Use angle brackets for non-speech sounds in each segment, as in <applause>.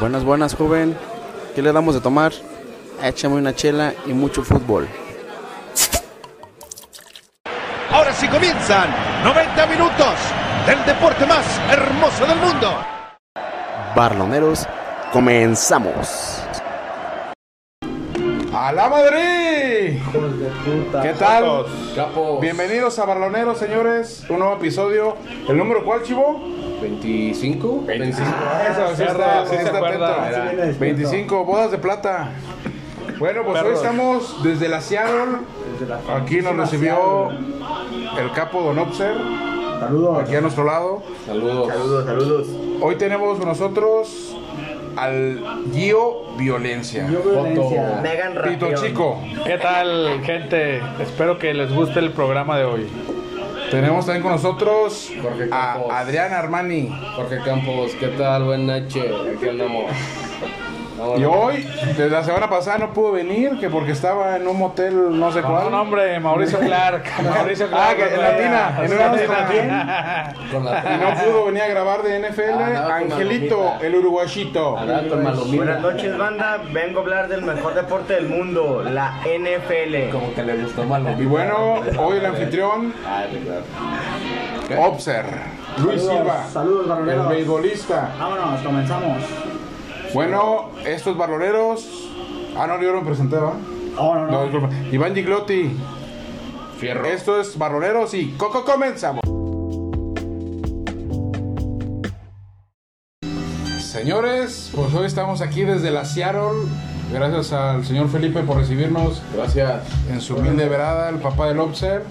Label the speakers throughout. Speaker 1: Buenas, buenas, joven. ¿Qué le damos de tomar? Échame una chela y mucho fútbol.
Speaker 2: Ahora sí comienzan 90 minutos del deporte más hermoso del mundo.
Speaker 1: Barloneros, comenzamos.
Speaker 3: ¡A la Madrid! ¿Qué tal? Bienvenidos a Barloneros, señores. Un nuevo episodio. ¿El número cuál, Chivo? Ah,
Speaker 4: 25, 25. Ah,
Speaker 3: Eso, sí está, sí está atento. 25, bodas de plata. Bueno, pues hoy estamos desde la Seattle. Aquí nos recibió el capo Don Obser. Saludos. Aquí a nuestro lado.
Speaker 4: Saludos.
Speaker 3: Hoy tenemos con nosotros al Gio Violencia.
Speaker 5: Megan
Speaker 3: Pito
Speaker 5: Rapión.
Speaker 3: Chico.
Speaker 6: ¿Qué tal, gente? Espero que les guste el programa de hoy.
Speaker 3: Tenemos también con nosotros
Speaker 4: Jorge Campos.
Speaker 3: a Adrián Armani.
Speaker 4: Jorge Campos, ¿qué tal? Buenas noches. Aquí andamos. Vámonos.
Speaker 3: <laughs> Y hoy, desde la semana pasada no pudo venir, que porque estaba en un motel no sé
Speaker 6: Con
Speaker 3: cuál.
Speaker 6: un nombre, Mauricio Clark. Mauricio Clark.
Speaker 3: <laughs> Ah, que en Latina, en una
Speaker 6: En
Speaker 3: Latina.
Speaker 6: Latina.
Speaker 4: Con la
Speaker 3: Y no pudo venir a grabar de NFL.
Speaker 4: Andaba Ah, con Ah,
Speaker 3: Angelito,
Speaker 4: Malomita.
Speaker 3: el uruguayito.
Speaker 4: Andaba con
Speaker 5: Buenas
Speaker 4: Malomita.
Speaker 5: noches, banda. Vengo a hablar del mejor deporte del mundo, la NFL.
Speaker 4: Como que le gustó Malomita.
Speaker 3: Y bueno, hoy el anfitrión,
Speaker 4: Ah, de verdad.
Speaker 3: Obser. Luis Silva.
Speaker 7: saludos,
Speaker 3: El
Speaker 7: barroneros.
Speaker 3: beisbolista.
Speaker 7: Vámonos, comenzamos.
Speaker 3: Bueno, estos barroleros. Ah, no, yo no me presenté, ¿va?
Speaker 7: Oh, no,
Speaker 3: No,
Speaker 7: no.
Speaker 3: disculpa. Iván Giglotti.
Speaker 4: Fierro.
Speaker 3: Esto es Barroleros y Coco comenzamos. Señores, pues hoy estamos aquí desde la Seattle. Gracias al señor Felipe por recibirnos
Speaker 4: Gracias.
Speaker 3: en su humilde verada, el papá del Obser.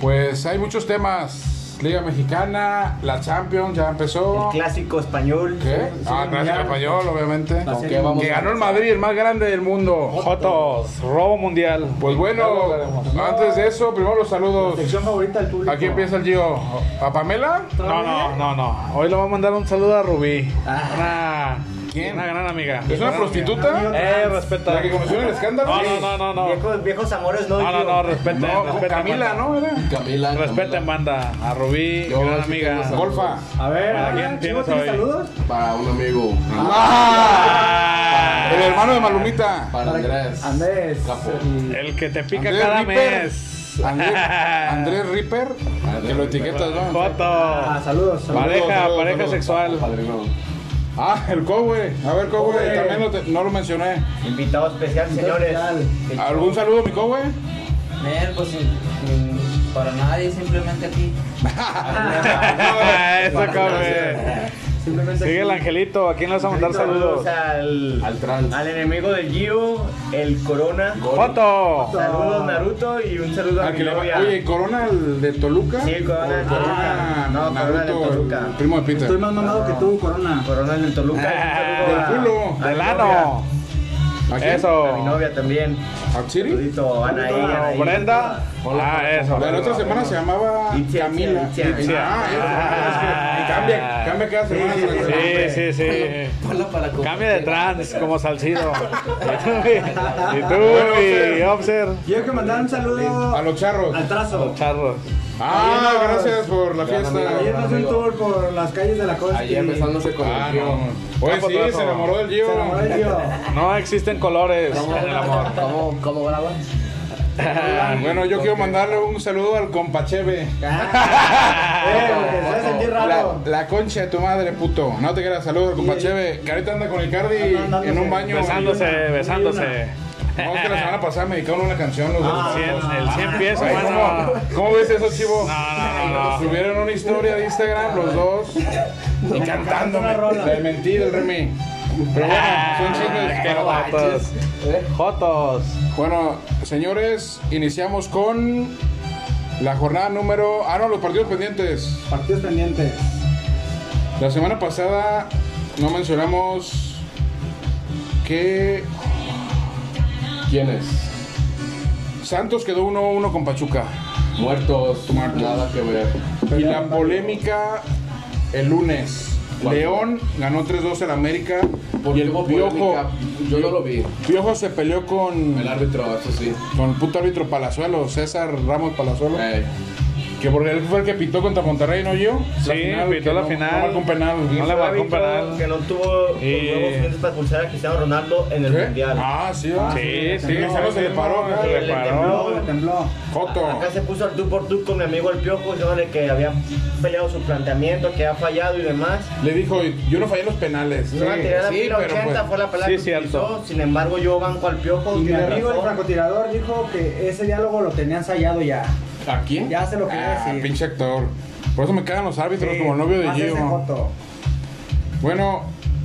Speaker 3: Pues hay muchos temas. Liga Mexicana, la Champions ya empezó.
Speaker 5: El clásico español.
Speaker 3: ¿Qué? Ah, gracias al español, obviamente.
Speaker 4: ¿Con qué vamos
Speaker 3: Que
Speaker 4: a
Speaker 3: ganó el Madrid, el más grande del mundo.
Speaker 6: Jotos, robo mundial.
Speaker 3: Pues bueno,
Speaker 6: Ya lo hablaremos.
Speaker 3: antes de eso, primero los saludos.
Speaker 7: Sección favorita del público.
Speaker 3: Aquí empieza el Gio. ¿A Pamela?
Speaker 6: No, no, no, no. Hoy le voy a mandar un saludo a Rubí. Una,
Speaker 3: ¿Quién?
Speaker 6: Una gran amiga.
Speaker 3: Ah. ¿Es una
Speaker 6: Gran
Speaker 3: prostituta?
Speaker 6: amiga. Eh, respeta.
Speaker 3: ¿La que conoció en el escándalo?
Speaker 6: No, no, no, no. No,
Speaker 5: Viejos, Ah, viejos amores, no
Speaker 6: no, no, no,
Speaker 5: digo.
Speaker 6: respeten.
Speaker 3: No, con
Speaker 6: respeten,
Speaker 3: Camila,
Speaker 6: banda.
Speaker 3: ¿no? Era.
Speaker 4: Camila.
Speaker 6: Respeten,
Speaker 4: Camila.
Speaker 6: banda. A Rubí,
Speaker 4: Yo,
Speaker 6: gran
Speaker 4: sí tengo
Speaker 6: amiga.
Speaker 4: saludos.
Speaker 3: Golfa.
Speaker 7: A ver,
Speaker 6: ¿Para
Speaker 7: a
Speaker 6: quién tienes
Speaker 7: ver, Chivo, ¿tienes
Speaker 6: hoy?
Speaker 7: saludos?
Speaker 4: Para un amigo.
Speaker 6: Ah.
Speaker 3: El hermano de Malumita.
Speaker 4: Para Andrés.
Speaker 7: Andrés.
Speaker 4: Capo.
Speaker 7: y-
Speaker 6: El que te pica
Speaker 3: Andrés
Speaker 6: cada
Speaker 3: Ripper.
Speaker 6: mes.
Speaker 3: Andrés,
Speaker 6: <laughs>
Speaker 3: Andrés Ripper. Que lo etiquetas, ¿no?
Speaker 7: Ah,
Speaker 6: Joto.
Speaker 7: saludos, saludos.
Speaker 6: Pareja,
Speaker 3: saludos,
Speaker 6: pareja
Speaker 3: saludos.
Speaker 6: sexual.
Speaker 4: Padrino.
Speaker 3: Ah, el Cowboy. A ver, Cowboy. También lo te- no lo mencioné.
Speaker 5: Invitado especial, señores.
Speaker 7: especial.
Speaker 3: ¿Algún saludo, mi Cowboy?
Speaker 8: Ver, pues sin- sin- para nadie, simplemente aquí.
Speaker 6: Eso come.
Speaker 7: Simplemente
Speaker 6: Sigue el
Speaker 7: aquí.
Speaker 6: angelito, ¿a quién le vas a mandar
Speaker 5: Saludos
Speaker 6: saludos?
Speaker 5: al,
Speaker 4: Al trans.
Speaker 5: al enemigo del Gio, el Corona.
Speaker 6: ¡Joto!
Speaker 5: Saludos, Naruto, y un saludo a
Speaker 3: Al
Speaker 5: mi
Speaker 3: que le
Speaker 5: novia.
Speaker 3: va- Oye, Corona, el de Toluca.
Speaker 5: Sí, el Corona del Toluca.
Speaker 3: Ah,
Speaker 5: No, Corona del
Speaker 3: Naruto, el
Speaker 5: Toluca.
Speaker 3: primo de Peter.
Speaker 7: Estoy más mamado que tú, Corona.
Speaker 5: Corona del Toluca. y un saludo
Speaker 6: Ah,
Speaker 3: del culo.
Speaker 5: a- a mi
Speaker 6: ¡Del
Speaker 5: novia.
Speaker 6: ano!
Speaker 3: ¿A quién?
Speaker 6: Eso.
Speaker 5: A mi novia también.
Speaker 3: ¿A Siri?
Speaker 5: Saludito, Anaí,
Speaker 6: Bueno,
Speaker 5: Anaí.
Speaker 6: Brenda. Ah, eso.
Speaker 3: La otra
Speaker 6: Brenda.
Speaker 3: semana se llamaba
Speaker 5: Itzia,
Speaker 3: Camila.
Speaker 5: Itzia, Itzia.
Speaker 3: Ah, eso, ah, es que cambia, cambia cada semana.
Speaker 6: Sí, sí, sí. <laughs>
Speaker 8: Ponlo para la
Speaker 6: Cambia de trans, como <laughs> salcido. Y tú,
Speaker 3: Bueno,
Speaker 6: y Obser.
Speaker 7: Quiero que mandar un saludo
Speaker 3: A los charros.
Speaker 7: al trazo.
Speaker 6: Charros.
Speaker 3: Ah, gracias por la fiesta.
Speaker 7: Ayer nos dio un
Speaker 4: amigo.
Speaker 7: tour por las calles de la costa.
Speaker 4: Ayer
Speaker 7: y-
Speaker 4: besándose con
Speaker 3: Ah,
Speaker 4: el tío.
Speaker 3: no. Oye, sí, se enamoró del Gio.
Speaker 7: Se enamoró del tío.
Speaker 6: No existen colores en el amor.
Speaker 8: ¿Cómo, cómo grabas?
Speaker 3: Ah, Bueno, yo quiero mandarle un saludo al compacheve.
Speaker 7: Eh, porque se va a sentir
Speaker 3: La,
Speaker 7: raro.
Speaker 3: la concha de tu madre, puto. No te creas, saludos al compacheve. Que ahorita anda con el Cardi en un baño.
Speaker 6: Besándose,
Speaker 7: Hay una,
Speaker 6: besándose.
Speaker 3: No, es que la semana pasada me dedicaron una canción. Los
Speaker 7: Ah,
Speaker 3: de los
Speaker 6: Cien-
Speaker 3: dos.
Speaker 6: El 100 pies,
Speaker 3: Ay,
Speaker 6: mano.
Speaker 3: ¿cómo, ¿Cómo ves eso, chivo?
Speaker 6: No, no, no, no.
Speaker 3: Subieron una historia de Instagram los
Speaker 7: <laughs>
Speaker 3: dos y cantándome.
Speaker 7: Una rola.
Speaker 3: La de mentira, el Remy. Pero bueno,
Speaker 6: Ah, <laughs>
Speaker 3: son chismes.
Speaker 6: Qué jotos. Jotos.
Speaker 3: Bueno, señores, iniciamos con la jornada número. Ah, no, los partidos pendientes.
Speaker 7: Partidos pendientes.
Speaker 3: La semana pasada no mencionamos que
Speaker 4: ¿Quién es?
Speaker 3: Santos quedó 1-1 con Pachuca.
Speaker 4: Muertos. Nada que ver.
Speaker 3: Y la polémica el lunes.
Speaker 4: ¿Cuál?
Speaker 3: León ganó 3-2 en América.
Speaker 4: ¿Por
Speaker 3: Y
Speaker 4: qué
Speaker 3: el
Speaker 4: hubo
Speaker 3: Piojo,
Speaker 4: polémica? Yo no lo vi.
Speaker 3: Piojo se peleó con,
Speaker 4: El árbitro, eso sí. Eh.
Speaker 3: con el puto árbitro Palazuelo, César Ramos Palazuelo.
Speaker 4: Ey.
Speaker 3: Que porque él fue el que pitó contra Monterrey, ¿no yo?
Speaker 6: Sí, pitó
Speaker 3: que
Speaker 6: la
Speaker 3: no-
Speaker 6: final.
Speaker 3: No marcó un penal.
Speaker 6: No la marcó un
Speaker 5: árbitro
Speaker 6: penal.
Speaker 5: Que no tuvo los
Speaker 6: Y-
Speaker 5: huevos suficientes para expulsar a Cristiano Ronaldo en el
Speaker 3: ¿Qué?
Speaker 5: mundial.
Speaker 3: Ah, sí, ah,
Speaker 6: Sí, sí,
Speaker 3: Cristiano se le paró.
Speaker 6: Se
Speaker 5: le
Speaker 6: le paró.
Speaker 5: tembló.
Speaker 7: Tembló.
Speaker 3: Joto.
Speaker 5: Acá se puso al tú por tú con mi amigo el Piojo, diciéndole que había peleado su planteamiento, que ha fallado y demás.
Speaker 3: Le dijo, yo no fallé los penales.
Speaker 5: No la tirada
Speaker 3: sí,
Speaker 5: fila
Speaker 3: pero
Speaker 5: 80
Speaker 3: pues,
Speaker 5: fue la pelada
Speaker 6: sí,
Speaker 5: que
Speaker 6: cierto.
Speaker 5: utilizó. Sin embargo, yo banco al Piojo.
Speaker 7: Y mi
Speaker 5: tiene
Speaker 7: amigo el
Speaker 5: razón.
Speaker 7: francotirador dijo que ese diálogo lo tenía ensayado ya.
Speaker 3: ¿A quién?
Speaker 7: Ya se lo quería
Speaker 3: Ah,
Speaker 7: decir.
Speaker 3: pinche actor. Por eso me cagan los árbitros
Speaker 7: Sí,
Speaker 3: como el novio de
Speaker 7: pasa ese
Speaker 3: Gio.
Speaker 7: joto.
Speaker 3: Bueno,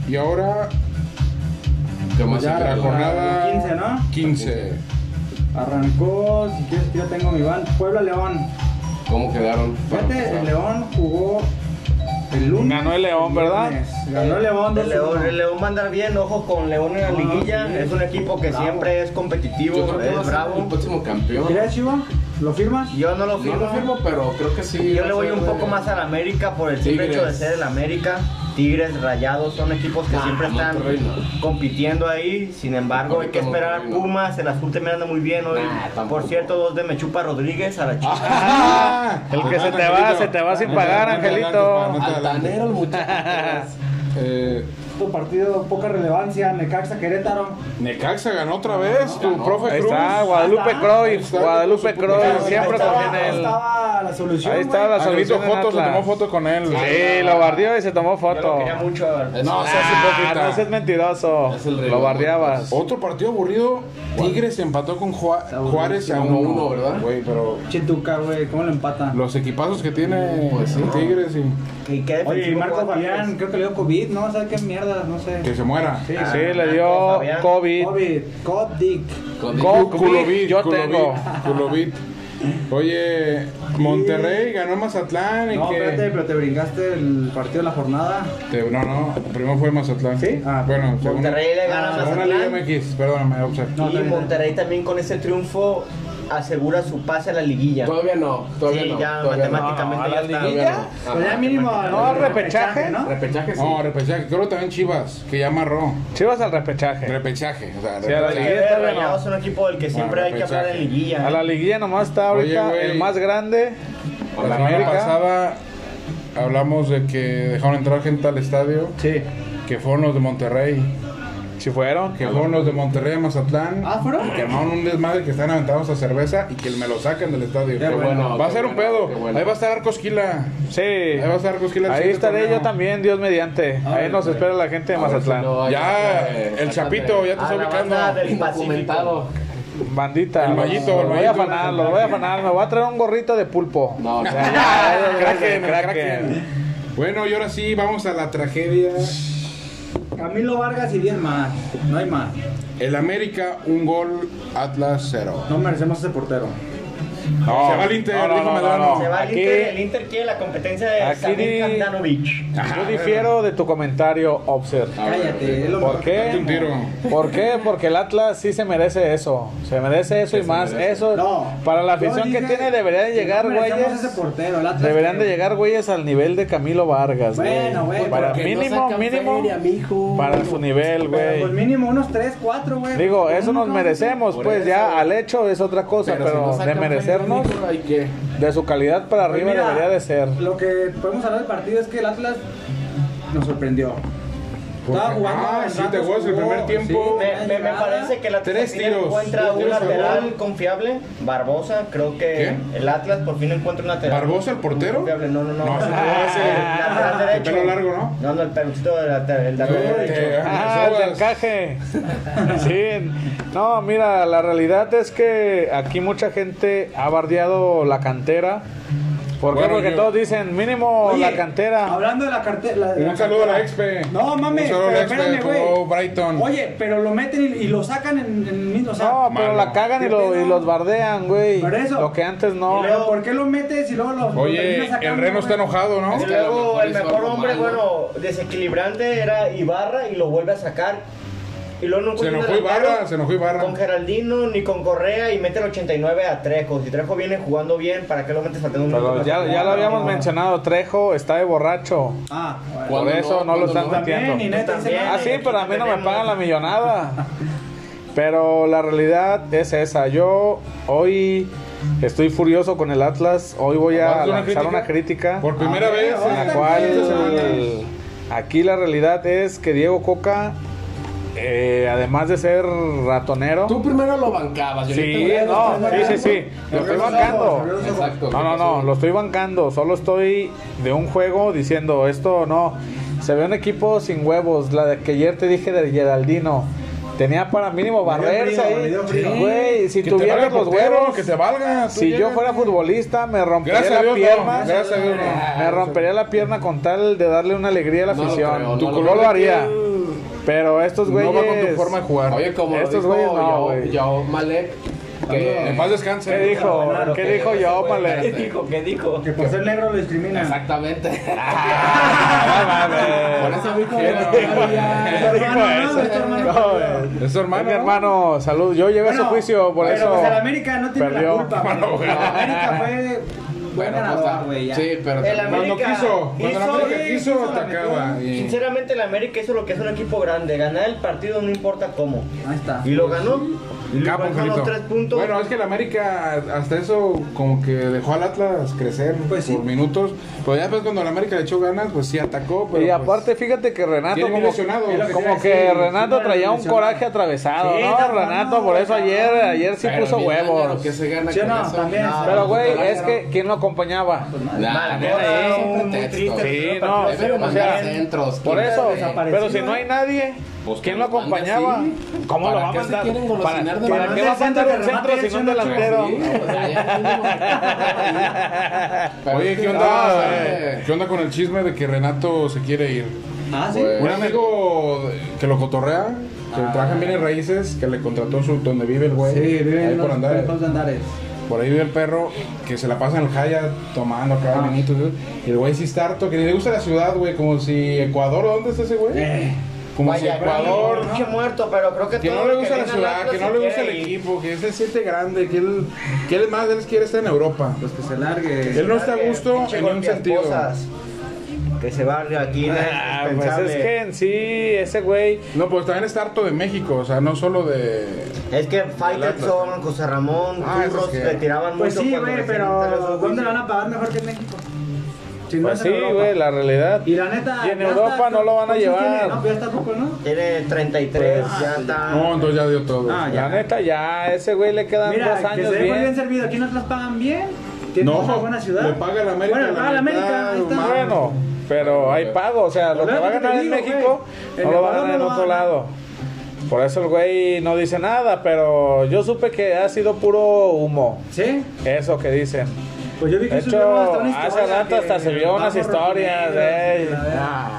Speaker 3: y ahora
Speaker 4: ¿Qué más
Speaker 3: ya
Speaker 4: se
Speaker 3: la
Speaker 4: trajo?
Speaker 3: jornada
Speaker 7: 15, ¿no?
Speaker 3: 15.
Speaker 7: Arrancó, si quieres yo tengo mi van, Puebla León.
Speaker 4: ¿Cómo quedaron?
Speaker 7: Fíjate, el León jugó el lunes.
Speaker 6: Ganó el León, ¿verdad?
Speaker 7: lunes. Ganó el León
Speaker 5: El
Speaker 7: 2-1.
Speaker 5: León, el León va a andar bien, ojo con León en la
Speaker 7: Ah, sí.
Speaker 5: liguilla. Es un equipo que
Speaker 7: Bravo.
Speaker 5: siempre es
Speaker 4: Yo
Speaker 5: competitivo,
Speaker 4: creo que va a
Speaker 5: es
Speaker 4: ser el
Speaker 5: bravo.
Speaker 4: próximo campeón.
Speaker 7: ¿Quieres, Chiva? ¿Lo firmas?
Speaker 5: Yo no lo
Speaker 4: No lo
Speaker 5: firmo.
Speaker 4: firmo, pero creo que sí.
Speaker 5: Yo
Speaker 4: va
Speaker 5: le
Speaker 4: a
Speaker 5: voy
Speaker 4: ser
Speaker 5: un
Speaker 4: de-
Speaker 5: poco más al América por el simple hecho de
Speaker 4: Tigres.
Speaker 5: ser el América. Tigres, Rayados son equipos que
Speaker 4: Ah,
Speaker 5: siempre están
Speaker 4: Monterrey no.
Speaker 5: compitiendo ahí. Sin embargo, hay que
Speaker 4: Ahorita
Speaker 5: esperar a
Speaker 4: Monterrey no.
Speaker 5: Pumas. El azul también anda muy bien hoy.
Speaker 4: Nah, tampoco.
Speaker 5: Por cierto, dos de Mechupa Rodríguez a la chica.
Speaker 3: Ah,
Speaker 6: el que se te va,
Speaker 3: Angelito.
Speaker 6: se te va sin
Speaker 3: No te
Speaker 6: pagar,
Speaker 3: adelantes,
Speaker 6: Angelito.
Speaker 3: pa, no te adelantes.
Speaker 4: Altanero el muchacho.
Speaker 3: Eh,
Speaker 7: Tu partido, poca relevancia, Necaxa, Querétaro.
Speaker 3: Necaxa ganó otra vez, tu
Speaker 4: Ganó.
Speaker 3: profe
Speaker 6: Ahí
Speaker 3: Cruz.
Speaker 6: está, Guadalupe Croix.
Speaker 3: está.
Speaker 6: Guadalupe Croix.
Speaker 3: Ahí
Speaker 6: Siempre
Speaker 7: Ahí estaba,
Speaker 6: también él.
Speaker 7: estaba la solución,
Speaker 6: Ahí está la
Speaker 7: güey.
Speaker 6: solución.
Speaker 3: Angelito
Speaker 6: Ah, en
Speaker 3: Joto se
Speaker 6: Atlas.
Speaker 3: tomó foto con él.
Speaker 6: Sí, lo bardió y se tomó
Speaker 5: Yo lo
Speaker 6: foto.
Speaker 5: quería mucho.
Speaker 4: Eh,
Speaker 3: No, seas
Speaker 6: Ah,
Speaker 3: hipócrita.
Speaker 6: no seas mentiroso.
Speaker 4: Es el rey.
Speaker 6: Lo bardeabas.
Speaker 3: Otro partido aburrido, Tigres empató con Jua- Juárez a
Speaker 4: Uno a
Speaker 3: 1
Speaker 4: uno, ¿verdad?
Speaker 3: Güey, pero
Speaker 7: Chituca, güey, ¿cómo lo empata?
Speaker 3: los equipazos que tiene
Speaker 4: Pues
Speaker 3: Tigres y
Speaker 5: Y qué
Speaker 7: Oye, y
Speaker 5: defensivo
Speaker 7: Marco
Speaker 5: juega
Speaker 7: Fabián,
Speaker 5: Tigres.
Speaker 7: creo que le dio COVID, ¿no? ¿Sabes qué mierda? No sé.
Speaker 3: que se muera.
Speaker 7: Sí,
Speaker 6: Sí,
Speaker 7: sí.
Speaker 6: le dio
Speaker 5: Fabián.
Speaker 6: COVID.
Speaker 7: COVID, COVID.
Speaker 4: Con-
Speaker 6: Go-
Speaker 3: Culovit,
Speaker 6: yo
Speaker 3: Culovit,
Speaker 6: tengo.
Speaker 3: Culovit. Oye, Monterrey ganó Mazatlán y
Speaker 7: No,
Speaker 3: que
Speaker 7: espérate, pero te brincaste el partido de la jornada.
Speaker 3: Te- no, no, primero fue Mazatlán.
Speaker 7: ¿Sí?
Speaker 3: Ah, bueno, según-
Speaker 5: Monterrey le gana a
Speaker 3: según la
Speaker 5: Mazatlán.
Speaker 3: Liga MX, perdóname, Obser.
Speaker 7: No,
Speaker 5: y
Speaker 7: también.
Speaker 5: Monterrey también con ese triunfo asegura su pase a la liguilla.
Speaker 4: Todavía no, todavía
Speaker 5: Sí,
Speaker 4: no.
Speaker 5: ya
Speaker 4: todavía no.
Speaker 6: No,
Speaker 5: matemáticamente
Speaker 6: no, a
Speaker 5: ya
Speaker 6: la
Speaker 5: está.
Speaker 4: Todavía no.
Speaker 7: Pues ya
Speaker 4: Ajá.
Speaker 7: mínimo
Speaker 6: No, al repechaje.
Speaker 7: ¿no?
Speaker 4: Repechaje sí.
Speaker 3: No, repechaje, creo que también Chivas, que ya amarró.
Speaker 6: Chivas al repechaje.
Speaker 3: Repechaje, o sea,
Speaker 6: Sí, a la
Speaker 5: Hay
Speaker 3: repechaje.
Speaker 5: que
Speaker 6: liguilla
Speaker 5: ver,
Speaker 6: todavía no.
Speaker 5: Rayados es un equipo del que siempre hay que hablar en
Speaker 3: repechaje.
Speaker 5: liguilla.
Speaker 6: A la
Speaker 5: ¿eh?
Speaker 6: liguilla nomás está
Speaker 3: Oye,
Speaker 6: ahorita
Speaker 3: güey.
Speaker 6: el más grande.
Speaker 3: La
Speaker 6: América.
Speaker 3: semana pasada hablamos de que dejaron entrar gente al estadio,
Speaker 6: Sí.
Speaker 3: que fueron los de Monterrey,
Speaker 6: Si fueron.
Speaker 3: que fueron los de Monterrey a Mazatlán,
Speaker 7: Ah, ¿fueron?
Speaker 3: que armaron un desmadre que están aventados a cerveza y que me lo sacan del estadio.
Speaker 7: Qué
Speaker 4: bueno,
Speaker 3: va a
Speaker 4: qué
Speaker 3: ser un
Speaker 4: bueno,
Speaker 3: pedo.
Speaker 4: qué bueno.
Speaker 3: Ahí va a estar Arcosquila.
Speaker 6: Sí.
Speaker 3: Ahí va a estar Arcosquila. el
Speaker 6: Ahí
Speaker 3: siguiente
Speaker 6: estaré
Speaker 3: torneo.
Speaker 6: yo también, Dios mediante. Ahí nos espera la gente de
Speaker 4: A ver si
Speaker 6: Mazatlán.
Speaker 4: no hay-
Speaker 3: Ya,
Speaker 4: eh,
Speaker 3: el
Speaker 4: bastante
Speaker 3: Chapito, ya te
Speaker 5: A
Speaker 3: está
Speaker 5: Ah, la
Speaker 3: ubicando.
Speaker 5: banda del Pacífico.
Speaker 4: Indocumentado.
Speaker 6: Bandita.
Speaker 3: El mallito,
Speaker 6: Los
Speaker 3: el
Speaker 6: voy a
Speaker 3: mallito.
Speaker 6: afanar, los voy a afanar. Me voy a traer un gorrito de pulpo.
Speaker 4: No,
Speaker 6: <laughs>
Speaker 4: ya, ya.
Speaker 6: Ya, ya, ya,
Speaker 3: Kraken,
Speaker 6: ya,
Speaker 3: el Kraken. Bueno, y ahora sí, vamos a la tragedia.
Speaker 7: Camilo Vargas y 10 más. No hay más.
Speaker 3: El América, un gol, Atlas, cero.
Speaker 7: No merecemos ese portero.
Speaker 3: Se va el Inter, dijo Medrano.
Speaker 5: Se va el
Speaker 6: Aquí-
Speaker 5: Inter, el Inter quiere la competencia de
Speaker 6: aquí di-
Speaker 5: Samir Handanovic.
Speaker 6: Yo difiero de tu comentario, Obser.
Speaker 7: Cállate, es lo
Speaker 6: ¿Por
Speaker 7: mejor que
Speaker 6: qué?
Speaker 3: Date un tiro.
Speaker 6: ¿Por qué? Porque el Atlas sí se merece eso. Se merece eso y más. Eso
Speaker 7: No.
Speaker 6: para la
Speaker 7: Yo
Speaker 6: afición que
Speaker 7: dije
Speaker 6: tiene deberían de
Speaker 7: que
Speaker 6: llegar,
Speaker 7: no merecemos
Speaker 6: güeyes.
Speaker 7: ese portero, el Atlas
Speaker 6: Deberían de
Speaker 7: creo.
Speaker 6: llegar güeyes al nivel de Camilo Vargas, güey.
Speaker 7: Bueno, güey,
Speaker 6: Para
Speaker 7: porque
Speaker 4: no
Speaker 6: mínimo,
Speaker 4: sacan
Speaker 6: mínimo.
Speaker 4: feria, mijo.
Speaker 6: Para su nivel,
Speaker 7: Pero pues
Speaker 6: güey.
Speaker 7: mínimo unos 3, 4, güey.
Speaker 6: Digo,
Speaker 7: Porque
Speaker 6: eso
Speaker 7: uno
Speaker 6: nos
Speaker 7: no-
Speaker 6: merecemos,
Speaker 4: Por
Speaker 6: pues
Speaker 4: eso.
Speaker 6: ya al hecho es otra cosa,
Speaker 4: si
Speaker 6: pero
Speaker 4: no
Speaker 6: de
Speaker 4: sacan
Speaker 6: merecernos,
Speaker 4: feria, hay que.
Speaker 6: de su calidad para
Speaker 7: Pues
Speaker 6: arriba
Speaker 7: mira,
Speaker 6: debería de ser.
Speaker 7: Lo que podemos hablar del partido es que el Atlas nos sorprendió. Estaba jugando.
Speaker 3: Ah,
Speaker 7: en
Speaker 3: sí,
Speaker 7: ratos
Speaker 3: te acuerdas el
Speaker 7: jugó,
Speaker 3: primer tiempo.
Speaker 7: sí,
Speaker 5: Me, me- me
Speaker 7: llegada.
Speaker 5: parece que el Atlas
Speaker 3: Tres
Speaker 5: por fin
Speaker 3: tiros,
Speaker 5: encuentra
Speaker 3: dos
Speaker 5: un
Speaker 3: tiros a
Speaker 5: lateral
Speaker 3: gol.
Speaker 5: confiable, Barbosa. Creo que
Speaker 3: ¿Qué?
Speaker 5: el Atlas por fin encuentra un lateral.
Speaker 3: ¿Barbosa, el portero?
Speaker 5: Confiable. No, no, no.
Speaker 3: No, ese no, ese-
Speaker 5: lateral
Speaker 3: de
Speaker 5: derecho.
Speaker 3: pelo largo, ¿no?
Speaker 5: No, no, el pelucito del lateral. El lateral
Speaker 3: Eh,
Speaker 5: derecho.
Speaker 3: eh,
Speaker 6: Ah, el de
Speaker 3: Sobas.
Speaker 6: encaje. <laughs> Sí. No, mira, la realidad es que aquí mucha gente ha bardeado la cantera. ¿Por qué?
Speaker 3: Bueno,
Speaker 6: Porque
Speaker 3: yo-
Speaker 6: todos dicen, mínimo
Speaker 7: Oye,
Speaker 6: la cantera.
Speaker 7: Hablando de la cartera.
Speaker 3: Un saludo a la Expe.
Speaker 7: No mames,
Speaker 3: Un saludo a
Speaker 7: pero
Speaker 3: la Expe,
Speaker 7: espérame, güey.
Speaker 3: jugó Brighton.
Speaker 7: Oye, pero lo meten y, y lo sacan en, en mismo. O sea,
Speaker 6: No, pues pero
Speaker 3: malo.
Speaker 6: la cagan y, lo- y los bardean, güey.
Speaker 7: Por eso.
Speaker 6: Lo que antes no.
Speaker 7: pero ¿por qué lo metes y luego lo, lo
Speaker 3: Oye,
Speaker 7: terminas
Speaker 3: el
Speaker 7: sacando,
Speaker 3: Reno
Speaker 7: güey?
Speaker 3: está enojado, ¿no?
Speaker 5: Y
Speaker 4: que a lo
Speaker 5: luego
Speaker 4: mejor
Speaker 5: el
Speaker 4: hizo
Speaker 5: mejor
Speaker 4: algo
Speaker 5: hombre,
Speaker 4: mal,
Speaker 5: bueno, desequilibrante era Ibarra y lo vuelve a sacar. Y luego no
Speaker 3: Se
Speaker 5: encuentra un
Speaker 3: enojó
Speaker 5: delantero
Speaker 3: Ibarra, se enojó Ibarra.
Speaker 5: Con Geraldino ni con Correa y mete el 89 a Trejo. Si Trejo viene jugando bien, ¿para qué lo metes faltando un
Speaker 6: Pero
Speaker 5: minuto?
Speaker 6: ya, ya lo habíamos mencionado, Trejo está de borracho.
Speaker 7: Ah, bueno.
Speaker 6: Por
Speaker 4: Cuando
Speaker 6: eso no,
Speaker 4: no,
Speaker 6: lo
Speaker 4: cuando
Speaker 6: están
Speaker 4: no.
Speaker 6: metiendo.
Speaker 7: También, y neta, dice,
Speaker 5: También. eh,
Speaker 7: no,
Speaker 6: Ah, sí, pero a mí no me pagan la
Speaker 5: <laughs>
Speaker 6: millonada. Pero la realidad es esa. Yo hoy Estoy furioso con el Atlas. Hoy voy a
Speaker 3: ¿Vamos a hacer una
Speaker 6: lanzar una
Speaker 3: crítica?
Speaker 6: crítica.
Speaker 3: Por
Speaker 4: Ah,
Speaker 3: primera
Speaker 4: eh,
Speaker 3: vez eh. en
Speaker 6: en la
Speaker 3: la
Speaker 6: cual aquí la realidad es que Diego Coca, eh, además de ser ratonero,
Speaker 4: Tú primero lo bancabas. yo
Speaker 6: sí,
Speaker 4: ahorita-
Speaker 6: no, sí, sí, sí, lo estoy bancando.
Speaker 4: Exacto.
Speaker 6: No, no, no, lo estoy bancando. Solo estoy de un juego diciendo esto no. Se ve un equipo sin huevos. La de que ayer te dije de Geraldino. Tenía para mínimo barrerse
Speaker 7: frío, me
Speaker 6: ahí.
Speaker 7: dio frío.
Speaker 6: Güey, si
Speaker 3: Que te
Speaker 6: tuvieras
Speaker 3: valga
Speaker 6: los
Speaker 3: portero,
Speaker 6: huevos.
Speaker 3: que te valga. tú
Speaker 6: Si yo
Speaker 3: llega.
Speaker 6: fuera futbolista, me rompería
Speaker 3: Gracias a
Speaker 6: la
Speaker 3: Dios, no.
Speaker 6: pierna.
Speaker 3: Gracias a Dios, no.
Speaker 6: Me rompería la pierna con tal de darle una alegría a la
Speaker 4: No lo
Speaker 6: afición.
Speaker 4: creo, no
Speaker 6: Tu
Speaker 4: lo
Speaker 6: color
Speaker 4: creo.
Speaker 6: lo haría. Pero estos güeyes.
Speaker 3: No va con tu forma de jugar.
Speaker 4: Oye, como
Speaker 6: Estos
Speaker 4: lo
Speaker 6: güeyes
Speaker 4: dijo
Speaker 6: no,
Speaker 4: yo,
Speaker 6: güey.
Speaker 4: yo Malek,
Speaker 3: En
Speaker 4: que
Speaker 3: paz descanse.
Speaker 6: ¿Qué
Speaker 3: <laughs>
Speaker 6: dijo? ¿Qué
Speaker 4: que
Speaker 6: dijo
Speaker 4: ese
Speaker 6: yo,
Speaker 4: güey
Speaker 6: Male?
Speaker 4: merece.
Speaker 8: dijo? ¿Qué dijo?
Speaker 7: Que por ser negro lo discriminan.
Speaker 4: exactamente. Por
Speaker 6: Ah,
Speaker 4: eso vi como <laughs>
Speaker 6: no mames.
Speaker 7: Hermano,
Speaker 4: pues.
Speaker 6: Dijo
Speaker 7: no, es
Speaker 6: eso.
Speaker 7: tu hermano.
Speaker 6: No, eh. pues.
Speaker 3: Es su hermano.
Speaker 6: mi hermano, salud. Yo llevé
Speaker 7: Bueno,
Speaker 6: su juicio, por
Speaker 7: pero,
Speaker 6: eso.
Speaker 7: Pues, el América no tiene
Speaker 6: perdió.
Speaker 7: la <laughs> culpa. güey.
Speaker 3: Bueno, güey.
Speaker 7: El América fue buen
Speaker 4: Bueno,
Speaker 7: ganador,
Speaker 4: pues,
Speaker 7: güey. ya.
Speaker 4: sí, pero
Speaker 5: El
Speaker 4: también-
Speaker 3: Cuando
Speaker 5: América
Speaker 3: quiso, cuando
Speaker 5: hizo-
Speaker 3: la América
Speaker 7: sí,
Speaker 3: quiso,
Speaker 7: hizo la
Speaker 3: atacaba. y-
Speaker 5: Sinceramente, el América hizo lo que es un equipo grande: ganar el partido no importa cómo.
Speaker 7: Ahí está.
Speaker 5: Y lo ganó. Y
Speaker 3: Capo,
Speaker 5: ganó los
Speaker 3: Angelito.
Speaker 5: tres puntos.
Speaker 3: Bueno, es que el América hasta eso como que dejó al Atlas crecer
Speaker 7: Pues sí.
Speaker 3: por minutos. Pero ya después cuando el América le echó ganas, pues sí atacó. Pero
Speaker 6: y
Speaker 3: pues,
Speaker 6: aparte, fíjate que Renato
Speaker 3: tiene un
Speaker 6: como,
Speaker 3: lesionado.
Speaker 6: como
Speaker 3: Es lo que
Speaker 6: que
Speaker 7: te iba a decir,
Speaker 6: Renato
Speaker 7: tiene
Speaker 6: traía un
Speaker 7: lesionado.
Speaker 6: coraje atravesado,
Speaker 7: Sí,
Speaker 6: ¿no?
Speaker 7: está
Speaker 6: Renato,
Speaker 7: mamado,
Speaker 6: por eso
Speaker 7: cabrón.
Speaker 6: ayer ayer sí
Speaker 4: Pero
Speaker 6: puso
Speaker 4: bien dañado,
Speaker 6: huevos.
Speaker 4: que se gana
Speaker 7: Sí,
Speaker 4: con
Speaker 7: Ah, no,
Speaker 4: eso.
Speaker 7: también.
Speaker 6: Pero güey,
Speaker 4: Claro.
Speaker 6: es que ¿quién lo acompañaba?
Speaker 4: Nah,
Speaker 5: Mal,
Speaker 4: nena,
Speaker 5: no,
Speaker 4: es un
Speaker 5: muy
Speaker 4: pretexto.
Speaker 5: triste,
Speaker 6: Sí,
Speaker 5: pero
Speaker 6: no,
Speaker 5: partido
Speaker 6: pero,
Speaker 5: muy
Speaker 6: o sea,
Speaker 5: bien.
Speaker 4: centros.
Speaker 6: Por
Speaker 4: ¿quién
Speaker 6: eso,
Speaker 4: sabe?
Speaker 6: pero si no hay nadie,
Speaker 4: Pues
Speaker 6: ¿quién
Speaker 4: que
Speaker 6: lo
Speaker 4: los mande
Speaker 6: acompañaba?
Speaker 4: así.
Speaker 6: ¿Cómo lo
Speaker 4: ¿Para
Speaker 6: va a
Speaker 4: qué se
Speaker 6: mandar?
Speaker 4: quieren
Speaker 6: ¿Para,
Speaker 4: golosinar de
Speaker 6: para
Speaker 4: más?
Speaker 6: qué va a mandar
Speaker 7: Centro
Speaker 6: un
Speaker 7: que
Speaker 6: centro
Speaker 7: remate
Speaker 6: si no un
Speaker 7: el centro.
Speaker 6: delantero?
Speaker 4: Sí, o sea, ya mínimo que está por ahí.
Speaker 3: Oye, ¿qué
Speaker 6: Ah,
Speaker 3: onda?
Speaker 4: eh.
Speaker 3: ¿Qué onda con el chisme de que Renato se quiere ir?
Speaker 7: Ah, sí.
Speaker 3: Un amigo que lo cotorrea, que trabaja en bienes raíces, que le contrató en su donde vive el güey.
Speaker 7: Sí, viven
Speaker 3: ahí
Speaker 7: en
Speaker 3: por
Speaker 7: los
Speaker 3: andar.
Speaker 7: viejos andares.
Speaker 3: Por ahí vive el perro que se la pasa en el Jaya tomando cada minuto. güey. Y el güey sí está harto, que ni le gusta la ciudad, güey. Como si Ecuador, ¿dónde está ese güey?
Speaker 7: Eh.
Speaker 3: Como
Speaker 5: Vaya,
Speaker 3: si Ecuador.
Speaker 5: pinche muerto, pero creo que
Speaker 3: Que no
Speaker 5: todos
Speaker 3: le
Speaker 5: los
Speaker 3: gusta la
Speaker 5: vienen al
Speaker 3: ciudad,
Speaker 5: Atlas
Speaker 3: que no
Speaker 5: se
Speaker 3: le gusta el
Speaker 5: quieren ir.
Speaker 3: equipo, que él se siente grande, que él, que él más, él quiere estar en Europa.
Speaker 7: Pues que se largue.
Speaker 3: Él no está a
Speaker 5: Que
Speaker 3: gusto
Speaker 5: pinche
Speaker 3: en un
Speaker 5: golpea
Speaker 3: sentido.
Speaker 5: esposas, Que se barre aquí. ¿no?
Speaker 6: Ah,
Speaker 5: Es
Speaker 6: pues es
Speaker 5: impensable.
Speaker 6: que en sí, ese güey.
Speaker 3: No, pues también está harto de México, o sea, no solo de...
Speaker 5: Es que
Speaker 3: Atlas.
Speaker 5: Faitelson, José Ramón,
Speaker 3: Ah, eso
Speaker 5: Curros
Speaker 3: es que-
Speaker 5: le tiraban
Speaker 7: Pues
Speaker 5: mucho
Speaker 7: sí,
Speaker 5: cuando
Speaker 7: güey,
Speaker 5: recién entraron
Speaker 7: pero
Speaker 5: esos
Speaker 7: ¿dónde lo van
Speaker 5: juicios.
Speaker 7: a pagar mejor que en México? Si no
Speaker 6: Pues
Speaker 7: es
Speaker 6: sí,
Speaker 7: en Europa.
Speaker 6: güey, la realidad.
Speaker 7: Y la neta.
Speaker 6: Y en
Speaker 7: ya
Speaker 6: Europa
Speaker 7: está-
Speaker 6: no lo van a
Speaker 7: ¿cuántos
Speaker 6: llevar.
Speaker 7: tiene? No, pues ya está poco, ¿no?
Speaker 5: Tiene 33,
Speaker 6: Pues,
Speaker 5: ya está.
Speaker 3: No, entonces ya dio todo.
Speaker 7: Ah,
Speaker 6: La neta, ya, a ese güey le quedan dos
Speaker 7: Mira, que se
Speaker 6: años
Speaker 7: ve muy bien
Speaker 6: bien.
Speaker 7: servido. Aquí nos las pagan bien. Tienen
Speaker 3: No,
Speaker 7: una buena ciudad.
Speaker 3: le paga la América
Speaker 7: Bueno, le paga la
Speaker 3: la mitad,
Speaker 7: América. Ahí está.
Speaker 3: humano.
Speaker 6: Bueno, pero hay pago, o sea, lo que
Speaker 7: Pues es
Speaker 6: va a
Speaker 7: lo que te
Speaker 6: ganar en
Speaker 7: digo,
Speaker 6: México
Speaker 7: güey.
Speaker 6: no lo
Speaker 7: En
Speaker 6: va a
Speaker 7: Ecuador
Speaker 6: ganar en
Speaker 7: no lo
Speaker 6: otro
Speaker 7: va a ganar.
Speaker 6: lado. Por eso el güey no dice nada, pero yo supe que ha sido puro humo.
Speaker 7: Sí,
Speaker 6: Eso que dicen.
Speaker 7: pues yo vi que
Speaker 6: De
Speaker 7: subió hasta
Speaker 6: hecho,
Speaker 7: una
Speaker 6: hace
Speaker 7: historia
Speaker 6: rato
Speaker 7: que
Speaker 6: hasta se vio
Speaker 7: Paco
Speaker 6: unas historias.
Speaker 7: Rodríguez,
Speaker 6: ey.
Speaker 7: la verdad.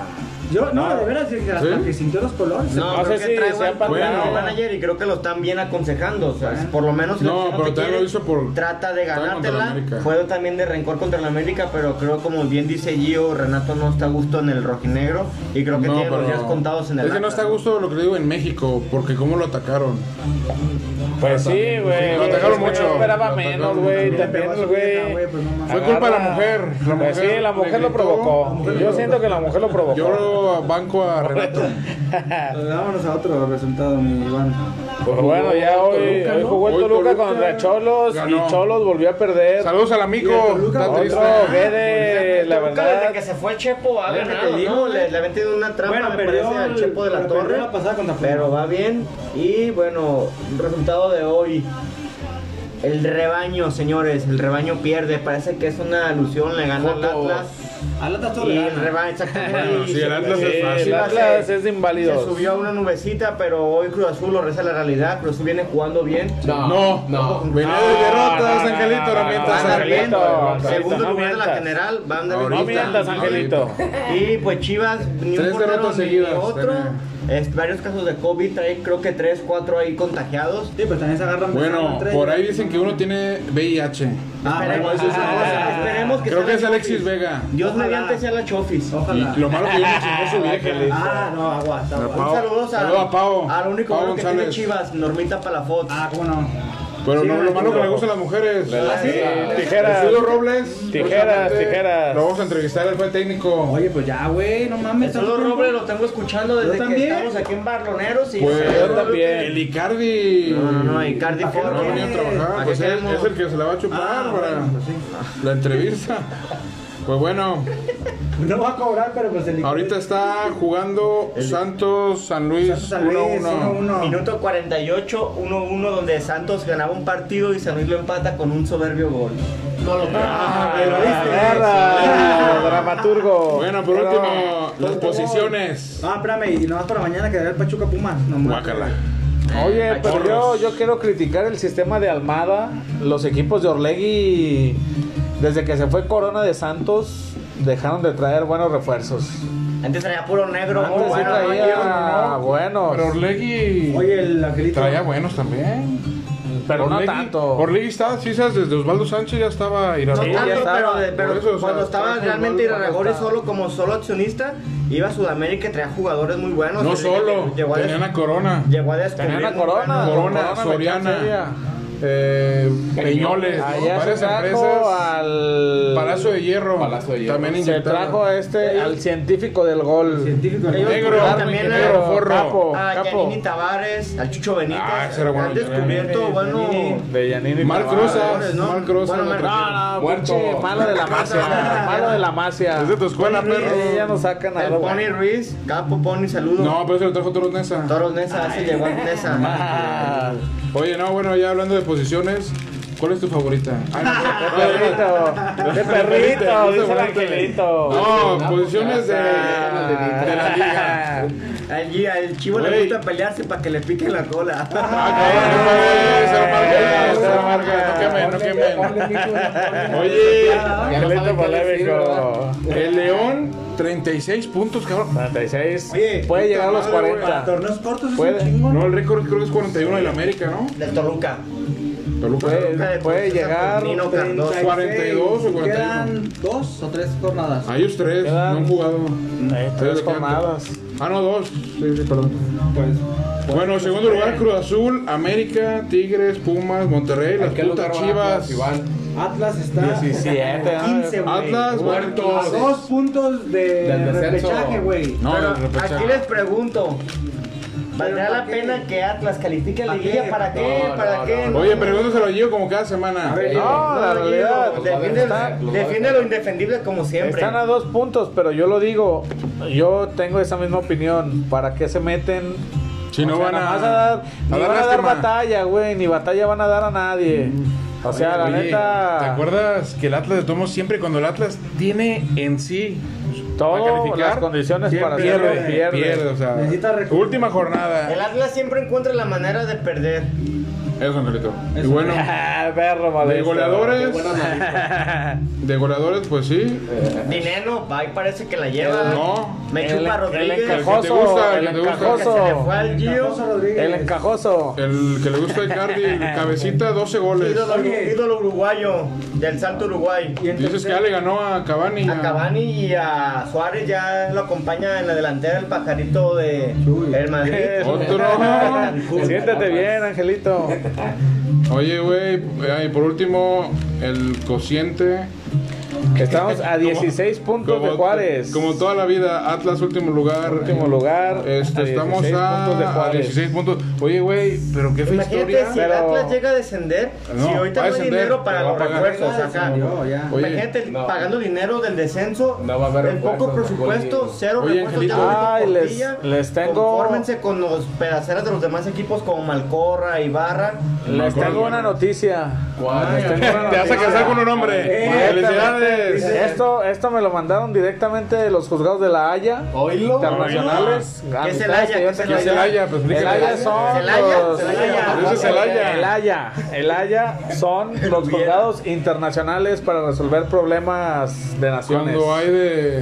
Speaker 7: Yo, no, de veras, que hasta
Speaker 3: ¿Sí?
Speaker 7: que sintió los colores.
Speaker 5: No,
Speaker 6: No
Speaker 5: creo
Speaker 6: sé
Speaker 5: que
Speaker 6: si
Speaker 5: traigo
Speaker 6: sea
Speaker 5: al
Speaker 6: para-
Speaker 5: bueno.
Speaker 3: Bueno.
Speaker 5: manager y creo que lo están bien aconsejando. O
Speaker 7: Ah.
Speaker 5: sea, si por lo menos. si
Speaker 3: No,
Speaker 5: la opción
Speaker 3: pero
Speaker 5: te
Speaker 3: también
Speaker 5: quiere,
Speaker 3: lo hizo por-
Speaker 5: Trata de
Speaker 3: también contra la
Speaker 5: ganártela.
Speaker 3: América.
Speaker 5: Fue también de rencor contra la América, pero creo, como bien dice Gio, Renato no está a gusto en el rojinegro. Y creo que tiene los días contados en el.
Speaker 3: Es que no
Speaker 5: Atlas.
Speaker 3: está a gusto lo que le digo en México, porque cómo lo atacaron.
Speaker 6: Pues sí, güey.
Speaker 3: Lo atacaron
Speaker 6: Yo
Speaker 3: mucho.
Speaker 6: esperaba
Speaker 3: Lo
Speaker 6: menos,
Speaker 3: atacaron
Speaker 6: güey.
Speaker 3: mucho.
Speaker 6: También
Speaker 7: Pegó a
Speaker 6: el
Speaker 7: su
Speaker 6: güey.
Speaker 7: dieta, güey, pues no mames.
Speaker 3: Fue culpa de la
Speaker 6: agarra-
Speaker 3: mujer. La
Speaker 6: Pues
Speaker 3: mujer
Speaker 6: sí, la
Speaker 3: le
Speaker 6: mujer lo
Speaker 3: gritó. La
Speaker 6: provocó.
Speaker 3: mujer
Speaker 6: Yo
Speaker 3: lo
Speaker 6: siento que la mujer lo provocó.
Speaker 3: Yo banco a Renato.
Speaker 7: Pues Vámonos a otro resultado, mi Iván.
Speaker 6: Pero Pues bueno, ya hoy,
Speaker 3: Toluca,
Speaker 6: hoy
Speaker 3: ¿no?
Speaker 6: jugó el
Speaker 3: Hoy
Speaker 6: Toluca
Speaker 3: Toluca
Speaker 6: contra Cholos
Speaker 3: ganó.
Speaker 6: y Cholos volvió a perder.
Speaker 3: Saludos al amigo. Está
Speaker 6: Otro
Speaker 3: triste.
Speaker 6: Guede, Eh, la
Speaker 5: Creo que desde
Speaker 6: verdad.
Speaker 5: que se fue Chepo ha
Speaker 7: Ya te
Speaker 5: ganado,
Speaker 7: digo,
Speaker 5: ¿no?
Speaker 7: güey.
Speaker 5: Le, le ha metido una trampa,
Speaker 7: Bueno,
Speaker 5: me
Speaker 7: perdió
Speaker 5: parece, al
Speaker 7: el-
Speaker 5: Chepo de la
Speaker 7: pero perdió
Speaker 5: Torre.
Speaker 7: la pasada contra Pumas.
Speaker 5: pero va bien. Y bueno, resultado de hoy. El rebaño, señores. El rebaño pierde. Parece que es una alusión. Le gana al
Speaker 4: Fotos.
Speaker 5: Atlas.
Speaker 7: Atlas todo
Speaker 5: Y
Speaker 7: le
Speaker 5: el
Speaker 7: gana.
Speaker 5: rebaño, exactamente.
Speaker 3: Sí, el Atlas es
Speaker 6: Sí,
Speaker 3: fácil.
Speaker 6: el Atlas es de inválidos.
Speaker 5: Se subió a una nubecita, pero hoy Cruz Azul lo reza la realidad. Cruz Azul viene jugando bien.
Speaker 3: No, no. Venía de derrotas, Angelito. No mientas,
Speaker 5: Anda
Speaker 6: Angelito.
Speaker 5: bien.
Speaker 6: Angelito,
Speaker 5: Segundo
Speaker 6: no
Speaker 5: lugar de la
Speaker 6: mientas.
Speaker 5: general. Van de
Speaker 3: Ahorita.
Speaker 6: No
Speaker 5: visita.
Speaker 6: mientas, Angelito.
Speaker 5: Y pues Chivas, ni
Speaker 3: Tres
Speaker 5: un portero
Speaker 3: derrotas
Speaker 5: ni
Speaker 3: seguidas,
Speaker 5: otro.
Speaker 3: tiene.
Speaker 5: Es- varios casos de COVID, trae creo que 3, 4 ahí contagiados.
Speaker 7: Sí, pues también se agarran.
Speaker 3: Bueno,
Speaker 7: tres.
Speaker 3: por ahí dicen que uno tiene VIH.
Speaker 7: Ah,
Speaker 5: Esperemos,
Speaker 7: bueno, eso es
Speaker 5: esperemos-
Speaker 7: otra.
Speaker 5: esperemos que
Speaker 3: Creo
Speaker 5: sea
Speaker 3: que
Speaker 5: la
Speaker 3: es Alexis
Speaker 5: Chofis.
Speaker 3: Vega.
Speaker 5: Dios
Speaker 7: Ojalá.
Speaker 5: mediante sea la Chofis.
Speaker 7: Ojalá.
Speaker 3: Lo malo que yo me chingó <laughs> su vieja.
Speaker 7: Ah, no, aguas, aguas.
Speaker 3: Pau.
Speaker 5: Un saludo a,
Speaker 3: Saludo a Pau.
Speaker 5: al único
Speaker 3: Pau
Speaker 5: bueno que tiene
Speaker 3: González.
Speaker 5: Chivas, Normita Palafox.
Speaker 7: Ah, cómo no.
Speaker 3: Pero
Speaker 5: Sí,
Speaker 3: no, lo
Speaker 5: no,
Speaker 3: malo que
Speaker 5: no.
Speaker 3: le gustan las mujeres.
Speaker 7: ¿Ah, sí?
Speaker 6: Tijeras.
Speaker 3: Julio Robles.
Speaker 6: Tijeras,
Speaker 3: próximamente
Speaker 6: tijeras.
Speaker 3: Lo vamos a entrevistar al fue técnico.
Speaker 7: Oye, pues ya, güey, no mames.
Speaker 5: Solo
Speaker 7: tanto
Speaker 5: Robles
Speaker 7: tiempo.
Speaker 5: lo tengo escuchando
Speaker 7: Yo
Speaker 5: desde que
Speaker 7: también.
Speaker 5: estamos aquí en Barloneros y...
Speaker 3: Pues,
Speaker 6: yo también.
Speaker 3: El Icardi.
Speaker 5: No, no, no, Icardi
Speaker 7: ¿A qué
Speaker 5: fue-
Speaker 3: No ha venido a trabajar,
Speaker 5: ¿A
Speaker 3: pues
Speaker 5: qué
Speaker 3: él
Speaker 5: queremos?
Speaker 3: es el que se la va a chupar
Speaker 5: Ah,
Speaker 3: para
Speaker 5: bueno, pues sí.
Speaker 3: la entrevista. Pues bueno,
Speaker 7: No va a cobrar, pero pues el
Speaker 3: ahorita está jugando Santos San Luis
Speaker 7: San Luis,
Speaker 3: 1-1.
Speaker 7: 1-1.
Speaker 5: Minuto 48, 1-1, donde Santos ganaba un partido y San Luis lo empata con un soberbio gol. No lo
Speaker 6: Ah, Perra, Dramaturgo.
Speaker 3: Bueno, por último, las posiciones.
Speaker 7: No, espérame, y nomás para mañana quedará el Pachuca Puma. No, mames.
Speaker 3: Guácala.
Speaker 6: Oye, pero yo,
Speaker 3: Porros.
Speaker 6: yo quiero criticar el sistema de Almada. Los equipos de Orlegui, desde que se fue Corona de Santos, dejaron de traer buenos refuerzos.
Speaker 5: Antes traía puro negro.
Speaker 6: Antes
Speaker 5: muy
Speaker 6: sí
Speaker 5: bueno, ¿no?
Speaker 6: traía buenos,
Speaker 3: Pero Orlegui
Speaker 7: Oye, el angelito.
Speaker 3: traía buenos también.
Speaker 6: pero no
Speaker 3: Orlegui-
Speaker 6: tanto.
Speaker 3: Orlegui estaba, sí, sabes, desde Osvaldo Sánchez ya estaba
Speaker 5: No
Speaker 6: Sí,
Speaker 3: Iraragorri.
Speaker 5: tanto,
Speaker 6: ya estaba.
Speaker 5: pero, de- pero
Speaker 3: Por eso, o sea,
Speaker 5: cuando estaba
Speaker 3: estaba jugando
Speaker 5: realmente Iraragorri
Speaker 6: cuando
Speaker 5: solo como solo accionista, iba a Sudamérica y traía jugadores muy buenos.
Speaker 3: No
Speaker 5: Él
Speaker 3: solo,
Speaker 5: Llegó a, des-
Speaker 3: tenían a Corona.
Speaker 5: llegó a descubrir.
Speaker 6: Tenían a
Speaker 5: muy
Speaker 6: Corona,
Speaker 5: buenos-
Speaker 3: Corona,
Speaker 6: Corona,
Speaker 3: Soriana,
Speaker 6: Becacella.
Speaker 3: eh, Peñoles,
Speaker 6: Allá se
Speaker 3: varias
Speaker 6: trajo
Speaker 3: empresas.
Speaker 6: al.
Speaker 3: Palacio de Hierro.
Speaker 4: Palacio de Hierro.
Speaker 3: También
Speaker 6: Se
Speaker 3: inyectaron.
Speaker 6: trajo a este, al científico del gol.
Speaker 7: Científico. ¿no?
Speaker 5: Ellos-
Speaker 3: Negro,
Speaker 5: Ah, también
Speaker 3: negro,
Speaker 5: a-
Speaker 3: forro.
Speaker 6: Capo,
Speaker 5: A
Speaker 6: capo.
Speaker 5: Yanini Ah, Tavares, al Chucho Benítez.
Speaker 3: Ah, ese era bueno,
Speaker 5: Han descubierto, bueno.
Speaker 6: De Yanini
Speaker 3: Marc
Speaker 6: Tavares.
Speaker 3: Rosas,
Speaker 5: ¿no?
Speaker 3: Marc Rosas
Speaker 5: Bueno,
Speaker 3: lo
Speaker 5: Marc-
Speaker 3: trajeron.
Speaker 6: No, no,
Speaker 3: Muerto.
Speaker 6: pinche malo de la masia. malo de la masia.
Speaker 3: Es de tu escuela,
Speaker 6: Oye,
Speaker 3: perro.
Speaker 6: ya no sacan
Speaker 5: El
Speaker 6: nada, güey.
Speaker 5: Pony Ruiz, Capo Pony, saludos.
Speaker 3: No, pero eso lo trajo Toros Nesa.
Speaker 5: Toros Nesa, se llegó a
Speaker 3: <laughs>
Speaker 5: Nesa.
Speaker 6: Ah,
Speaker 3: Oye, no, bueno, ya hablando de posiciones, ¿cuál es tu favorita? Ah, no,
Speaker 6: perrito. De perrito, dice el angelito.
Speaker 3: no, no, posiciones de,
Speaker 6: Ah.
Speaker 3: de
Speaker 6: <laughs>
Speaker 3: la liga.
Speaker 5: Allí al chivo
Speaker 3: Güey.
Speaker 5: le gusta pelearse para que le pique la cola.
Speaker 3: Ah, se lo marca, se lo marca, no
Speaker 6: Ponle,
Speaker 3: quemen, no
Speaker 7: Ponle,
Speaker 3: quemen.
Speaker 7: mijo, ponle.
Speaker 3: Oye,
Speaker 6: Angelito
Speaker 4: saben qué decir,
Speaker 6: polémico.
Speaker 3: el León, 36 puntos, cabrón.
Speaker 6: 36.
Speaker 7: Oye,
Speaker 6: Puede llegar a los
Speaker 3: puta madre,
Speaker 7: Para
Speaker 6: 40.
Speaker 7: torneos cortos es
Speaker 6: Puede.
Speaker 7: un chingo.
Speaker 3: No, el récord creo que es 41 del América, ¿no? Pues, eh,
Speaker 5: Del Toluca.
Speaker 3: Toluca.
Speaker 6: Puede, puede llegar.
Speaker 5: Nino Cardoso.
Speaker 3: 42 o 41.
Speaker 7: Quedan dos o tres jornadas.
Speaker 3: A ellos tres,
Speaker 6: Quedan-
Speaker 3: no han jugado.
Speaker 6: eh, Tres jornadas.
Speaker 3: Ah, no, dos. Sí, sí, perdón.
Speaker 7: Pues,
Speaker 3: Bueno, segundo lugar, Cruz Azul, América, Tigres, Pumas, Monterrey, las
Speaker 4: ¿Qué lugar
Speaker 3: putas
Speaker 4: va Atlas,
Speaker 3: chivas.
Speaker 4: Iván?
Speaker 7: Atlas está
Speaker 6: 17,
Speaker 7: a
Speaker 6: ¿no?
Speaker 7: 15, güey.
Speaker 3: Atlas,
Speaker 7: A
Speaker 3: muertos.
Speaker 7: dos puntos de
Speaker 4: Del descenso.
Speaker 7: repechaje, güey.
Speaker 3: No,
Speaker 5: Pero
Speaker 3: el repechaje.
Speaker 5: aquí les pregunto. ¿Valdrá
Speaker 7: ¿Pero
Speaker 5: la
Speaker 7: para qué?
Speaker 5: pena que Atlas califique la
Speaker 7: ¿Para
Speaker 5: liguilla?
Speaker 7: qué?
Speaker 5: ¿Para qué?
Speaker 4: No,
Speaker 5: ¿Para
Speaker 4: no,
Speaker 5: qué?
Speaker 4: no.
Speaker 3: Oye, pregúntaselo a Gio como cada semana.
Speaker 7: A ver,
Speaker 6: Eh, No, la
Speaker 5: Gio,
Speaker 6: realidad.
Speaker 3: pues,
Speaker 5: defiende-
Speaker 6: Está-
Speaker 5: Defiende lo indefendible como siempre.
Speaker 6: Están a dos puntos, pero yo lo digo. Yo tengo esa misma opinión. ¿Para qué se meten?
Speaker 3: Si no van a-
Speaker 6: nada más dar,
Speaker 3: a
Speaker 6: ni
Speaker 3: dar
Speaker 6: van a dar
Speaker 3: lástima.
Speaker 6: batalla, güey. Ni batalla van a dar a nadie. O sea, la
Speaker 3: Oye,
Speaker 6: neta.
Speaker 3: ¿Te acuerdas que el Atlas de Tomos siempre cuando el Atlas tiene en sí para
Speaker 6: Todas
Speaker 3: calificar,
Speaker 6: las condiciones para
Speaker 3: siempre
Speaker 6: hacerlo,
Speaker 3: pierde, pierde, o sea,
Speaker 7: Necesita recu-
Speaker 3: última jornada.
Speaker 5: El Atlas siempre encuentra la manera de perder.
Speaker 3: Eso, Angelito. Y bueno,
Speaker 6: <laughs> Ah, <laughs> perro,
Speaker 3: de
Speaker 6: molesto.
Speaker 3: goleadores, de goleadores, pues sí.
Speaker 5: Dinero, ahí parece que la lleva.
Speaker 3: No.
Speaker 5: Me
Speaker 6: El-
Speaker 5: chupa
Speaker 6: el
Speaker 5: Rodríguez.
Speaker 6: encajoso,
Speaker 3: El que te gusta, el
Speaker 6: el
Speaker 3: que te gusta.
Speaker 5: Que se le fue
Speaker 6: encajoso,
Speaker 5: al Gio.
Speaker 7: Cardoso Rodríguez.
Speaker 6: el encajoso.
Speaker 3: El que le gusta a Icardi, el cabecita, 12 goles.
Speaker 5: Ídolo,
Speaker 7: Oye.
Speaker 5: ídolo uruguayo del Salto Uruguay.
Speaker 7: Y en
Speaker 3: Dices que
Speaker 7: tercer-
Speaker 3: ya le ganó a Cavani.
Speaker 5: A Cavani y a Suárez ya lo acompaña en la delantera el pajarito de
Speaker 7: Chuy.
Speaker 5: el Madrid.
Speaker 3: <laughs>
Speaker 6: Otro. Siéntate bien, Angelito.
Speaker 3: Oye, güey, eh, y por último, el cociente.
Speaker 6: Estamos a 16 puntos de
Speaker 3: Como-
Speaker 6: Juárez.
Speaker 3: Como toda la vida, Atlas último lugar.
Speaker 6: último lugar.
Speaker 3: Este,
Speaker 6: a
Speaker 3: estamos
Speaker 6: 16
Speaker 3: a,
Speaker 6: puntos de
Speaker 3: a
Speaker 6: Juárez.
Speaker 3: 16 puntos. Oye, güey, pero qué fue
Speaker 5: Imagínate si
Speaker 3: historia.
Speaker 5: el
Speaker 6: Pero-
Speaker 5: Atlas llega a descender,
Speaker 3: No,
Speaker 5: si
Speaker 3: va
Speaker 5: ahorita
Speaker 3: a
Speaker 5: no hay
Speaker 3: descender,
Speaker 5: dinero para
Speaker 3: pero va
Speaker 5: los
Speaker 3: a pagar.
Speaker 5: refuerzos
Speaker 7: Ya
Speaker 5: acá.
Speaker 7: descendió, ya.
Speaker 3: Oye.
Speaker 5: Imagínate
Speaker 4: No.
Speaker 5: pagando dinero del descenso,
Speaker 4: No va a haber
Speaker 5: el poco
Speaker 4: refuerzos,
Speaker 5: presupuesto,
Speaker 4: Angelito.
Speaker 5: cero
Speaker 3: Oye,
Speaker 5: refuerzos.
Speaker 3: Angelito.
Speaker 5: ya lo dijo
Speaker 6: Ay, les-
Speaker 5: Portilla.
Speaker 6: les tengo-
Speaker 5: Confórmense con los pedaceras de los demás equipos como Malcorra, Ibarra.
Speaker 6: Les
Speaker 3: Marco
Speaker 6: tengo
Speaker 3: Rubio.
Speaker 6: una noticia.
Speaker 4: ¿Cuál?
Speaker 6: Les tengo una
Speaker 3: Te vas a
Speaker 6: noticia.
Speaker 3: casar con un hombre.
Speaker 6: Eh,
Speaker 3: ¡Felicidades!
Speaker 6: Esto, esto me lo mandaron directamente de los juzgados de La Haya.
Speaker 4: Oílo.
Speaker 6: Internacionales.
Speaker 5: ¿Qué es el
Speaker 6: Amistades
Speaker 5: Haya?
Speaker 6: que yo
Speaker 5: ¿Qué es
Speaker 6: tengo
Speaker 5: el
Speaker 6: allá.
Speaker 5: Haya?
Speaker 3: Celaya, pues
Speaker 6: El
Speaker 3: explícale.
Speaker 6: Haya son
Speaker 5: Celaya,
Speaker 6: los... Pues
Speaker 5: Celaya.
Speaker 3: Ese es Celaya.
Speaker 6: El Haya. El Haya son los juzgados internacionales para resolver problemas de naciones.
Speaker 3: Cuando hay de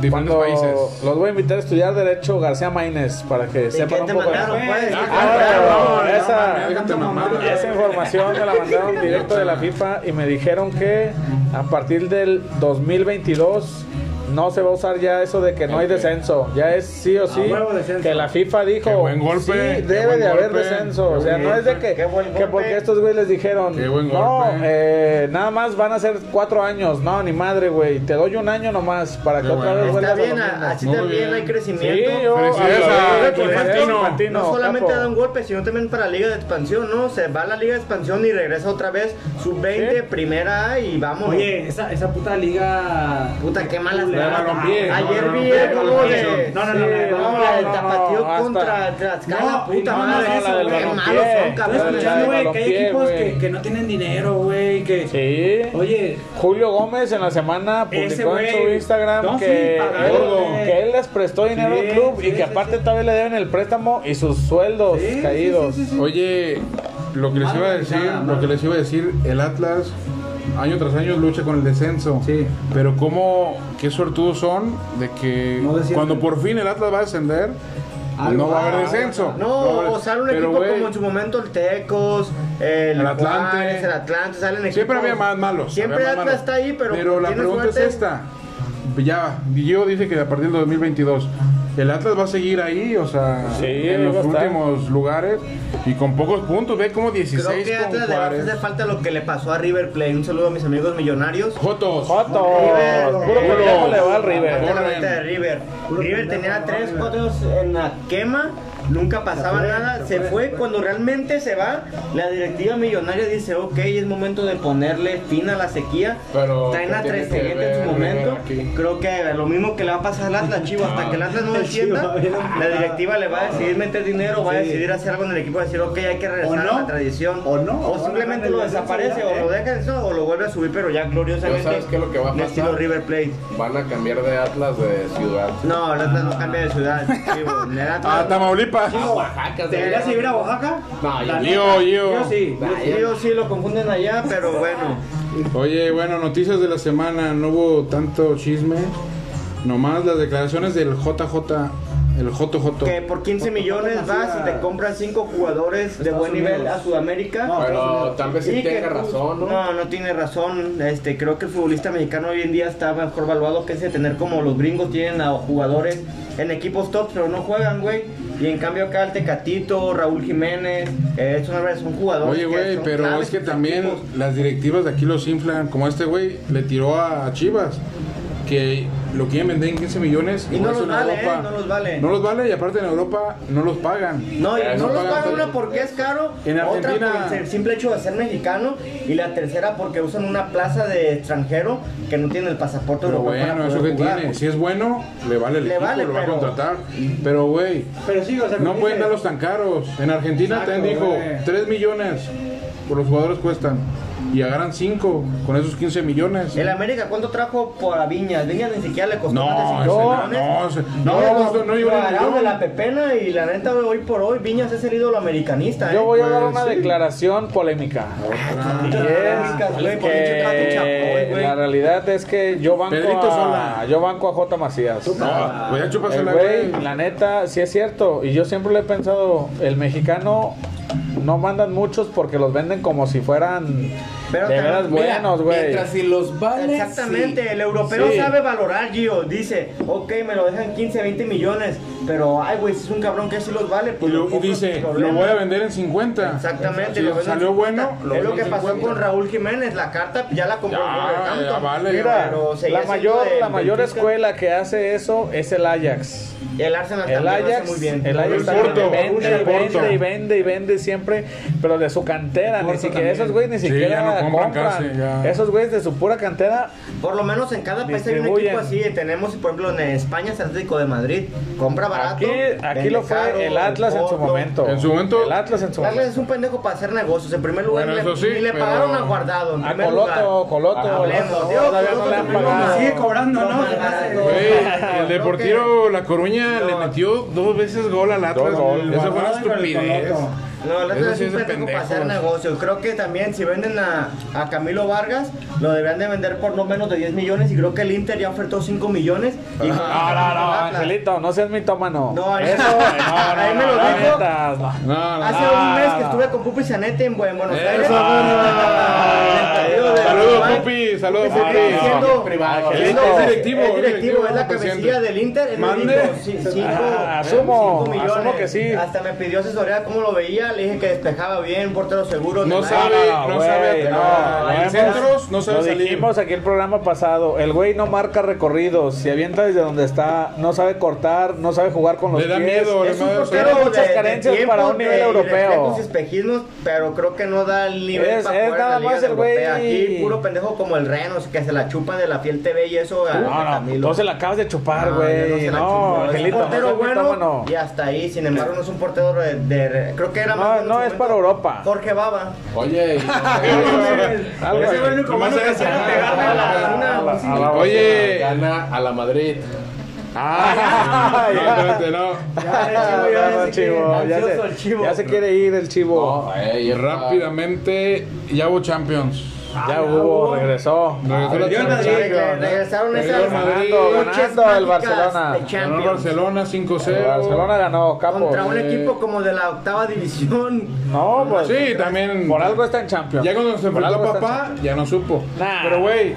Speaker 3: diferentes
Speaker 6: Cuando-
Speaker 3: países.
Speaker 6: Los voy a invitar a estudiar Derecho García Maínez para que sepan
Speaker 5: qué
Speaker 6: un
Speaker 5: te
Speaker 6: poco de-
Speaker 5: mandaron, pues?
Speaker 6: Ah,
Speaker 5: Ah,
Speaker 6: cabrón,
Speaker 3: cabrón,
Speaker 6: esa-
Speaker 3: no mames, déjate mamar.
Speaker 6: Esa información me la mandaron directo de la FIFA y me dijeron que a partir del 2022 No se va a usar ya eso de que no hay descenso. Ya es sí o sí
Speaker 7: huevo, descenso.
Speaker 6: que la FIFA dijo
Speaker 3: Qué buen golpe,
Speaker 6: sí,
Speaker 3: qué
Speaker 6: debe
Speaker 3: buen
Speaker 6: de haber
Speaker 3: golpe.
Speaker 6: descenso.
Speaker 3: Qué
Speaker 6: o sea,
Speaker 3: buen
Speaker 6: no es de que,
Speaker 5: Qué buen
Speaker 6: que
Speaker 5: golpe.
Speaker 6: porque estos güeyes les dijeron,
Speaker 3: Qué buen
Speaker 6: no,
Speaker 3: golpe.
Speaker 6: eh, nada más van a ser cuatro años. No, ni madre, güey. Te doy un año nomás para que
Speaker 3: Qué
Speaker 6: otra
Speaker 3: bueno.
Speaker 6: vez
Speaker 5: Está
Speaker 6: vuelvas a lo
Speaker 5: bien,
Speaker 6: mismo".
Speaker 5: a- así
Speaker 3: Muy
Speaker 5: también
Speaker 3: bien.
Speaker 5: hay
Speaker 6: Sí,
Speaker 5: crecimiento.
Speaker 6: yo
Speaker 3: Felicidades
Speaker 6: a-
Speaker 3: a-
Speaker 6: a-
Speaker 3: Infantino.
Speaker 6: Infantino,
Speaker 5: no solamente
Speaker 6: capo.
Speaker 5: da un golpe, sino también para la Liga de Expansión, ¿no? Se va a la Liga de Expansión y regresa otra vez sub-20,
Speaker 6: Sí.
Speaker 5: primera A y vamos.
Speaker 7: Oye, esa, esa puta liga.
Speaker 5: Puta, qué malas
Speaker 7: Le
Speaker 5: ganas.
Speaker 3: balompié,
Speaker 5: Ayer
Speaker 3: no,
Speaker 5: vi
Speaker 3: balompié,
Speaker 5: el juego de.
Speaker 3: balompié.
Speaker 7: No, no, no,
Speaker 5: de-
Speaker 7: no,
Speaker 5: no,
Speaker 6: no,
Speaker 5: el
Speaker 6: no,
Speaker 5: tapatío
Speaker 6: no,
Speaker 5: contra
Speaker 6: hasta-
Speaker 5: Tlaxcala,
Speaker 7: No,
Speaker 5: puta
Speaker 7: no, no,
Speaker 5: madre.
Speaker 7: no, la del
Speaker 5: qué
Speaker 6: balompié.
Speaker 5: malos son,
Speaker 7: Estoy
Speaker 6: Pero la
Speaker 7: escuchando,
Speaker 6: de
Speaker 5: cabrones.
Speaker 7: güey, que hay
Speaker 6: balompié,
Speaker 7: equipos
Speaker 6: güey.
Speaker 7: que, que no tienen dinero, güey. Que...
Speaker 6: Sí.
Speaker 7: Oye,
Speaker 6: Julio Gómez en la semana
Speaker 7: Ese
Speaker 6: publicó en su
Speaker 7: güey.
Speaker 6: Instagram
Speaker 7: No, sí,
Speaker 6: que,
Speaker 7: pagado,
Speaker 6: él,
Speaker 7: güey.
Speaker 6: que él les prestó dinero
Speaker 7: Sí,
Speaker 6: al club
Speaker 7: sí,
Speaker 6: y que
Speaker 7: sí,
Speaker 6: aparte
Speaker 7: sí.
Speaker 6: todavía le deben el préstamo y sus sueldos
Speaker 7: Sí, sí,
Speaker 6: caídos.
Speaker 7: sí, sí, sí.
Speaker 3: Oye, lo que les iba a decir, lo que les iba a decir, el Atlas año tras año lucha con el descenso.
Speaker 7: Sí.
Speaker 3: Pero cómo, qué suertudos son de que
Speaker 7: No descienden.
Speaker 3: cuando por fin el Atlas va a descender, pues
Speaker 7: Algo
Speaker 3: no va a
Speaker 7: va,
Speaker 3: haber descenso.
Speaker 5: No,
Speaker 3: va a haber-
Speaker 5: o sale un
Speaker 3: Pero,
Speaker 5: equipo
Speaker 3: güey,
Speaker 5: como en su momento el Tecos, el,
Speaker 3: El Atlante.
Speaker 5: Juárez, el Atlante, salen equipos.
Speaker 3: Siempre había más malos.
Speaker 5: Siempre
Speaker 3: había más
Speaker 5: Atlas
Speaker 3: malos.
Speaker 5: está ahí, pero.
Speaker 3: la
Speaker 5: tiene
Speaker 3: pregunta
Speaker 5: suerte.
Speaker 3: es esta. Ya, yo dije que a partir del 2022 el Atlas va a seguir ahí, o sea,
Speaker 6: Sí,
Speaker 3: en los
Speaker 6: va a estar.
Speaker 3: últimos lugares y con pocos puntos, ve como 16
Speaker 5: Creo que
Speaker 3: con
Speaker 5: Atlas le va a
Speaker 3: Juárez.
Speaker 5: hacer falta lo que le pasó a River Plate. Un saludo a mis amigos millonarios.
Speaker 3: Jotos.
Speaker 6: Joto,
Speaker 5: River,
Speaker 6: puro
Speaker 5: River.
Speaker 6: pendejo le va al River.
Speaker 5: Aparte la
Speaker 3: Corren.
Speaker 5: venta de River. River tenía tres cuadros en la quema, nunca pasaba nada, se fue. Cuando realmente se va, la directiva millonaria dice, ok, es momento de ponerle fin a la sequía.
Speaker 3: Pero,
Speaker 5: Traen a
Speaker 3: ¿qué tiene
Speaker 5: tres
Speaker 3: que
Speaker 5: en su
Speaker 3: ver
Speaker 5: momento.
Speaker 3: River aquí? Ah.
Speaker 5: Creo que lo mismo que le va a pasar al Atlas Chivo, hasta que el Atlas no
Speaker 7: El
Speaker 5: descienda,
Speaker 7: Chivo, bien
Speaker 5: la
Speaker 7: amputado.
Speaker 5: directiva le va a decidir meter dinero, va a
Speaker 7: Sí.
Speaker 5: decidir hacer algo en el equipo, decir, ok, hay que regresar
Speaker 7: no,
Speaker 5: a la tradición.
Speaker 7: o no, o
Speaker 5: O
Speaker 7: no
Speaker 5: simplemente
Speaker 7: dejan
Speaker 5: lo
Speaker 7: el descenso
Speaker 5: desaparece,
Speaker 7: ya,
Speaker 5: o
Speaker 7: ¿eh?
Speaker 5: lo deja en eso, o lo vuelve a subir, pero ya gloriosamente.
Speaker 4: Pero ¿sabes qué es lo que va a
Speaker 5: de
Speaker 4: pasar?
Speaker 5: estilo River Plate.
Speaker 4: Van a cambiar de Atlas de ciudad.
Speaker 5: No, el Atlas no cambia de
Speaker 7: <laughs>
Speaker 5: ciudad. Chivo. El
Speaker 3: Ah,
Speaker 5: Atlas-
Speaker 3: Tamaulipas.
Speaker 4: Oaxaca,
Speaker 7: ¿te deberías ir a Oaxaca?
Speaker 4: No, yo-
Speaker 3: Yo,
Speaker 7: La neta,
Speaker 3: yo.
Speaker 7: Yo sí.
Speaker 4: Nah,
Speaker 5: Sí, o sí lo confunden allá, pero bueno.
Speaker 3: Oye, bueno, noticias de la semana, no hubo tanto chisme, nomás las declaraciones del JJ, el JJ.
Speaker 5: Que por 15 millones vas y te compras 5 jugadores de buen nivel a Sudamérica.
Speaker 7: No,
Speaker 4: Pero tal vez sí
Speaker 5: Y que
Speaker 4: tenga
Speaker 5: tú-
Speaker 4: razón, ¿no?
Speaker 5: No, pues, no tiene razón. Este, creo que el futbolista mexicano hoy en día está mejor valuado que ese tener como los gringos tienen a jugadores en equipos top, pero no juegan, güey. Y en cambio acá el Tecatito, Raúl Jiménez, eh, son, son jugadores.
Speaker 3: Oye,
Speaker 5: que
Speaker 3: güey,
Speaker 5: son
Speaker 3: pero
Speaker 5: claves
Speaker 3: es que
Speaker 5: en sus
Speaker 3: también
Speaker 5: equipos.
Speaker 3: las directivas de aquí los inflan, como este güey le tiró a Chivas, que lo quieren vender en 15 millones
Speaker 5: Y
Speaker 3: por
Speaker 5: no
Speaker 3: eso
Speaker 5: los
Speaker 3: en
Speaker 5: vale,
Speaker 3: Europa-
Speaker 5: eh, no los vale.
Speaker 3: No los vale y aparte en Europa no los pagan.
Speaker 5: No, y
Speaker 3: Eso
Speaker 5: no los
Speaker 3: pagan
Speaker 5: pagan
Speaker 3: todo.
Speaker 5: una porque es caro,
Speaker 3: En
Speaker 5: otra
Speaker 3: Argentina-
Speaker 5: por el simple hecho de ser mexicano y la tercera porque usan una plaza de extranjero que no tiene el pasaporte
Speaker 3: Pero
Speaker 5: europeo para
Speaker 3: bueno, eso que
Speaker 5: poder jugar.
Speaker 3: tiene, si es bueno, le vale el
Speaker 5: Le
Speaker 3: equipo,
Speaker 5: vale,
Speaker 3: lo va
Speaker 5: pero-
Speaker 3: a contratar. Pero güey,
Speaker 7: Pero sí,
Speaker 3: <laughs>
Speaker 7: o sea,
Speaker 3: no
Speaker 7: como
Speaker 3: pueden
Speaker 7: dices,
Speaker 3: darlos tan caros. En Argentina
Speaker 7: Exacto,
Speaker 3: también dijo,
Speaker 7: güey.
Speaker 3: 3 millones por los jugadores cuestan y agarran 5 con esos 15 millones.
Speaker 5: El América, ¿cuánto trajo por a Viñas? Viñas ni siquiera le costó
Speaker 3: No,
Speaker 5: más de
Speaker 3: ese
Speaker 5: cinco
Speaker 3: no, no,
Speaker 5: millones.
Speaker 3: ese- no,
Speaker 5: Viñas
Speaker 3: no,
Speaker 5: lo-
Speaker 3: no llegó
Speaker 5: lo
Speaker 3: ni un
Speaker 5: agarraron de
Speaker 3: millón.
Speaker 5: la pepena y la neta hoy por hoy Viñas es el ídolo americanista. ¿eh?
Speaker 6: Yo voy a dar
Speaker 3: Pues,
Speaker 6: una
Speaker 3: sí.
Speaker 6: declaración polémica.
Speaker 3: Otra.
Speaker 5: Pinche América, güey, por pinche Tato Chapoy,
Speaker 6: Que
Speaker 5: güey.
Speaker 6: la realidad es que yo banco
Speaker 3: Pedrito
Speaker 6: a,
Speaker 3: Sola.
Speaker 6: yo banco a J Macías.
Speaker 3: No, voy a chuparse
Speaker 6: El
Speaker 3: la
Speaker 6: güey,
Speaker 3: güey.
Speaker 6: la neta, sí es cierto. Y yo siempre lo he pensado, el mexicano no mandan muchos porque los venden como si fueran
Speaker 5: Pero
Speaker 6: de
Speaker 5: también-
Speaker 6: veras
Speaker 4: Mira,
Speaker 6: buenos, güey.
Speaker 4: Mientras si los vale.
Speaker 5: Exactamente,
Speaker 4: sí.
Speaker 5: el europeo
Speaker 6: Sí.
Speaker 5: sabe valorar, Gio. Dice, ok, me lo dejan 15, 20 millones, pero ay, güey, si es un cabrón que sí los vale,
Speaker 3: Y,
Speaker 5: pues
Speaker 3: lo-
Speaker 5: lo
Speaker 3: y
Speaker 5: compro
Speaker 3: dice,
Speaker 5: sin
Speaker 3: lo
Speaker 5: problema".
Speaker 3: voy a vender en 50.
Speaker 5: Exactamente,
Speaker 3: Si
Speaker 5: lo venden
Speaker 3: salió
Speaker 5: sin
Speaker 3: bueno,
Speaker 5: carta. es lo
Speaker 3: venden
Speaker 5: que
Speaker 3: en
Speaker 5: pasó
Speaker 3: 50.
Speaker 5: con Raúl Jiménez, la carta ya la compró.
Speaker 3: Ya,
Speaker 5: el Wolverhampton.
Speaker 3: ya vale,
Speaker 6: Mira,
Speaker 5: pero seguía
Speaker 6: la
Speaker 5: siendo
Speaker 6: mayor,
Speaker 5: del
Speaker 6: la mayor
Speaker 5: Benfica.
Speaker 6: escuela que hace eso es el Ajax.
Speaker 5: Y el Arsenal
Speaker 6: El
Speaker 5: Ah, también lo hace
Speaker 6: Ajax,
Speaker 5: muy bien.
Speaker 6: el Ajax
Speaker 3: El
Speaker 6: también
Speaker 3: Porto,
Speaker 6: vende,
Speaker 3: el
Speaker 6: y vende
Speaker 3: Porto.
Speaker 6: y vende y vende siempre, pero de su cantera, ni
Speaker 7: Porto
Speaker 6: siquiera,
Speaker 7: también.
Speaker 6: esos güeyes ni
Speaker 3: Sí,
Speaker 6: siquiera
Speaker 3: ya no
Speaker 6: compran.
Speaker 3: compran casi, ya.
Speaker 6: Esos güeyes de su pura cantera,
Speaker 5: Por lo menos en cada país hay un
Speaker 6: Distribuyen.
Speaker 5: equipo así. Tenemos, por ejemplo, en España es Atlético de Madrid. Compra barato.
Speaker 6: aquí, aquí
Speaker 5: vende
Speaker 6: lo fue
Speaker 5: caro,
Speaker 6: el Atlas en su
Speaker 5: Porto.
Speaker 6: momento.
Speaker 3: En su momento.
Speaker 6: El Atlas en su
Speaker 5: El Atlas es
Speaker 6: momento.
Speaker 5: un pendejo para hacer negocios. En primer lugar,
Speaker 3: Bueno,
Speaker 5: le,
Speaker 3: eso sí,
Speaker 5: ni le
Speaker 3: pero-
Speaker 5: pagaron a Guardado. En
Speaker 6: A
Speaker 5: primer
Speaker 6: Coloto,
Speaker 5: lugar.
Speaker 6: Coloto,
Speaker 5: Hablemos.
Speaker 6: Coloto,
Speaker 5: Dios,
Speaker 6: todavía no
Speaker 5: Coloto
Speaker 6: le han
Speaker 5: también
Speaker 6: pagado.
Speaker 5: lo
Speaker 7: Sigue cobrando,
Speaker 5: No,
Speaker 7: ¿no?
Speaker 5: mal, mal,
Speaker 7: No,
Speaker 3: Güey, el
Speaker 5: Creo
Speaker 3: Deportivo La Coruña
Speaker 5: No.
Speaker 3: le metió dos veces gol al Atlas.
Speaker 6: Dos goles.
Speaker 3: Esa fue una
Speaker 7: Guardado con el
Speaker 3: estupidez.
Speaker 7: Coloto.
Speaker 5: No, el
Speaker 3: Eso
Speaker 5: Atlas
Speaker 3: sí
Speaker 5: es
Speaker 3: es
Speaker 5: un
Speaker 3: de
Speaker 5: pendejo para hacer
Speaker 3: pendejos.
Speaker 5: negocios. Creo que también si venden a, a Camilo Vargas, lo deberían de vender por no menos de 10 millones. Y creo que el Inter ya ofertó 5 millones. Y
Speaker 6: No, no, no, Angelito, no seas mitómano.
Speaker 5: No,
Speaker 6: eso.
Speaker 5: no, <laughs>
Speaker 6: No, no,
Speaker 5: ahí me
Speaker 6: no,
Speaker 5: lo
Speaker 6: no,
Speaker 5: dijo.
Speaker 6: mientas, no.
Speaker 3: No, no.
Speaker 5: Hace un mes que estuve con Pupi Sanete en Buen- Buenos
Speaker 6: Eso,
Speaker 5: Aires.
Speaker 6: no, no, no, no,
Speaker 5: En el partido de
Speaker 3: Saludos,
Speaker 5: Uruguay.
Speaker 3: Pupi. Saludos,
Speaker 5: Pupi
Speaker 3: Pupi.
Speaker 5: Sanete siendo-
Speaker 6: Privado. Angelito.
Speaker 5: siendo- es
Speaker 3: directivo,
Speaker 5: Es directivo,
Speaker 3: directivo,
Speaker 5: es la cabecilla
Speaker 3: presidente.
Speaker 5: del Inter. él me
Speaker 3: Mande.
Speaker 5: dijo, sí, cinco-
Speaker 6: Ah, asumo,
Speaker 5: cinco millones.
Speaker 6: asumo que sí.
Speaker 5: Hasta me pidió asesoría cómo lo veía. Le dije que despejaba bien, portero seguro.
Speaker 3: No
Speaker 5: de-
Speaker 3: sabe, no
Speaker 6: güey,
Speaker 3: sabe atacar.
Speaker 6: lo
Speaker 3: En
Speaker 6: hemos-
Speaker 3: centros no sabe
Speaker 6: Lo
Speaker 3: salir.
Speaker 6: dijimos aquí el programa pasado. El güey no marca recorridos. Se avienta desde donde está. No sabe cortar. No sabe jugar con los
Speaker 3: Le da
Speaker 6: pies.
Speaker 3: miedo, le
Speaker 5: Es
Speaker 3: da
Speaker 5: un
Speaker 3: miedo.
Speaker 5: portero
Speaker 6: Tiene muchas
Speaker 5: de- de
Speaker 6: carencias
Speaker 5: tiempo,
Speaker 6: para un
Speaker 5: de-
Speaker 6: nivel
Speaker 5: y
Speaker 6: europeo.
Speaker 5: reflejos y espejismos, pero creo que no da el nivel
Speaker 6: Es-
Speaker 5: para
Speaker 6: es
Speaker 5: jugar en
Speaker 6: nada
Speaker 5: la Liga
Speaker 6: más el güey.
Speaker 5: Europea. Aquí puro pendejo como el Reno, que se la chupa de la fiel TV y eso. a- a
Speaker 6: No, no,
Speaker 5: Camilo.
Speaker 6: no se la acabas de chupar,
Speaker 5: No, yo no
Speaker 6: güey.
Speaker 5: se
Speaker 6: No,
Speaker 5: la chupo.
Speaker 6: Angelito,
Speaker 5: es
Speaker 6: no
Speaker 5: un portero
Speaker 6: seas
Speaker 5: bueno
Speaker 6: mitómano.
Speaker 5: y hasta ahí, sin embargo, no es un portero de, de- creo que era
Speaker 6: No,
Speaker 5: más en su
Speaker 6: no es
Speaker 5: momento
Speaker 6: para Europa.
Speaker 5: Jorge Baba.
Speaker 4: Oye, y-
Speaker 6: Algo
Speaker 3: Ese güey
Speaker 6: así.
Speaker 3: nunca más Ah, hace
Speaker 5: Era pegarle a la- a una-
Speaker 6: A la-
Speaker 3: Oye.
Speaker 4: gana a la Madrid.
Speaker 6: Ah,
Speaker 3: No,
Speaker 6: ya.
Speaker 3: espérate, no.
Speaker 6: No, no, <laughs> no, chivo, ya se-
Speaker 5: ansioso el chivo.
Speaker 6: Ya se quiere ir el chivo.
Speaker 4: No, eh, yo-
Speaker 3: Rápidamente, ya hubo Champions.
Speaker 6: Ya hubo, regresó.
Speaker 5: Ah,
Speaker 3: Regresó la
Speaker 7: Perdió el Madrid,
Speaker 5: Re- re-
Speaker 3: Champions.
Speaker 5: Regresaron
Speaker 3: Perdió
Speaker 5: esas
Speaker 3: el Madrid.
Speaker 5: noches
Speaker 6: Ganando el
Speaker 5: mágicas
Speaker 6: Barcelona.
Speaker 5: de
Speaker 6: Ganó el
Speaker 5: Champions.
Speaker 3: Ganó el Barcelona
Speaker 6: El
Speaker 3: 5-0.
Speaker 6: Barcelona ganó, capo.
Speaker 5: Contra un
Speaker 3: eh.
Speaker 5: equipo como de la octava división.
Speaker 6: No, pues.
Speaker 3: Sí, también.
Speaker 6: Por algo está en Champions.
Speaker 3: Ya cuando se
Speaker 6: Por
Speaker 3: enfrentó
Speaker 6: algo
Speaker 3: a
Speaker 6: está en
Speaker 3: papá, ya no supo.
Speaker 6: Nah.
Speaker 3: Pero, güey,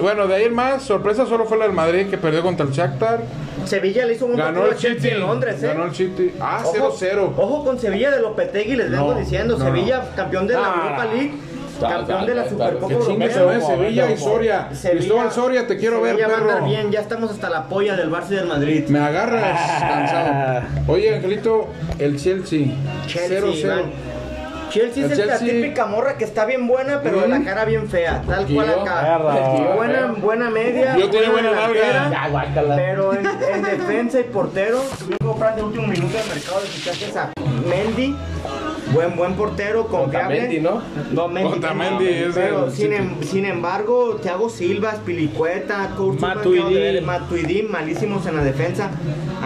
Speaker 3: bueno, de ahí en más, sorpresa solo fue la del Madrid que perdió contra el Shakhtar.
Speaker 5: Sevilla le hizo un
Speaker 3: Ganó
Speaker 5: partido
Speaker 3: el
Speaker 5: a Chelsea
Speaker 3: City.
Speaker 5: en Londres, ¿eh?
Speaker 3: Ganó el City. Ah,
Speaker 5: Ojo-
Speaker 3: 0-0.
Speaker 5: Ojo con Sevilla de Lopetegui, les vengo diciendo.
Speaker 3: no,
Speaker 5: Sevilla, campeón de la
Speaker 6: No,
Speaker 5: Europa
Speaker 6: no.
Speaker 5: League, campeón
Speaker 4: dale,
Speaker 5: de la
Speaker 4: dale,
Speaker 5: Supercopa
Speaker 4: que chingue
Speaker 5: Europea.
Speaker 6: su
Speaker 3: Eso
Speaker 6: Vete,
Speaker 3: es
Speaker 6: vete,
Speaker 3: Sevilla y
Speaker 6: vete.
Speaker 3: Soria. Cristóbal Soria, te quiero ver,
Speaker 5: Sevilla va a andar
Speaker 3: perro.
Speaker 5: bien, ya estamos hasta la polla del Barça y del Madrid.
Speaker 3: Me agarras
Speaker 6: Ah.
Speaker 3: cansado. Oye, Angelito, el Chelsea.
Speaker 5: Chelsea,
Speaker 3: 0-0.
Speaker 5: Iván. Chelsea es
Speaker 3: El
Speaker 5: el- la
Speaker 3: Chelsea- ¿Mm?
Speaker 5: típica morra que está bien buena, pero de la cara bien fea. Tal cual
Speaker 6: Perra.
Speaker 5: acá. Buena, buena media.
Speaker 3: Yo tenía buena
Speaker 5: delantera,
Speaker 3: nalga.
Speaker 5: Pero en, en defensa y portero, estuvieron comprando de último minuto de mercado de fichajes a Mendy. Buen, buen portero, confiable.
Speaker 4: Otamendi, ¿no?
Speaker 5: No, Mendy.
Speaker 3: Otamendi es
Speaker 5: Pero
Speaker 3: del
Speaker 5: sin,
Speaker 3: City.
Speaker 5: em- sin embargo, Thiago Silva, Pilicueta, Courtois han
Speaker 6: Matuidi.
Speaker 5: quedado de ver. Matuidi, malísimos en la defensa.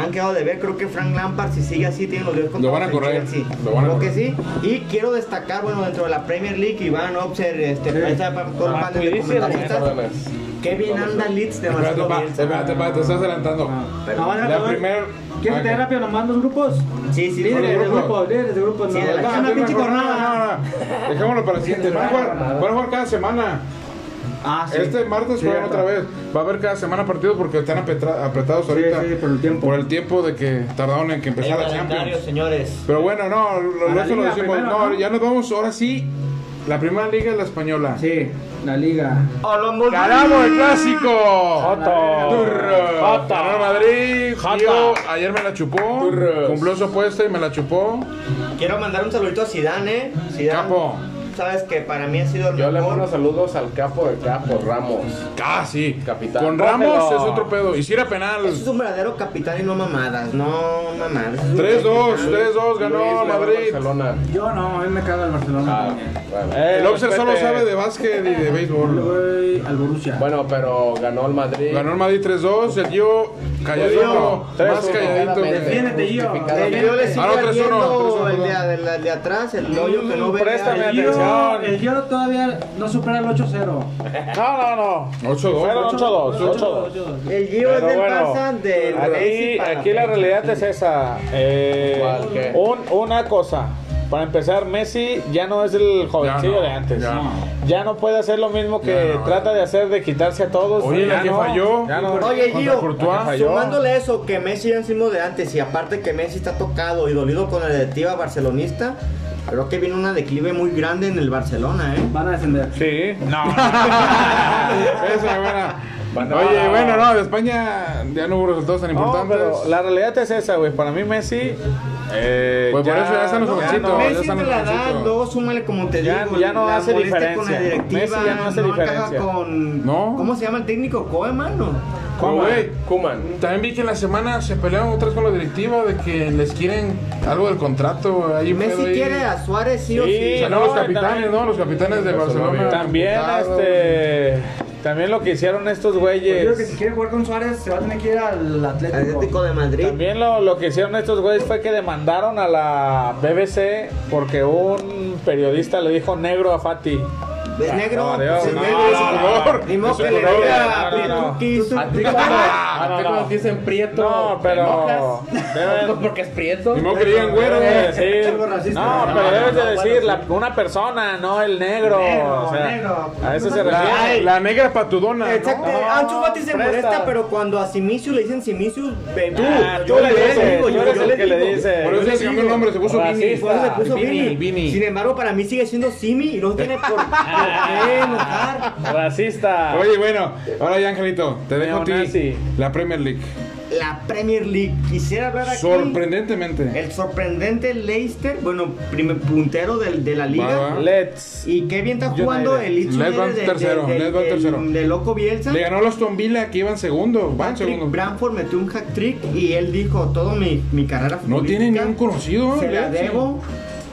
Speaker 5: Han quedado de ver. Creo que Frank Lampard, si sigue así, tiene los dedos
Speaker 3: Lo van a correr,
Speaker 5: Sí,
Speaker 3: lo van a
Speaker 5: creo
Speaker 3: correr.
Speaker 5: que sí. Y quiero destacar, bueno, dentro de la Premier League, Iván Obser, este, prensa, pa- todo el panel de
Speaker 6: Matuidi sí la
Speaker 5: comentaristas. Qué bien anda Leeds,
Speaker 3: Espérate,
Speaker 5: demasiado
Speaker 3: pa,
Speaker 5: bien.
Speaker 3: espérate, pa, te estás adelantando.
Speaker 7: Ah, Ahora,
Speaker 3: La Ah,
Speaker 7: ahora,
Speaker 3: primera.
Speaker 7: ¿Quieres que te dé rápido nomás los grupos?
Speaker 5: Sí, sí,
Speaker 7: Líderes de
Speaker 5: por favor.
Speaker 7: grupos, líderes de grupos.
Speaker 5: Sí,
Speaker 7: No,
Speaker 5: de la
Speaker 7: va, una
Speaker 5: Champions,
Speaker 7: pinche jornada.
Speaker 3: Dejémoslo para el siguiente. Van a jugar, van a jugar cada semana.
Speaker 7: Ah, sí.
Speaker 3: Este martes juegan
Speaker 7: Cierto.
Speaker 3: otra vez. Va a haber cada semana partidos porque están apetra- apretados ahorita.
Speaker 7: sí, por el tiempo.
Speaker 3: Por el tiempo de que tardaron en que empezara la Champions.
Speaker 5: señores.
Speaker 3: Pero bueno, no, lo,
Speaker 7: A la
Speaker 3: eso lo
Speaker 7: liga
Speaker 3: decimos.
Speaker 7: primero,
Speaker 3: no,
Speaker 7: ¿no?
Speaker 3: ya nos vamos. Ahora sí, la primera liga es la española.
Speaker 7: Sí, la liga.
Speaker 3: ¡Ganamos el clásico!
Speaker 6: Joto.
Speaker 3: Turro.
Speaker 6: Joto.
Speaker 3: Ganó el Madrid.
Speaker 6: Jota.
Speaker 3: Tío, ayer me la chupó.
Speaker 4: Turros.
Speaker 3: Cumplió su apuesta y me la chupó.
Speaker 5: Quiero mandar un saludito a Zidane, eh. Zidane,
Speaker 3: Capo.
Speaker 5: Sabes que para mí ha sido el
Speaker 4: Yo le
Speaker 5: mejor.
Speaker 4: mando saludos al capo de capo, Ramos.
Speaker 3: Casi.
Speaker 4: Capitán.
Speaker 3: Ah, Con Ramos
Speaker 6: Cógelo.
Speaker 3: es otro pedo. Y si era penal.
Speaker 5: Eso es un verdadero capitán y no mamadas, no mamadas.
Speaker 3: 3-2, 3-2
Speaker 4: Luis,
Speaker 3: ganó
Speaker 4: le va a
Speaker 3: Madrid.
Speaker 4: Barcelona.
Speaker 7: Yo no, a mí me caga el Barcelona.
Speaker 4: Ah,
Speaker 7: también.
Speaker 4: bueno.
Speaker 6: Eh,
Speaker 3: El Obser solo
Speaker 6: respete.
Speaker 3: sabe de básquet y de
Speaker 7: Le
Speaker 3: béisbol.
Speaker 7: voy al Borussia.
Speaker 4: Bueno, pero ganó el Madrid.
Speaker 3: Ganó el Madrid 3-2, el Gio calladito,
Speaker 6: Tres
Speaker 3: más
Speaker 6: uno.
Speaker 3: calladito. que-
Speaker 7: Defiéndete, Gio.
Speaker 4: Justificadamente.
Speaker 5: El Yo le sigo
Speaker 3: Ah, no, 3-1,
Speaker 5: viendo
Speaker 3: 3-1,
Speaker 5: el de,
Speaker 3: perdón.
Speaker 5: el de- el de atrás, el hoyo que no ve.
Speaker 6: Préstame
Speaker 7: El Giro,
Speaker 6: atención.
Speaker 7: el Giro todavía no supera el 8-0.
Speaker 6: No, no, no.
Speaker 3: 8-2.
Speaker 6: Fueron 8-2, 8-2.
Speaker 7: 8-2.
Speaker 5: El Gio es
Speaker 6: Pero
Speaker 5: del
Speaker 6: bueno,
Speaker 5: Barça, del Messi
Speaker 6: aquí,
Speaker 5: para
Speaker 6: aquí la
Speaker 5: Messi.
Speaker 6: realidad es esa. Eh,
Speaker 4: ¿Cuál? ¿Qué?
Speaker 6: un- una cosa. Para empezar, Messi ya no es el jovencillo
Speaker 3: no,
Speaker 6: de antes.
Speaker 3: ya no.
Speaker 6: Ya no puede hacer lo mismo que
Speaker 3: Ya no,
Speaker 6: trata de hacer de quitarse a todos.
Speaker 3: Oye, la
Speaker 6: Ya
Speaker 3: que
Speaker 6: no,
Speaker 3: falló.
Speaker 6: ya no.
Speaker 5: Oye,
Speaker 3: Contra
Speaker 5: Gio,
Speaker 3: Courtois.
Speaker 6: Falló.
Speaker 5: sumándole eso, que Messi es encima de antes y aparte que Messi está tocado y dolido con la directiva barcelonista, creo que viene una declive muy grande en el Barcelona, ¿eh?
Speaker 7: Van a descender.
Speaker 6: Sí.
Speaker 3: No, no, no. <laughs> Eso es buena.
Speaker 4: Bueno,
Speaker 3: Oye,
Speaker 4: no.
Speaker 3: bueno, no, de España ya no hubo resultados tan
Speaker 6: No,
Speaker 3: importantes.
Speaker 6: pero la realidad es esa, güey. Para mí, Messi. eh,
Speaker 3: Pues por eso ya están los
Speaker 6: no,
Speaker 3: jovencitos,
Speaker 6: no.
Speaker 3: ya
Speaker 5: Messi
Speaker 3: están
Speaker 5: te la da,
Speaker 3: jovencitos.
Speaker 5: luego súmale como te
Speaker 6: Ya-
Speaker 5: digo,
Speaker 6: ya no
Speaker 5: la
Speaker 6: hace
Speaker 5: molestia con la
Speaker 6: diferencia.
Speaker 5: directiva,
Speaker 6: Messi ya no hace
Speaker 5: encaja
Speaker 6: diferencia.
Speaker 5: con
Speaker 3: No.
Speaker 5: ¿Cómo se llama el técnico Koeman? ¿no?
Speaker 3: Pero, güey,
Speaker 4: Kuman.
Speaker 3: También vi que en la semana se pelearon otras con la directiva de que les quieren algo del contrato. Ahí un
Speaker 5: Messi
Speaker 3: pedo ahí.
Speaker 5: quiere a Suárez sí, o
Speaker 6: Sí.
Speaker 5: sí.
Speaker 3: O sea, no,
Speaker 6: No,
Speaker 3: los capitanes,
Speaker 6: también-
Speaker 3: ¿no? Los capitanes de Barcelona.
Speaker 6: También,
Speaker 3: Claro.
Speaker 6: este. También lo que hicieron estos
Speaker 7: Pues Yo creo que si
Speaker 6: güeyes.
Speaker 7: quiere jugar con Suárez, se va a tener que ir al Atlético.
Speaker 5: Atlético de Madrid.
Speaker 6: También lo, lo que hicieron estos güeyes fue que demandaron a la BBC porque un periodista le dijo negro a Fati.
Speaker 5: Ve, negro,
Speaker 6: No, Dios,
Speaker 5: pues,
Speaker 6: Ah, no,
Speaker 5: negro,
Speaker 6: no,
Speaker 5: es un
Speaker 6: no,
Speaker 5: color.
Speaker 6: no,
Speaker 5: Ni modo
Speaker 6: es un
Speaker 5: que le
Speaker 6: color,
Speaker 5: diga
Speaker 6: no, no, no.
Speaker 5: Pituquis.
Speaker 4: A ti cuando,
Speaker 6: No,
Speaker 4: a ti
Speaker 6: no,
Speaker 4: cuando
Speaker 6: no.
Speaker 4: te dicen prieto.
Speaker 6: No,
Speaker 4: te
Speaker 6: pero.
Speaker 4: enojas.
Speaker 6: deben-
Speaker 4: Porque es prieto.
Speaker 3: Ni modo que digan güero,
Speaker 6: Debes
Speaker 3: güey.
Speaker 6: de decir-
Speaker 7: Algo racista.
Speaker 6: No,
Speaker 7: No,
Speaker 6: pero
Speaker 7: no,
Speaker 6: debes de
Speaker 7: no,
Speaker 6: decir
Speaker 7: bueno,
Speaker 6: la- una persona, no el negro.
Speaker 7: Negro,
Speaker 6: o sea,
Speaker 7: negro.
Speaker 6: A eso se
Speaker 3: La,
Speaker 6: refiere.
Speaker 3: la negra patudona. ¿no?
Speaker 5: <laughs> Exacto, Ah,
Speaker 6: No,
Speaker 5: Ancho Fati se
Speaker 6: presta.
Speaker 5: molesta,
Speaker 6: <laughs>
Speaker 5: pero cuando a Simisiu le dicen Simisiu, ven,
Speaker 6: Ah,
Speaker 5: yo
Speaker 6: tú le
Speaker 5: les
Speaker 6: dices,
Speaker 5: digo,
Speaker 6: tú
Speaker 5: yo-
Speaker 6: eres
Speaker 5: yo
Speaker 6: el
Speaker 5: les
Speaker 6: que le
Speaker 5: digo.
Speaker 6: dice. Ah,
Speaker 3: Por eso le cambió el nombre, se puso Vini.
Speaker 5: Por eso le
Speaker 6: Racista.
Speaker 5: puso Vini.
Speaker 6: Vini.
Speaker 5: Sin embargo, para mí sigue siendo Simi y no tiene por,
Speaker 6: <laughs>
Speaker 5: por qué enojar.
Speaker 6: Eh, Racista.
Speaker 3: Oye, bueno, ahora ya, Angelito, te dejo a ti
Speaker 6: Neonazi.
Speaker 3: la Premier League.
Speaker 5: La Premier League, quisiera hablar aquí.
Speaker 3: Sorprendentemente.
Speaker 5: El sorprendente Leicester, bueno, primer puntero del- de, la liga.
Speaker 3: Va, va.
Speaker 6: Let's.
Speaker 5: Y qué bien está jugando el Leeds
Speaker 3: Les va
Speaker 5: United de-
Speaker 3: tercero,
Speaker 5: de- de-
Speaker 3: les va
Speaker 5: del-
Speaker 3: tercero.
Speaker 5: de loco Bielsa.
Speaker 3: Le ganó a los Tombila que iban segundo. Van
Speaker 5: Patrick
Speaker 3: segundo.
Speaker 5: Bramford metió un hat trick y él dijo todo mi, mi carrera
Speaker 3: No tiene ni
Speaker 5: futbolística
Speaker 3: un conocido.
Speaker 5: Se la
Speaker 3: Leeds.
Speaker 5: debo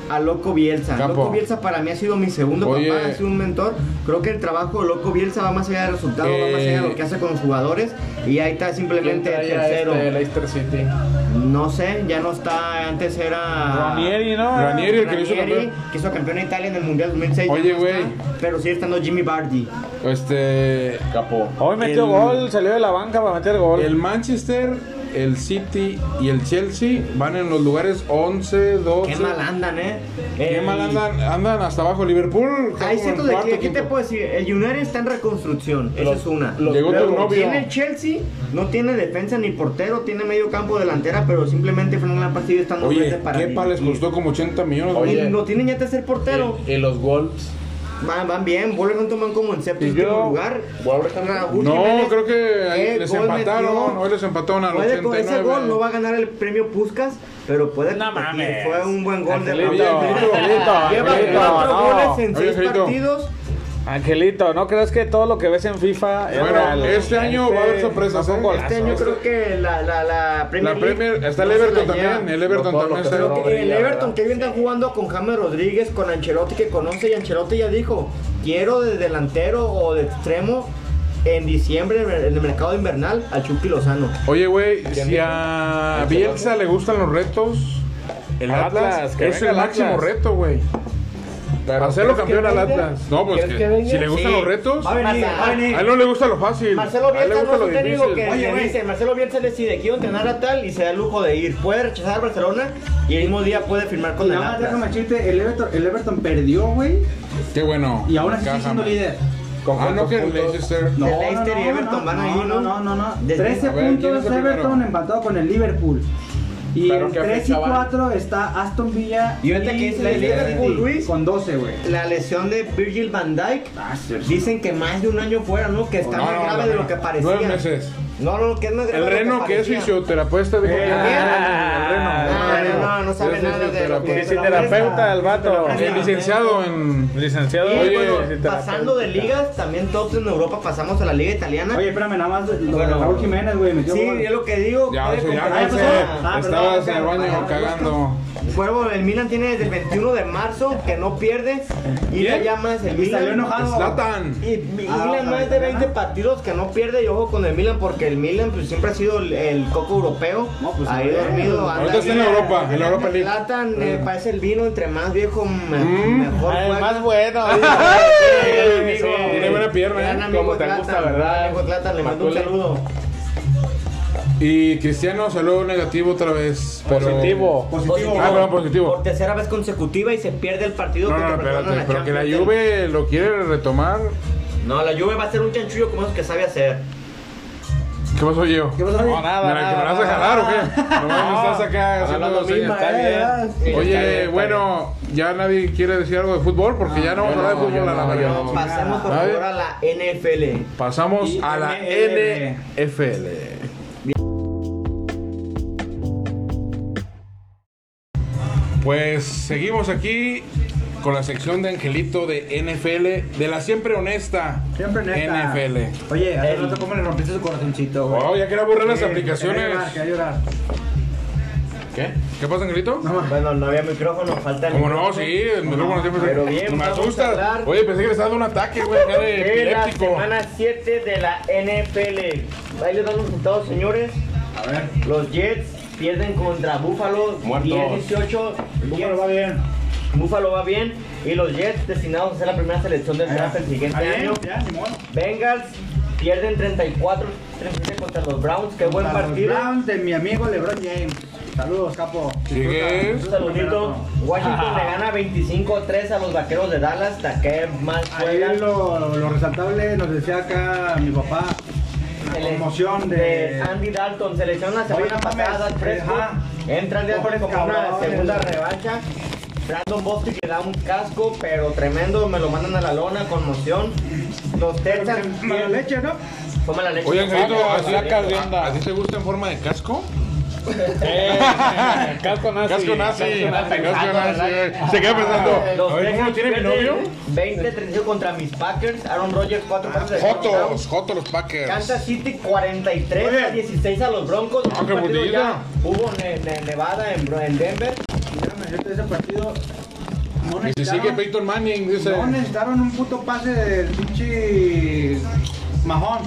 Speaker 5: a Loco Bielsa.
Speaker 3: Capo.
Speaker 5: Loco Bielsa para mí ha sido mi segundo
Speaker 3: Oye.
Speaker 5: papá, ha sido un mentor. Creo que el trabajo de Loco Bielsa va más allá del resultado, va más allá de
Speaker 3: Eh.
Speaker 5: lo que hace con los jugadores. Y ahí está
Speaker 4: ¿Quién
Speaker 5: simplemente
Speaker 4: trae a
Speaker 5: tercero.
Speaker 4: este Leicester City?
Speaker 5: No sé, ya no está, antes era...
Speaker 6: Ranieri, ¿no?
Speaker 3: Ranieri, el que lo hizo
Speaker 5: Ranieri,
Speaker 3: campeón.
Speaker 5: que hizo campeón en Italia en el Mundial 2006. ya
Speaker 3: Oye,
Speaker 5: no está,
Speaker 3: güey.
Speaker 5: Pero sigue estando Jimmy Bardi.
Speaker 3: Este.
Speaker 4: Capo.
Speaker 6: Hoy metió
Speaker 3: el-
Speaker 6: gol, salió de la banca para meter gol.
Speaker 3: El Manchester, el City y el Chelsea van en los lugares 11, 12.
Speaker 5: Qué mal andan, ¿eh?
Speaker 3: Qué
Speaker 5: El-
Speaker 3: mal andan, andan hasta abajo. Liverpool. está
Speaker 5: Hay
Speaker 3: como en
Speaker 5: ciertos de
Speaker 3: cuarto,
Speaker 5: que, ¿qué te
Speaker 3: quinto.
Speaker 5: puedo decir? El United está en reconstrucción, esa es una.
Speaker 3: Llegó tu novio.
Speaker 5: Tiene el Chelsea, no tiene defensa ni portero, tiene medio campo delantera, pero simplemente Frank Lampard sigue estando
Speaker 3: Oye,
Speaker 5: para
Speaker 3: ¿qué pa les
Speaker 5: dirigir.
Speaker 3: costó como 80 millones? güey.
Speaker 5: Y
Speaker 4: Oye.
Speaker 5: no tienen ya tercer portero.
Speaker 4: Y, y los Wolves.
Speaker 5: Van, van bien, Wolverhampton van como en séptimo
Speaker 6: yo-
Speaker 5: lugar. Raúl
Speaker 3: No,
Speaker 5: Jiménez,
Speaker 3: creo que ahí
Speaker 5: ¿qué
Speaker 3: les
Speaker 5: gol
Speaker 3: empataron.
Speaker 5: metió?
Speaker 3: Hoy les empataron al
Speaker 5: Puede con ese
Speaker 3: 89.
Speaker 5: gol no va a ganar el premio Puskas, pero puede
Speaker 6: No
Speaker 5: competir.
Speaker 6: mames.
Speaker 5: Fue un buen gol de
Speaker 6: Angelito,
Speaker 5: Raúl.
Speaker 6: Angelito,
Speaker 5: Lleva
Speaker 6: Angelito,
Speaker 5: cuatro
Speaker 6: no.
Speaker 5: goles en
Speaker 3: Oye,
Speaker 5: seis
Speaker 3: Angelito.
Speaker 5: partidos.
Speaker 6: Angelito, ¿no crees que todo lo que ves en FIFA es
Speaker 3: Bueno,
Speaker 6: real?
Speaker 3: este año va a haber sorpresas,
Speaker 6: son
Speaker 3: ¿eh?
Speaker 6: golazos.
Speaker 5: Este año creo que la, la, la Premier
Speaker 3: La
Speaker 5: League
Speaker 3: Premier, está el
Speaker 5: no se
Speaker 3: Everton
Speaker 5: la lleva.
Speaker 3: también. El Everton
Speaker 6: No, todo
Speaker 3: también
Speaker 6: lo que
Speaker 3: está.
Speaker 5: Creo que el Everton que bien está jugando con James Rodríguez, con Ancelotti que conoce y Ancelotti ya dijo, quiero de delantero o de extremo en diciembre en el mercado invernal al Chucky Lozano.
Speaker 3: Oye, güey, si a Bielsa le gustan los retos, el Atlas,
Speaker 6: Atlas, que
Speaker 3: es
Speaker 6: venga
Speaker 3: el
Speaker 6: el
Speaker 3: máximo
Speaker 6: Atlas.
Speaker 3: reto, güey. Hacerlo campeón al Atlas. No, pues
Speaker 4: ¿Quieres que
Speaker 3: que
Speaker 4: venga?
Speaker 3: si le gustan
Speaker 5: Sí.
Speaker 3: los retos,
Speaker 5: Va a venir, va a venir.
Speaker 3: a él no le gusta lo fácil.
Speaker 5: Marcelo
Speaker 3: a él le
Speaker 5: Bielsa no
Speaker 3: gusta
Speaker 5: es
Speaker 3: lo
Speaker 5: un técnico
Speaker 3: difícil.
Speaker 5: que le dice, Marcelo Bielsa decide, quiero entrenar a tal y se da el lujo de ir. Puede rechazar Barcelona y el mismo día puede firmar
Speaker 7: Y
Speaker 5: con el
Speaker 7: nada más déjame
Speaker 5: Atlas.
Speaker 7: chiste, el Everton, el Everton perdió, güey,
Speaker 3: Qué bueno.
Speaker 7: y ahora sí sigue
Speaker 3: Cájame.
Speaker 7: siendo líder.
Speaker 3: Ah, no, que el Leicester.
Speaker 5: De Leicester y Everton van ahí, ¿no?
Speaker 7: No, no, no.
Speaker 5: Desde-
Speaker 7: 13
Speaker 3: A ver, ¿quién es
Speaker 7: puntos
Speaker 3: el primero?
Speaker 7: Everton empatado con el Liverpool. Y
Speaker 4: Pero
Speaker 7: en
Speaker 4: qué
Speaker 7: 3 y
Speaker 4: fecha van.
Speaker 7: 4 está Aston Villa
Speaker 5: Y ahorita que es el
Speaker 7: Leicester
Speaker 5: Liverpool,
Speaker 7: City
Speaker 5: Luis.
Speaker 7: Con 12, güey.
Speaker 5: La lesión de Virgil van Dijk dicen que más de un año fuera, ¿no? Que está
Speaker 3: No,
Speaker 5: más
Speaker 3: no,
Speaker 5: grave
Speaker 3: no,
Speaker 5: de
Speaker 3: no.
Speaker 5: lo que parecía.
Speaker 3: Nueve meses.
Speaker 5: No, no, que es más grave
Speaker 3: El
Speaker 5: de lo
Speaker 3: Reno, que es
Speaker 5: parecía. Eh.
Speaker 3: fisioterapeuta, dijo que-
Speaker 5: Ah,
Speaker 3: el Reno.
Speaker 5: no, no, no sabe
Speaker 3: Es
Speaker 5: nada de lo
Speaker 3: fisioterapeuta.
Speaker 5: que-
Speaker 6: Fisioterapeuta, el vato.
Speaker 3: El licenciado en.
Speaker 6: Licenciado.
Speaker 5: Y
Speaker 3: Oye,
Speaker 5: bueno,
Speaker 3: sí
Speaker 5: pasando de ligas, también tops en Europa, pasamos a la liga italiana.
Speaker 7: Oye, espérame, nada más lo de
Speaker 5: Bueno.
Speaker 7: Raúl Jiménez, güey, metió
Speaker 5: sí,
Speaker 7: gol.
Speaker 5: es lo que digo.
Speaker 3: Ya,
Speaker 5: puede
Speaker 3: eso ya,
Speaker 5: competir.
Speaker 7: no sé.
Speaker 5: Ah,
Speaker 7: Ah,
Speaker 3: Estabas en el
Speaker 7: perdón,
Speaker 3: baño
Speaker 7: perdón.
Speaker 3: cagando.
Speaker 5: Cuervo, el Milan tiene desde el 21 de marzo que no pierde y ya llamas el Milan.
Speaker 7: Y Pues, salió enojado.
Speaker 3: Zlatan.
Speaker 5: Y mi-
Speaker 7: Ah,
Speaker 5: Milan
Speaker 7: otra
Speaker 5: más
Speaker 7: vez,
Speaker 5: de
Speaker 7: ¿verdad?
Speaker 5: 20 partidos que no pierde y ojo con el Milan porque el Milan pues, siempre ha sido el, el coco europeo.
Speaker 7: No, pues,
Speaker 5: ahí
Speaker 7: eh,
Speaker 5: dormido. anda
Speaker 3: Ahorita está en
Speaker 5: bien.
Speaker 3: Europa, en la Europa League. Ah. Mm.
Speaker 5: Zlatan, eh, parece el vino entre más viejo me- mejor.
Speaker 6: Ah,
Speaker 5: juega.
Speaker 6: el más bueno.
Speaker 5: Sí, sí,
Speaker 3: Tiene buena
Speaker 5: gran
Speaker 3: pierna. ¿eh?
Speaker 5: amigo
Speaker 4: como te
Speaker 5: Zlatan,
Speaker 4: gusta, ¿verdad?
Speaker 5: gran amigo Zlatan, le mando un
Speaker 4: Macule.
Speaker 5: saludo.
Speaker 3: Y Cristiano salió negativo otra vez. pero-
Speaker 6: Positivo.
Speaker 7: Positivo.
Speaker 3: Ah, perdón, positivo.
Speaker 5: Por tercera vez consecutiva y se pierde el partido.
Speaker 3: No,
Speaker 5: contra
Speaker 3: no,
Speaker 5: Barcelona en
Speaker 3: espérate. Pero que la
Speaker 5: Champions.
Speaker 3: Juve lo quiere retomar.
Speaker 5: No, la Juve va a ser un chanchullo como esos que sabe hacer.
Speaker 3: ¿Qué pasó, Gio?
Speaker 7: ¿Qué pasó, Luis?
Speaker 6: No, nada,
Speaker 3: ¿Me la que me
Speaker 6: nada,
Speaker 3: la vas a jalar o qué? No,
Speaker 6: No.
Speaker 3: me estás acá
Speaker 4: Hablando
Speaker 3: haciendo
Speaker 4: misma,
Speaker 3: señas.
Speaker 7: eh,
Speaker 4: está bien.
Speaker 7: eh.
Speaker 4: Sí, está bien,
Speaker 3: Oye,
Speaker 4: está
Speaker 3: bueno, ya nadie quiere decir algo de fútbol porque ya no vamos a hablar de fútbol a la
Speaker 5: Pero
Speaker 3: verga.
Speaker 5: pasemos por
Speaker 3: A ver.
Speaker 5: favor a la NFL.
Speaker 3: Pasamos a la
Speaker 7: INL.
Speaker 3: NFL. Pues seguimos aquí con la sección de Angelito de NFL, de la siempre honesta,
Speaker 7: Siempre neta.
Speaker 3: NFL.
Speaker 7: Oye, hace rato cómo le rompiste su corazoncito, güey.
Speaker 3: Oh, ya quería borrar las
Speaker 7: Eh,
Speaker 3: aplicaciones.
Speaker 7: Quería llorar, quería llorar.
Speaker 3: ¿Qué? ¿Qué pasa, Angelito?
Speaker 5: Bueno, no había micrófono, falta el
Speaker 3: Como no, sí,
Speaker 5: micrófono.
Speaker 3: el micrófono siempre
Speaker 5: Pero bien,
Speaker 3: me
Speaker 5: vamos a
Speaker 3: asusta.
Speaker 5: hablar.
Speaker 3: Oye, pensé que le estaba dando un ataque, güey, acá de
Speaker 5: De la
Speaker 3: epiléptico.
Speaker 5: semana 7 de la NFL. Ahí les dan los resultados, señores.
Speaker 7: A ver.
Speaker 5: Los Jets pierden contra Buffalo.
Speaker 3: Muertos.
Speaker 5: 10-18.
Speaker 7: Búfalo va bien.
Speaker 5: Buffalo va bien. Y los Jets destinados a ser la primera selección del draft el siguiente
Speaker 7: Ahí,
Speaker 5: año.
Speaker 7: Ya, ni modo.
Speaker 5: Bengals pierden 34 37 contra los Browns. Qué buen
Speaker 7: Para los
Speaker 5: partido.
Speaker 7: Browns de mi amigo LeBron James. Saludos, capo.
Speaker 3: Sigue.
Speaker 5: Un saludito. Washington le gana 25-3 a los vaqueros de Dallas. Hasta que más juegan.
Speaker 7: Ayer lo, lo resaltable nos decía acá mi papá. La conmoción de,
Speaker 5: Andy Dalton, se lesionó la semana
Speaker 7: Oye, no
Speaker 5: pasada,
Speaker 7: mames,
Speaker 5: fresco.
Speaker 7: ajá.
Speaker 5: Entra de
Speaker 7: Pobres
Speaker 5: como una
Speaker 7: cabrones.
Speaker 5: segunda revancha. Brandon Bostic le da un casco, pero tremendo, me lo mandan a la lona, conmoción. Los Texans.
Speaker 7: Mala leche, ¿no?
Speaker 5: Toma la leche.
Speaker 3: Oye, Angelito,
Speaker 6: Saca,
Speaker 3: ¿así,
Speaker 6: saca de onda.
Speaker 3: ¿así te gusta en forma de casco?
Speaker 6: Casco nazi.
Speaker 3: Casco nazi.
Speaker 6: Casco nazi.
Speaker 3: Casco nazi, güey. Se queda pensando.
Speaker 5: Los
Speaker 3: A ver, ¿cómo lo
Speaker 5: Texans
Speaker 3: tiene mi novio?
Speaker 5: pierden 20-35 contra mis Packers. Aaron Rodgers, 4 pases de touchdown.
Speaker 3: Jotos, Jotos los Packers.
Speaker 5: Kansas City 43 a 16 a los Broncos. Un
Speaker 3: Ah, qué
Speaker 5: partido
Speaker 3: bonita.
Speaker 5: ya Hubo en, en Nevada, en, en Denver.
Speaker 7: Déjame decirte, ese partido. No
Speaker 3: Y si sigue Peyton Manning, dice.
Speaker 7: No necesitaron un puto pase del pinche Mahón.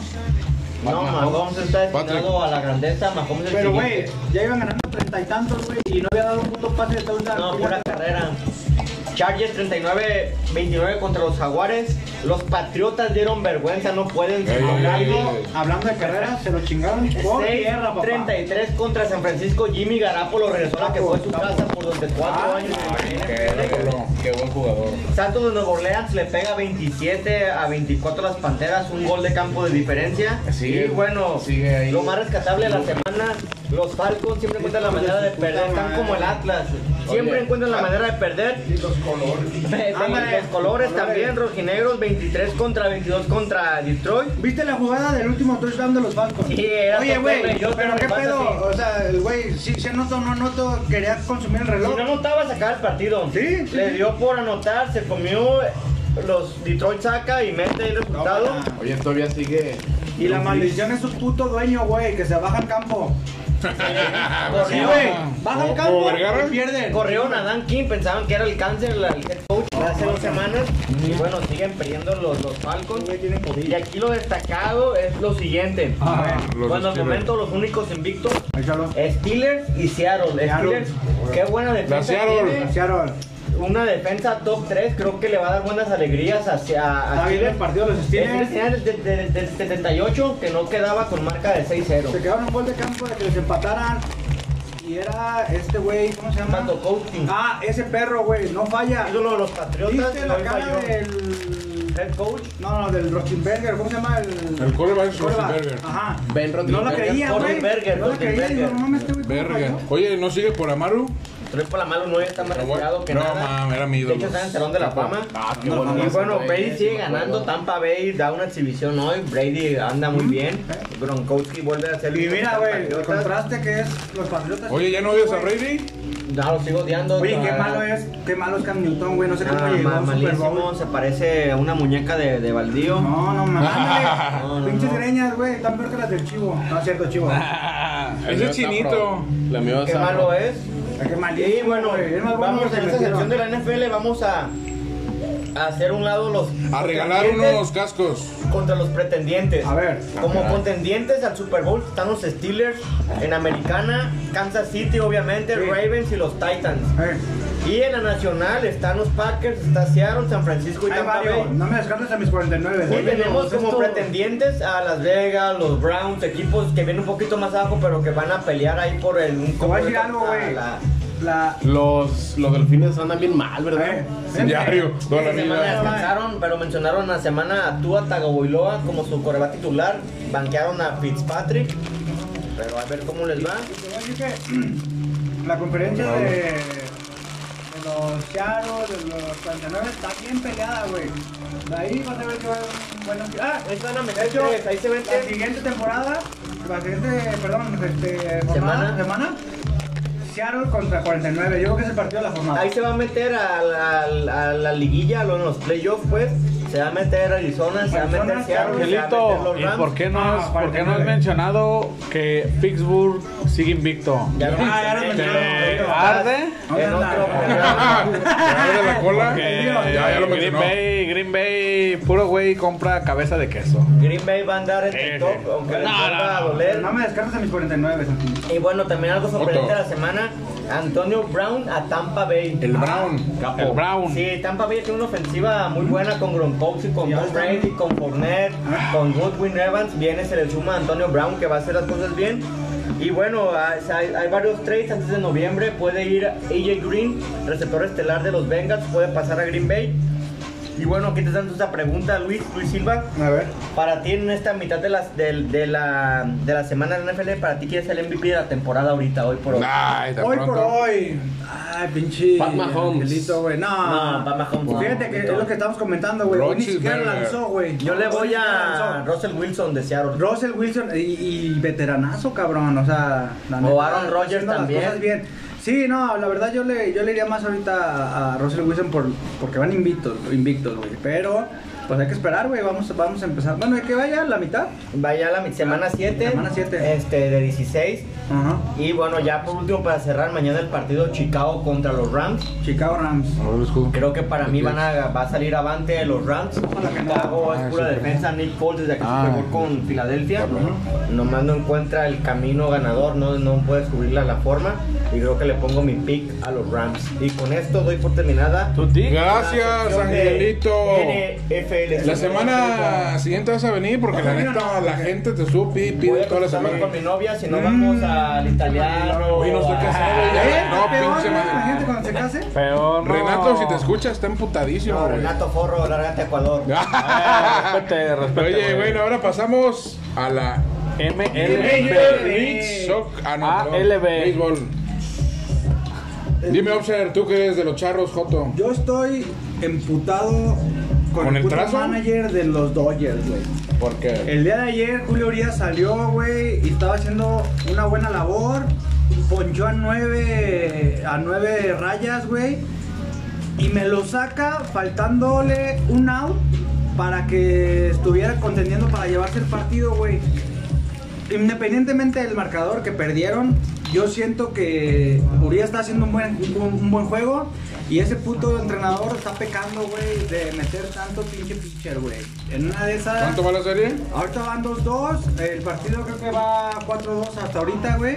Speaker 5: No, Mahomes está destinado a la grandeza. Mahomes es el
Speaker 7: Pero, güey,
Speaker 5: siguiente.
Speaker 7: ya iban ganando treinta y tantos, güey, y no había dado un puto pase de touchdown.
Speaker 5: No, pura carrera. Chargers 39-29 contra los Jaguares. Los Patriotas dieron vergüenza, no pueden
Speaker 3: Ey,
Speaker 5: algo.
Speaker 3: ey,
Speaker 7: Hablando de carrera, se lo chingaron
Speaker 5: Este
Speaker 7: por tierra, papá.
Speaker 5: 33 contra San Francisco. Jimmy Garapolo regresó a la que fue su casa por donde
Speaker 3: Ah,
Speaker 5: cuatro años. en la NFL.
Speaker 4: Qué buen jugador.
Speaker 5: Santos de Nueva Orleans le pega 27 a 24 a las Panteras, un gol de campo de diferencia.
Speaker 4: Sigue,
Speaker 5: y bueno,
Speaker 4: sigue ahí.
Speaker 5: lo más rescatable de la semana, los Falcons siempre encuentran la manera de perder, están como el Atlas, siempre
Speaker 4: Oye.
Speaker 5: encuentran la manera de perder. Y los <laughs> colores.
Speaker 7: Ándale.
Speaker 5: los colores también, rojinegros, 23 contra 22 contra Detroit.
Speaker 7: ¿Viste la jugada del último touchdown de los Falcons?
Speaker 5: Sí, era
Speaker 7: Oye, güey,
Speaker 5: totalmente, yo
Speaker 7: pero
Speaker 5: creo
Speaker 7: qué
Speaker 5: que pasa así.
Speaker 7: pedo. O sea, el güey, si se anota o no anoto, quería consumir el
Speaker 5: Si
Speaker 7: reloj.
Speaker 5: no anotaba, sacaba el partido.
Speaker 7: Sí, sí,
Speaker 5: Le
Speaker 7: sí.
Speaker 5: dio por anotar, se comió, los Detroit saca y mete el resultado.
Speaker 7: No, para.
Speaker 4: Oye, todavía sigue.
Speaker 7: y la maldición es su puto dueño, güey, que se baja al campo.
Speaker 5: Ah,
Speaker 7: Sí,
Speaker 5: Corrió.
Speaker 7: güey, baja
Speaker 3: ¿Como-
Speaker 7: al
Speaker 3: como
Speaker 7: campo
Speaker 3: Vergara?
Speaker 7: y pierden.
Speaker 5: Corrieron a Dan King, pensaban que era el cáncer, el el head coach, hace dos semanas. Y bueno, siguen perdiendo los, los Falcons. Y aquí lo destacado es lo siguiente.
Speaker 7: Ah,
Speaker 3: los
Speaker 5: bueno, al
Speaker 3: Steelers.
Speaker 5: momento los únicos invictos,
Speaker 7: Échalo.
Speaker 5: Eh. Steelers y Seattle.
Speaker 7: Seattle.
Speaker 5: Steelers, qué buena defensa.
Speaker 3: La Seattle.
Speaker 5: tiene.
Speaker 7: Seattle.
Speaker 5: Una defensa top 3, creo que le va a dar buenas alegrías hacia a
Speaker 7: Está bien el
Speaker 5: Steelers.
Speaker 7: partido de los
Speaker 5: Steelers
Speaker 7: Steelers.
Speaker 5: tenía desde desde- desde el 78 que no quedaba con marca de
Speaker 7: Se
Speaker 5: 6-0.
Speaker 7: quedaron un gol de campo de que les empataran. Y era este güey, ¿cómo se llama?
Speaker 5: Tanto coaching.
Speaker 7: Ah, ese perro, güey, no falla.
Speaker 5: Ídolo de los Patriotas,
Speaker 7: ¿Viste
Speaker 5: hoy
Speaker 7: la cara
Speaker 5: falló.
Speaker 7: del.
Speaker 5: Head coach.
Speaker 7: No, no, del Rostenberger, ¿cómo se llama? El.
Speaker 3: El quarterback es
Speaker 7: quarterback?
Speaker 3: Roethlisberger.
Speaker 7: Ajá.
Speaker 4: Ben
Speaker 7: No
Speaker 4: Roethlisberger.
Speaker 7: la creía, güey.
Speaker 5: Roethlisberger,
Speaker 7: No la creía, digo,
Speaker 5: Roethlisberger.
Speaker 7: no mames, este güey. ¿cómo
Speaker 3: Verga.
Speaker 7: falló?
Speaker 3: Oye, ¿no sigue por Amaru?
Speaker 5: Tres por la mano, no está más
Speaker 3: Pero bueno,
Speaker 5: retirado que
Speaker 3: no,
Speaker 5: nada.
Speaker 3: mames, era mi
Speaker 5: De
Speaker 3: ídolo.
Speaker 5: hecho, está en el Salón de la Fama.
Speaker 4: Ah, qué
Speaker 7: No,
Speaker 5: Y
Speaker 4: bueno.
Speaker 5: bueno, Brady sigue ganando, Tampa Bay da una exhibición hoy, Brady anda muy bien, Gronkowski vuelve a ser
Speaker 7: Y mira, güey, el
Speaker 5: Patriotas.
Speaker 7: contraste que es los patriotas.
Speaker 3: Oye, ¿ya no odias a Brady?
Speaker 5: No, lo sigo odiando.
Speaker 7: Oye, qué
Speaker 5: Ah,
Speaker 7: malo es, qué malo es Cam Newton, güey, no sé cómo
Speaker 5: Ah,
Speaker 7: llegó
Speaker 5: ma-
Speaker 7: al Super
Speaker 5: malísimo,
Speaker 7: Bowl.
Speaker 5: se parece a una muñeca de, de baldío.
Speaker 7: No,
Speaker 3: <laughs>
Speaker 7: no mames.
Speaker 5: No, no,
Speaker 7: Pinches
Speaker 5: no.
Speaker 7: greñas, güey, están peor que las del chivo. No es cierto,
Speaker 5: <laughs>
Speaker 7: chivo.
Speaker 3: Ese chinito.
Speaker 4: La mía
Speaker 5: Qué malo es.
Speaker 7: Qué malísimo.
Speaker 5: Y bueno,
Speaker 7: güey, es más bueno
Speaker 5: vamos
Speaker 7: que
Speaker 5: en esta
Speaker 7: metieron.
Speaker 5: sección de la NFL, vamos a, a hacer un lado los
Speaker 3: A regalar
Speaker 5: pretendientes
Speaker 3: unos cascos.
Speaker 5: contra los pretendientes.
Speaker 7: A ver.
Speaker 5: Como contendientes al Super Bowl están los Steelers en Americana, Kansas City obviamente,
Speaker 7: Sí.
Speaker 5: Ravens y los Titans.
Speaker 7: Eh,
Speaker 5: Y en la Nacional están los Packers, está Seattle, San Francisco y
Speaker 7: hay
Speaker 5: Tampa
Speaker 7: varios.
Speaker 5: Bay.
Speaker 7: No me descartes a mis 49.
Speaker 5: Y
Speaker 7: güey.
Speaker 5: tenemos
Speaker 7: Esto-
Speaker 5: como pretendientes a Las Vegas, los Browns, equipos que vienen un poquito más abajo, pero que van a pelear ahí por el... un
Speaker 7: Te voy a decir
Speaker 5: a
Speaker 7: algo, güey.
Speaker 5: la-
Speaker 7: La.
Speaker 4: Los, los delfines andan bien mal,
Speaker 7: Eh,
Speaker 4: ¿verdad?
Speaker 7: eh,
Speaker 3: Diario, toda la
Speaker 5: Esta semana
Speaker 3: vida.
Speaker 5: descansaron, pero mencionaron la semana a Tua Tagovailoa como su coreback titular. Banquearon a Fitzpatrick. Pero a ver cómo les va.
Speaker 7: te voy a decir que, La conferencia de. de los Seattle, de los 49, está bien peleada, güey. De ahí vas a ver que va a haber un buen. Ah,
Speaker 5: Ahí se van a meter
Speaker 7: de hecho,
Speaker 5: tres, ahí se ven
Speaker 7: la
Speaker 5: tres.
Speaker 7: siguiente temporada, la siguiente, perdón, este, jornada,
Speaker 5: Semana.
Speaker 7: semana, Seattle contra 49. Yo creo que es el partido de la jornada.
Speaker 5: Ahí se va a meter a la, a la liguilla, a los playoffs, pues. Se va a meter Arizona, se va a meter Seattle,
Speaker 7: Arizona,
Speaker 5: se va a meter
Speaker 6: Angelito,
Speaker 5: los
Speaker 6: ¿y
Speaker 5: Rams.
Speaker 6: por qué no,
Speaker 7: Ah,
Speaker 6: has, por qué no has
Speaker 7: 49.
Speaker 6: mencionado que Pittsburgh sigue invicto.
Speaker 5: Ya lo
Speaker 7: Ah, ya lo
Speaker 5: mencioné.
Speaker 6: Que
Speaker 7: mencioné.
Speaker 6: arde.
Speaker 7: Ahora
Speaker 5: En otro
Speaker 7: anda.
Speaker 3: <laughs>
Speaker 5: programa.
Speaker 3: de la cola?
Speaker 6: que
Speaker 3: Ya, ya lo
Speaker 6: Green
Speaker 3: mencionó.
Speaker 6: Bay, Green Bay, puro güey compra cabeza de queso.
Speaker 5: Green Bay va a andar en
Speaker 6: Eh,
Speaker 5: el top, aunque les
Speaker 6: no,
Speaker 5: vuelva a
Speaker 6: no, no.
Speaker 5: doler.
Speaker 7: No me descartes a mis 49, Santi.
Speaker 5: Y bueno, también algo sorprendente de
Speaker 3: Otro.
Speaker 5: la semana, Antonio Brown a Tampa Bay.
Speaker 3: El Brown.
Speaker 6: El Brown.
Speaker 5: Sí, Tampa Bay tiene una ofensiva muy buena con Gronkowski, con Tom Brady, con Fournette, con Goodwin Evans. Viene, se le suma Antonio Brown que va a hacer las cosas bien. Y bueno, hay, hay- hay varios trades antes de noviembre. Puede ir AJ Green, receptor estelar de los Bengals, puede pasar a Green Bay. Y bueno, aquí te dan esa pregunta, Luis, Luis Silva.
Speaker 7: A ver.
Speaker 5: Para ti en esta mitad de la, de, de la, de la semana de la NFL, para ti quién es el MVP de la temporada ahorita, hoy por hoy.
Speaker 3: Ay, de
Speaker 7: Hoy
Speaker 3: pronto.
Speaker 7: por hoy. Ay, pinche.
Speaker 4: Pat Mahomes.
Speaker 7: Angelito, güey. No.
Speaker 5: No, Pat Mahomes, no.
Speaker 7: Fíjate que es lo que estamos comentando, güey. Hoy Ni siquiera
Speaker 3: Roethlisberger.
Speaker 7: lanzó, güey.
Speaker 5: Yo le
Speaker 7: Hoy ni
Speaker 5: voy
Speaker 7: siquiera
Speaker 5: a
Speaker 7: lanzó.
Speaker 5: Russell Wilson de Seattle.
Speaker 7: Russell Wilson y, y veteranazo, cabrón. O sea, la
Speaker 5: O
Speaker 7: neta,
Speaker 5: Aaron
Speaker 7: está
Speaker 5: Rodgers
Speaker 7: haciendo las
Speaker 5: también.
Speaker 7: cosas bien. Sí, no, la verdad yo le, yo le iría más ahorita a, a Russell Wilson por, porque van invictos, invictos, güey. Pero, pues hay que esperar, güey. Vamos, vamos a empezar. Bueno, hay que vaya a la mitad.
Speaker 5: Vaya a la mi- semana 7.
Speaker 7: Semana siete.
Speaker 5: Este, de 16.
Speaker 7: Ajá.
Speaker 5: Y bueno, ya por último, para cerrar mañana el partido Chicago contra los Rams.
Speaker 7: Chicago Rams.
Speaker 5: Creo que para mí van a, va a salir avante de los Rams. Chicago
Speaker 3: Ah,
Speaker 5: es pura defensa. Nick Foles desde que se pegó con Filadelfia. Nomás no encuentra el camino ganador, no, no puede subirle a la forma. Y creo que le pongo mi pick a los Rams. Y con esto doy por terminada.
Speaker 6: ¿Tú, Dick?
Speaker 3: Gracias, Angelito.
Speaker 5: NFL.
Speaker 3: La semana siguiente vas a venir porque la neta, la gente te supe y
Speaker 5: Voy a
Speaker 3: pide toda la
Speaker 5: acostarme
Speaker 3: semana.
Speaker 5: con mi novia, si no vamos
Speaker 7: Mm.
Speaker 5: al italiano.
Speaker 3: Oye, no estoy
Speaker 5: a-
Speaker 3: casado ya.
Speaker 7: ¿Eh?
Speaker 3: No,
Speaker 7: Peor,
Speaker 3: pinche
Speaker 7: güey,
Speaker 3: madre.
Speaker 7: La gente cuando se case.
Speaker 6: Peor, no.
Speaker 3: Renato, si te escuchas, está emputadísimo.
Speaker 5: No,
Speaker 3: güey. <laughs>
Speaker 5: Renato Forro, lárgate a Ecuador.
Speaker 6: Ah, respete, respete,
Speaker 3: Oye,
Speaker 6: güey.
Speaker 3: bueno, ahora pasamos a la
Speaker 6: MLB.
Speaker 3: Soc- ah, no, perdón,
Speaker 6: ALB.
Speaker 3: Béisbol. Dime, Obser, tú que eres de los charros, Joto.
Speaker 7: Yo estoy emputado con,
Speaker 3: ¿Con el
Speaker 7: puto
Speaker 3: trazo?
Speaker 7: manager de los Dodgers, güey.
Speaker 3: Porque.
Speaker 7: El día de ayer Julio Urias salió, güey, y estaba haciendo una buena labor. Ponchó a nueve, a nueve rayas, güey. Y me lo saca faltándole un out para que estuviera contendiendo para llevarse el partido, güey. Independientemente del marcador que perdieron, yo siento que Urias está haciendo un buen, un, un buen juego y ese puto entrenador está pecando, güey, de meter tanto pinche pitcher, güey. En una de esas...
Speaker 3: ¿Cuánto va la serie?
Speaker 7: Ahorita van 2-2. El partido creo que va 4-2 hasta ahorita, güey.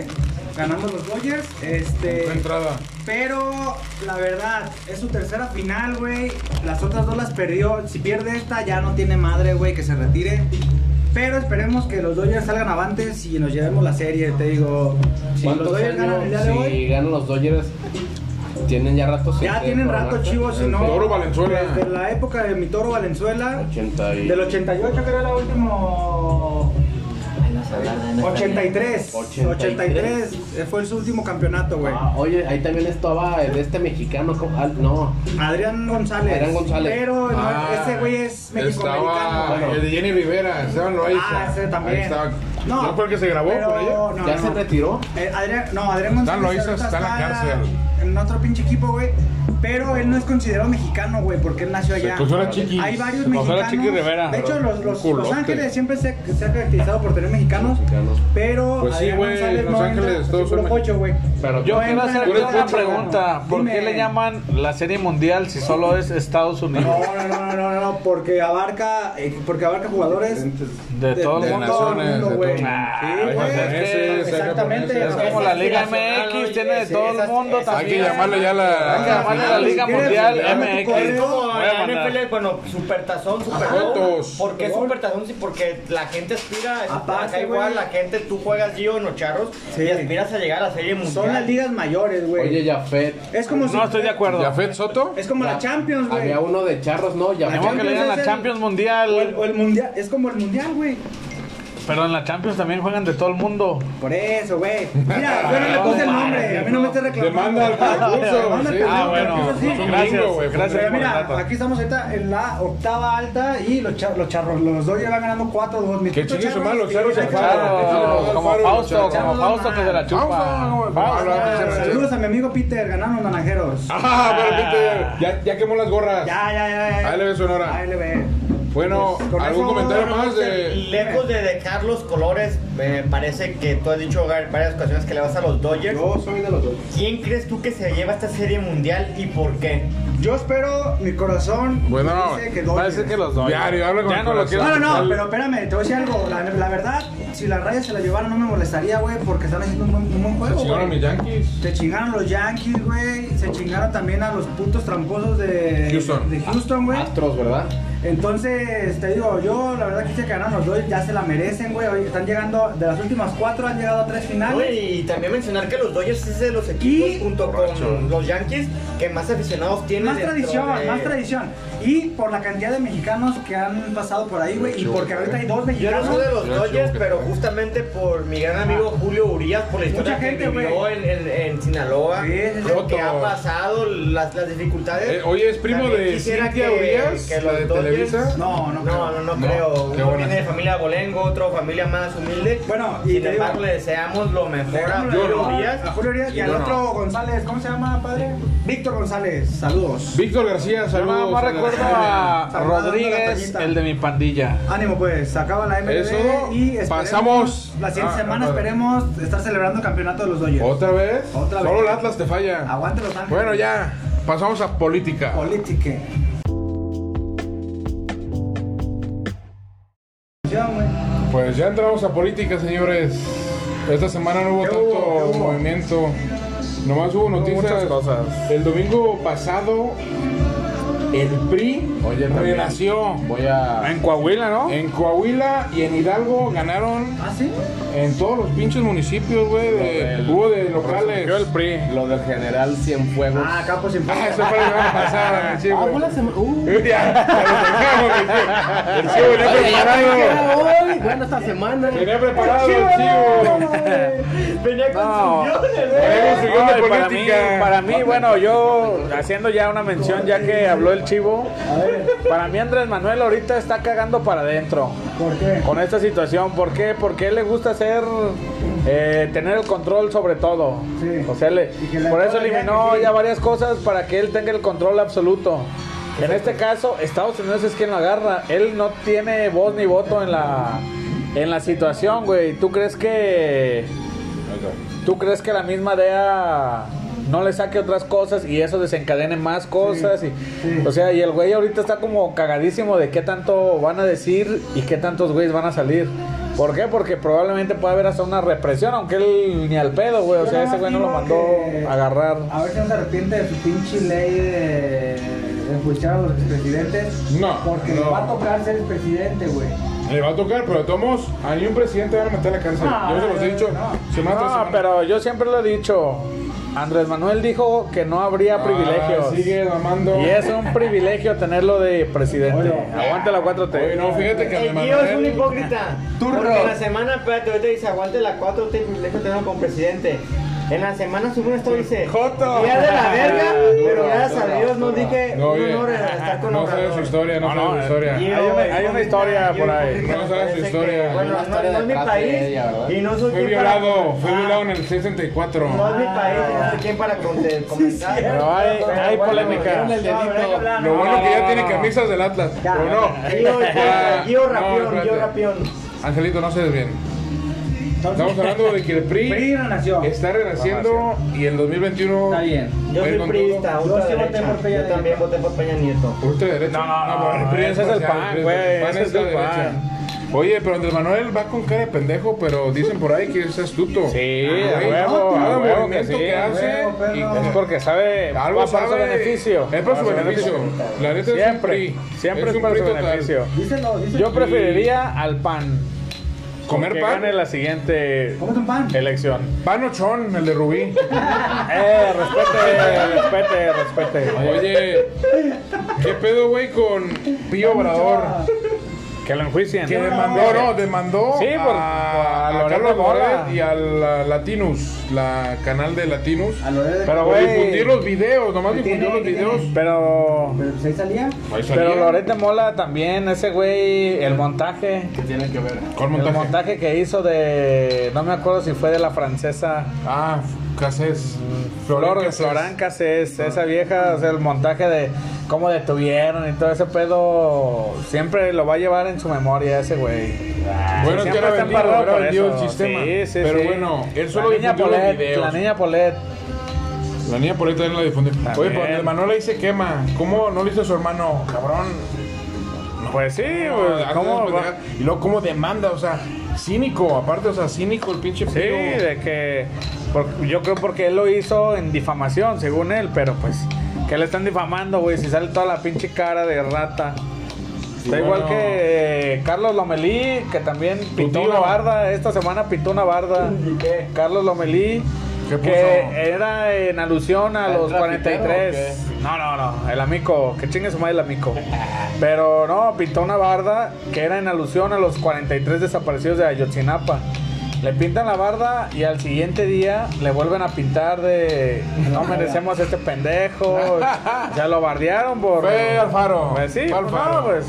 Speaker 7: Ganando los Dodgers.
Speaker 3: Una
Speaker 7: Este.
Speaker 3: entrada.
Speaker 7: Pero la verdad, es su tercera final, güey. Las otras dos las perdió. Si pierde esta, ya no tiene madre, güey, que se retire. Pero esperemos que los Dodgers salgan avantes y nos llevemos la serie, te digo. Si los
Speaker 4: ¿Cuántos
Speaker 7: Dodgers ganan el día
Speaker 4: años?
Speaker 7: de hoy.
Speaker 4: Si ganan los Dodgers, tienen ya rato sin
Speaker 7: Ya
Speaker 4: que
Speaker 7: tienen
Speaker 4: coronarse.
Speaker 7: rato, chivos, si no.
Speaker 3: Toro Valenzuela.
Speaker 7: Desde la época de mi Toro Valenzuela.
Speaker 4: 80 y...
Speaker 7: Del 88 que era la última 83.
Speaker 4: 83.
Speaker 7: 83 eh, fue su último campeonato, güey.
Speaker 4: Ah, oye, ahí también estaba el de este mexicano. ¿cómo? Ah, no,
Speaker 7: Adrián González.
Speaker 4: Adrián González.
Speaker 7: Pero no,
Speaker 3: Ah,
Speaker 7: ese güey es mexicoamericano.
Speaker 3: Estaba el de Jenny Rivera, Esteban Loaiza.
Speaker 7: Ah, ese también.
Speaker 3: Ahí estaba. No, fue el que se grabó
Speaker 7: pero
Speaker 3: por ella.
Speaker 7: no,
Speaker 4: ya
Speaker 7: no.
Speaker 4: se retiró.
Speaker 7: Eh, Adrián, no, Adrián González.
Speaker 3: Loaiza,
Speaker 7: ahorita
Speaker 3: está en la cárcel.
Speaker 7: En otro pinche equipo, güey. Pero él no es considerado mexicano, güey, porque él nació allá.
Speaker 3: cogió la chiqui.
Speaker 7: Hay varios
Speaker 6: Se cogió
Speaker 7: mexicanos.
Speaker 6: la Chiqui Rivera.
Speaker 7: De hecho, los, los,
Speaker 3: Culote.
Speaker 7: Los Ángeles siempre se, se ha caracterizado por tener mexicanos. Pero
Speaker 3: Pues sí,
Speaker 7: Adrián
Speaker 3: güey,
Speaker 7: González
Speaker 3: Los
Speaker 7: no entra
Speaker 3: Ángeles,
Speaker 7: por su
Speaker 3: todos son
Speaker 7: puro cocho, güey.
Speaker 3: Pero
Speaker 6: Yo
Speaker 3: no
Speaker 6: quiero
Speaker 3: entra-
Speaker 6: hacerte
Speaker 3: tú eres
Speaker 6: una
Speaker 3: puto.
Speaker 6: pregunta. ¿Por
Speaker 7: Dime.
Speaker 6: qué le llaman la serie mundial si solo es Estados Unidos?
Speaker 7: No, no, no, no, no, no, porque abarca, eh, porque abarca jugadores
Speaker 6: De todo el
Speaker 3: de
Speaker 6: mundo.
Speaker 7: todo
Speaker 3: naciones, de
Speaker 7: güey.
Speaker 3: todo. Ah,
Speaker 7: Sí,
Speaker 3: hay
Speaker 7: güey,
Speaker 3: japoneses, hay
Speaker 7: exactamente.
Speaker 3: japoneses.
Speaker 6: Es como la Liga
Speaker 5: Aspiracional,
Speaker 6: MX,
Speaker 5: oye,
Speaker 6: tiene de
Speaker 5: sí,
Speaker 6: todo
Speaker 5: esas-
Speaker 6: el mundo
Speaker 5: esas-
Speaker 3: Hay que
Speaker 6: también.
Speaker 3: llamarle ya
Speaker 6: Hay que llamarle a la Liga
Speaker 7: Si Ah, quieres,
Speaker 6: Mundial
Speaker 7: llama tu
Speaker 5: Es
Speaker 6: MX.
Speaker 7: correo.
Speaker 5: como
Speaker 6: Voy a
Speaker 5: la
Speaker 6: mandar.
Speaker 5: NFL, bueno, supertazón, supertazón.
Speaker 3: Apuestos.
Speaker 5: ¿Por qué supertazón? Sí, porque la gente aspira, es-
Speaker 7: Aparte,
Speaker 5: acá igual
Speaker 7: güey.
Speaker 5: la gente, tú juegas Gio en los charros
Speaker 7: Sí.
Speaker 5: y aspiras a llegar a la serie mundial.
Speaker 7: Son las ligas mayores,
Speaker 4: Oye,
Speaker 7: güey.
Speaker 4: Jafet.
Speaker 7: Es como si.
Speaker 6: No estoy de acuerdo.
Speaker 3: ¿Jafet Soto?
Speaker 7: Es como la
Speaker 4: Ya,
Speaker 7: Champions, güey.
Speaker 4: Había uno de charros, no, Jafet.
Speaker 6: Tenemos que le digan
Speaker 7: es
Speaker 6: la
Speaker 7: el-
Speaker 6: Champions
Speaker 7: O el,
Speaker 6: Mundial.
Speaker 7: o el mundial, es como el mundial, güey.
Speaker 6: Pero en la Champions también juegan de todo el mundo.
Speaker 7: Por eso, güey.
Speaker 6: <laughs>
Speaker 7: Mira, yo no le puse el nombre. A mí no me esté reclamando. <laughs>
Speaker 3: Demanda al concurso.
Speaker 7: Demanda al
Speaker 3: sí.
Speaker 6: Ah,
Speaker 7: concurso,
Speaker 6: bueno.
Speaker 7: eso sí.
Speaker 6: Gracias,
Speaker 3: Domingo, güey, pues fue
Speaker 6: gracias
Speaker 7: Pero
Speaker 6: por el
Speaker 7: mira,
Speaker 6: dato.
Speaker 7: aquí estamos ahorita en la octava alta y los, cha- los charros, los dos ya van ganando 4-2. Mis
Speaker 3: Que
Speaker 7: putos
Speaker 3: chingue su
Speaker 7: charros,
Speaker 3: madre, los charros
Speaker 7: sí,
Speaker 3: se
Speaker 6: Claro, como Fausto, como Fausto que se la
Speaker 3: Fausto,
Speaker 6: chupa.
Speaker 3: Fausto.
Speaker 7: Ah, Saludos a mi amigo Peter, ganaron naranjeros.
Speaker 3: Ah, pero viste, ya, ya quemó las gorras.
Speaker 7: Ya, ya, ya, ya.
Speaker 3: ALB Sonora.
Speaker 7: ALB.
Speaker 3: Bueno,
Speaker 7: Pues, con
Speaker 3: ¿algún
Speaker 7: eso-
Speaker 3: comentario más de.?
Speaker 5: Lejos de dejar los colores, me parece que tú has dicho en varias ocasiones que le vas a los Dodgers.
Speaker 9: Yo soy de los dos.
Speaker 5: ¿Quién crees tú que se lleva esta serie mundial y por qué?
Speaker 7: Yo espero, mi corazón
Speaker 3: Bueno,
Speaker 7: dice que
Speaker 6: Parece
Speaker 7: Dodgers.
Speaker 6: que los doy.
Speaker 3: Diario, habla con
Speaker 6: ya
Speaker 3: el
Speaker 6: no lo
Speaker 3: corazón.
Speaker 6: quiero.
Speaker 7: No, no, no,
Speaker 6: escuchar.
Speaker 7: pero espérame, te voy a decir algo. La, la verdad, si las rayas se la llevaran no me molestaría, güey, porque están haciendo un buen, un buen
Speaker 3: Se
Speaker 7: juego.
Speaker 3: chingaron
Speaker 7: güey.
Speaker 3: mis Yankees.
Speaker 7: Se chingaron los Yankees, güey. Se chingaron también a los putos tramposos de
Speaker 3: Houston.
Speaker 7: de Houston, güey.
Speaker 4: Astros, ¿verdad?
Speaker 7: Entonces, te digo, yo la verdad quise que ganaron los dos, ya se la merecen, güey. Oye, Están llegando, de las últimas cuatro han llegado a tres
Speaker 5: Oye,
Speaker 7: finales.
Speaker 5: Y también mencionar que los Dodgers es de los equipos,
Speaker 7: Y-
Speaker 5: junto con los Yankees, que más aficionados tienen.
Speaker 7: Más
Speaker 5: dentro
Speaker 7: tradición,
Speaker 5: de-
Speaker 7: más tradición. Y por la cantidad de mexicanos que han pasado por ahí, güey. Y porque ahorita hay dos
Speaker 5: Yo no
Speaker 7: mexicanos.
Speaker 5: soy de los
Speaker 3: Yo
Speaker 5: Dodgers,
Speaker 3: creo que
Speaker 5: pero
Speaker 3: sí.
Speaker 5: justamente por mi gran amigo Julio Urias, por la historia
Speaker 7: Ah. Mucha
Speaker 5: que
Speaker 7: gente,
Speaker 5: vivió
Speaker 7: güey.
Speaker 5: en, en- en Sinaloa,
Speaker 7: Sí, sí, sí.
Speaker 5: lo que ha
Speaker 3: Otro.
Speaker 5: pasado, las, las dificultades.
Speaker 3: Eh, oye, ¿es primo
Speaker 5: También
Speaker 3: de
Speaker 5: quisiera
Speaker 3: Cintia Urias, la de Televisa?
Speaker 7: No, no, creo.
Speaker 5: No, no, no
Speaker 3: No,
Speaker 5: creo.
Speaker 3: qué
Speaker 5: Uno
Speaker 3: bueno.
Speaker 5: viene de familia Bolengo, otro familia más humilde.
Speaker 7: Bueno, y
Speaker 5: sin
Speaker 7: te digo-
Speaker 5: embargo, le deseamos lo mejor a
Speaker 7: Dejándole
Speaker 5: Julio
Speaker 7: a-
Speaker 5: Urias.
Speaker 7: A Julio Urias y
Speaker 3: Yo
Speaker 7: al
Speaker 3: no.
Speaker 7: otro González, ¿cómo se llama, padre? Víctor González, saludos.
Speaker 3: Víctor García,
Speaker 6: Yo nada
Speaker 3: saludos.
Speaker 6: más
Speaker 3: a la
Speaker 6: recuerdo
Speaker 3: familia.
Speaker 6: a
Speaker 7: Saludando a la
Speaker 6: Rodríguez,
Speaker 7: tallita.
Speaker 6: el de mi pandilla.
Speaker 7: Ánimo pues, se acaba la MLB
Speaker 3: Eso,
Speaker 7: y esperemos-
Speaker 3: pasamos.
Speaker 7: La siguiente
Speaker 3: Ah,
Speaker 7: semana
Speaker 3: ah,
Speaker 7: esperemos estar celebrando el campeonato de los Dodgers.
Speaker 3: ¿Otra vez?
Speaker 7: Otra
Speaker 3: Solo
Speaker 7: vez.
Speaker 3: el Atlas te falla.
Speaker 7: Aguante Los Ángeles.
Speaker 3: Bueno, ya. Pasamos a política.
Speaker 7: Politique. Ya, güey.
Speaker 3: Pues ya entramos a política, señores. Esta semana no hubo
Speaker 7: ¿Qué
Speaker 3: tanto
Speaker 7: hubo? ¿Qué hubo?
Speaker 3: movimiento. Nomás hubo noticias.
Speaker 6: muchas cosas.
Speaker 3: El domingo pasado, el PRI
Speaker 1: Oye, también.
Speaker 3: renació.
Speaker 1: Voy a.
Speaker 6: En Coahuila, ¿no?
Speaker 3: En Coahuila y en Hidalgo ganaron
Speaker 7: ¿Ah, sí?
Speaker 3: en todos los pinches municipios, güey. de- Hubo de locales.
Speaker 6: Yo el PRI.
Speaker 1: Lo del general Cienfuegos.
Speaker 7: Ah,
Speaker 5: pues,
Speaker 7: Capo sin
Speaker 3: Ah, eso fue la semana pasada, el chivo.
Speaker 1: Ah, fue la semana. Uh.
Speaker 3: Ya, ya lo dejamos, el chivo. El chivo venía preparado.
Speaker 1: Hoy, bueno, esta semana.
Speaker 3: Venía preparado el chivo.
Speaker 5: Venía con
Speaker 6: No.
Speaker 5: sus guiones,
Speaker 3: Venía
Speaker 5: ¿eh?
Speaker 3: con su guión de
Speaker 6: Ay, para mí,
Speaker 3: política.
Speaker 6: para mí, bueno, yo haciendo ya una mención, ya que habló el chivo, para mí Andrés Manuel ahorita está cagando para adentro
Speaker 7: ¿Por qué?
Speaker 6: con esta situación. ¿Por qué? Porque él le gusta ser, eh, tener el control sobre todo.
Speaker 7: Sí.
Speaker 6: O sea, le-
Speaker 7: Y que la
Speaker 6: por eso
Speaker 7: economía
Speaker 6: eliminó
Speaker 7: que sí.
Speaker 6: ya varias cosas para que él tenga el control absoluto. En este caso, Estados Unidos es quien lo agarra. Él no tiene voz ni voto en la, en la situación, güey. ¿Tú crees que... ¿Tú crees que la misma DEA no le saque otras cosas y eso desencadene más cosas? y,
Speaker 7: sí.
Speaker 6: O sea, y el güey ahorita está como cagadísimo de qué tanto van a decir y qué tantos güeyes van a salir. ¿Por qué? Porque probablemente puede haber hasta una represión, aunque él ni al pedo, güey. O
Speaker 7: Yo
Speaker 6: sea,
Speaker 7: nada
Speaker 6: ese
Speaker 7: más
Speaker 6: güey no lo
Speaker 7: digo
Speaker 6: mandó
Speaker 7: que-
Speaker 6: a agarrar.
Speaker 7: A ver si no se arrepiente de su pinche ley de enjuiciar a los expresidentes.
Speaker 3: No,
Speaker 7: Porque
Speaker 3: no.
Speaker 7: le va a tocar ser presidente, güey.
Speaker 3: Le va a tocar, pero de todos modos, a ningún presidente van a meter a la cárcel.
Speaker 5: Ah,
Speaker 7: No,
Speaker 3: Yo se los he dicho.
Speaker 7: no.
Speaker 3: semana tras
Speaker 6: No,
Speaker 3: semana.
Speaker 6: pero yo siempre lo he dicho. Andrés Manuel dijo que no habría
Speaker 3: Ah,
Speaker 6: privilegios.
Speaker 3: Sigue mamando.
Speaker 6: Y es un privilegio tenerlo de presidente. Aguante la 4T.
Speaker 3: Oye, no, fíjate que
Speaker 5: El
Speaker 3: Andrés
Speaker 5: tío es un
Speaker 3: Manuel.
Speaker 5: hipócrita.
Speaker 7: Turro.
Speaker 5: Porque en la semana, espérate, ahorita dice, aguante la 4, te privilegio tenerlo con presidente. En la semana sube un estado y dice,
Speaker 6: Joto.
Speaker 5: día de la <laughs> verga, pero
Speaker 6: Turro,
Speaker 5: gracias a
Speaker 6: turro,
Speaker 5: Dios no
Speaker 6: turro.
Speaker 5: dije
Speaker 3: No,
Speaker 5: un
Speaker 3: oye,
Speaker 5: honor estar con
Speaker 3: no sabe
Speaker 5: Obrador.
Speaker 3: su historia, no, sabe su historia.
Speaker 5: Y
Speaker 6: Hay una- hay una
Speaker 5: hipócrita,
Speaker 6: historia por
Speaker 5: y
Speaker 6: ahí.
Speaker 5: hipócrita,
Speaker 3: No sabes
Speaker 5: me parece
Speaker 3: su historia.
Speaker 5: que, Bueno,
Speaker 1: Una
Speaker 5: no,
Speaker 1: historia
Speaker 5: no es mi
Speaker 1: detrás de
Speaker 5: país
Speaker 1: ella, ¿verdad?
Speaker 5: y no soy
Speaker 3: Fue
Speaker 5: quien
Speaker 3: violado,
Speaker 5: para...
Speaker 3: fue
Speaker 5: Ah,
Speaker 3: violado en el 64.
Speaker 5: No es mi país, no soy quien para con- comentar.
Speaker 6: Pero hay- hay polémica.
Speaker 5: el delito.
Speaker 7: No, habrá que hablar,
Speaker 3: Lo
Speaker 7: ¿no?
Speaker 3: bueno que
Speaker 6: no,
Speaker 3: ya
Speaker 6: no,
Speaker 3: tiene
Speaker 6: no.
Speaker 3: camisas del Atlas. Pero no.
Speaker 5: Guío,
Speaker 3: Ya.
Speaker 5: guío
Speaker 3: No,
Speaker 5: rapión, guío
Speaker 3: espérate.
Speaker 5: rapión.
Speaker 3: Angelito, no se desvíen. Estamos hablando de que el
Speaker 7: PRI
Speaker 3: PRI
Speaker 7: no nació.
Speaker 3: está renaciendo y el 2021.
Speaker 7: Está bien.
Speaker 5: Yo
Speaker 3: Voy
Speaker 5: soy
Speaker 3: con
Speaker 5: priista,
Speaker 3: todo.
Speaker 5: ultra
Speaker 7: Yo sí voté por Peña
Speaker 5: derecha. Yo
Speaker 7: Nieto.
Speaker 5: también voté por Peña Nieto.
Speaker 3: Ultraderecha.
Speaker 6: No, no, no,
Speaker 3: pero
Speaker 6: ese es el
Speaker 3: parcial,
Speaker 6: PAN,
Speaker 3: el
Speaker 6: güey,
Speaker 3: PAN
Speaker 6: ese es el
Speaker 3: la
Speaker 6: PAN.
Speaker 3: derecha. Oye, pero Andrés Manuel va con cara de pendejo, pero dicen por ahí que es astuto. Ah,
Speaker 6: Sí,
Speaker 3: Güey,
Speaker 6: a huevo,
Speaker 3: cada
Speaker 6: a huevo que
Speaker 3: movimiento
Speaker 6: sí.
Speaker 3: que
Speaker 6: a
Speaker 3: hace
Speaker 7: huevo,
Speaker 3: y-
Speaker 7: perro.
Speaker 6: Es porque sabe,
Speaker 3: Algo
Speaker 6: va para su
Speaker 3: sabe.
Speaker 6: beneficio.
Speaker 3: Es para su
Speaker 6: Para
Speaker 3: beneficio. La neta es un
Speaker 6: Siempre,
Speaker 3: PRI.
Speaker 6: siempre
Speaker 3: Es
Speaker 6: es,
Speaker 3: un
Speaker 6: para
Speaker 3: PRI
Speaker 6: su
Speaker 3: total.
Speaker 6: beneficio.
Speaker 7: Díselo, díselo.
Speaker 6: Yo preferiría al PAN.
Speaker 3: ¿Comer
Speaker 6: que
Speaker 3: pan?
Speaker 6: gane la siguiente
Speaker 7: ¿Cómo es un pan?
Speaker 6: elección.
Speaker 3: Panochón, el de Rubí.
Speaker 6: Eh, respete, respete, respete.
Speaker 3: Oye, ¿qué pedo, güey, con Pío Obrador?
Speaker 6: Que lo enjuicien.
Speaker 3: Que demandó, no, demandó
Speaker 6: Sí, por-
Speaker 3: a,
Speaker 6: a
Speaker 3: a
Speaker 6: Lorena
Speaker 3: Carlos
Speaker 6: Mola.
Speaker 3: Moret y a la Latinus, la canal de Latinus.
Speaker 7: A lo de.
Speaker 6: Pero,
Speaker 3: Por
Speaker 6: güey.
Speaker 3: difundir los videos, nomás
Speaker 7: ¿Qué
Speaker 3: difundió los
Speaker 7: tiene? ¿Qué
Speaker 3: videos.
Speaker 6: Pero.
Speaker 7: Pero pues ahí salía.
Speaker 3: Ahí salía.
Speaker 6: Pero Lorete Mola también, ese güey, el montaje.
Speaker 3: ¿Cuál
Speaker 6: El
Speaker 3: montaje?
Speaker 6: montaje que hizo de. No me acuerdo si fue de la francesa.
Speaker 3: Ah, Casés. Ah.
Speaker 6: Flor Florán Cassés, esa vieja, o sea, el montaje de cómo detuvieron y todo ese pedo, siempre lo va a llevar en su memoria ese güey.
Speaker 3: Ah, Bueno, es que
Speaker 6: siempre
Speaker 3: era
Speaker 6: está
Speaker 3: vendido,
Speaker 6: embarrado
Speaker 3: era
Speaker 6: por
Speaker 3: vendido
Speaker 6: eso.
Speaker 3: el sistema.
Speaker 6: Sí, sí,
Speaker 3: Pero
Speaker 6: sí.
Speaker 3: bueno, él solo
Speaker 6: la niña
Speaker 3: difundió los
Speaker 6: Polet,
Speaker 3: videos.
Speaker 6: la niña Polet.
Speaker 3: La niña por ahí también la difundió. Oye,
Speaker 6: También.
Speaker 3: pero Andrés Manuel ahí se quema. ¿Cómo no lo hizo su hermano? Cabrón.
Speaker 6: Pues sí,
Speaker 3: No,
Speaker 6: güey,
Speaker 3: hace
Speaker 6: ¿cómo
Speaker 3: esas
Speaker 6: va?
Speaker 3: pendejadas. Y luego, ¿cómo demanda? O sea, cínico. Aparte, o sea, cínico el pinche
Speaker 6: Sí, de que por- yo creo porque él lo hizo en difamación, según él, pero pues que le están difamando, güey, si sale toda la pinche cara de rata. Está
Speaker 3: Y
Speaker 6: igual
Speaker 3: bueno.
Speaker 6: que eh, Carlos Lomelí, que también pintó
Speaker 3: tío.
Speaker 6: una barda, esta semana pintó una barda. Carlos Lomelí,
Speaker 3: ¿Qué puso?
Speaker 6: que era en alusión a
Speaker 10: ¿El
Speaker 6: los
Speaker 10: traficero
Speaker 6: 43. No, no, no, el amigo, que chingue su madre el amigo. Pero no, pintó una barda que era en alusión a los 43 desaparecidos de Ayotzinapa. Le pintan la barda y al siguiente día le vuelven a pintar de
Speaker 3: <laughs>
Speaker 6: no merecemos a este pendejo. Ya lo bardearon por.
Speaker 3: Fue Alfaro.
Speaker 6: Pues sí,
Speaker 3: Fue
Speaker 6: pues
Speaker 3: Alfaro.
Speaker 6: no, pues.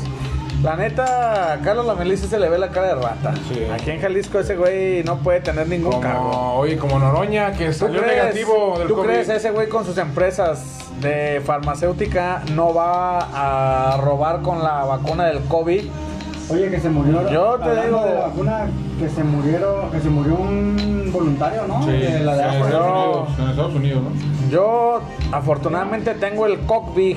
Speaker 6: La neta, a Carlos Lomelí sí se le ve la cara de rata.
Speaker 3: Sí.
Speaker 6: Aquí en Jalisco ese güey no puede tener ningún cargo.
Speaker 3: Como, oye, como Noroña, que
Speaker 6: ¿Tú
Speaker 3: salió
Speaker 6: crees,
Speaker 3: negativo del
Speaker 6: tú
Speaker 3: COVID.
Speaker 6: crees ese güey con sus empresas de farmacéutica no va a robar con la vacuna del COVID?
Speaker 7: Oye, que se murió.
Speaker 6: Yo te
Speaker 7: hablando
Speaker 6: digo-
Speaker 7: de la vacuna, que se murieron, que se murió un voluntario, ¿no?
Speaker 3: Sí,
Speaker 7: De la de
Speaker 3: en,
Speaker 7: África.
Speaker 6: Yo-
Speaker 3: Estados Unidos, en Estados Unidos, ¿no?
Speaker 6: Yo afortunadamente tengo el COVID,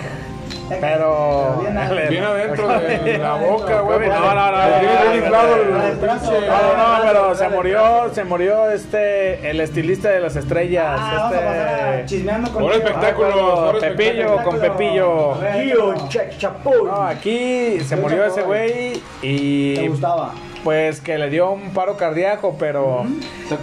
Speaker 6: pero...
Speaker 7: Bien
Speaker 6: <laughs>
Speaker 7: adentro.
Speaker 3: Bien adentro de la boca, güey.
Speaker 6: No, no, no, no,
Speaker 3: Le tiene
Speaker 6: no,
Speaker 3: bien
Speaker 6: no,
Speaker 3: inflado
Speaker 6: no, no,
Speaker 3: el pinche.
Speaker 6: No, no, pero se murió, se murió este, el estilista de las estrellas.
Speaker 7: Ah, vamos a pasar a
Speaker 6: este...
Speaker 7: chismeando con Ah,
Speaker 3: Ahora
Speaker 7: Cheo.
Speaker 3: espectáculos, ahora espectáculos.
Speaker 6: Pepillo, con Pepillo.
Speaker 7: Cheo, che- Chapul.
Speaker 6: No, aquí se murió ese güey y...
Speaker 7: ¿Te gustaba?
Speaker 6: Pues que le dio un paro cardíaco, pero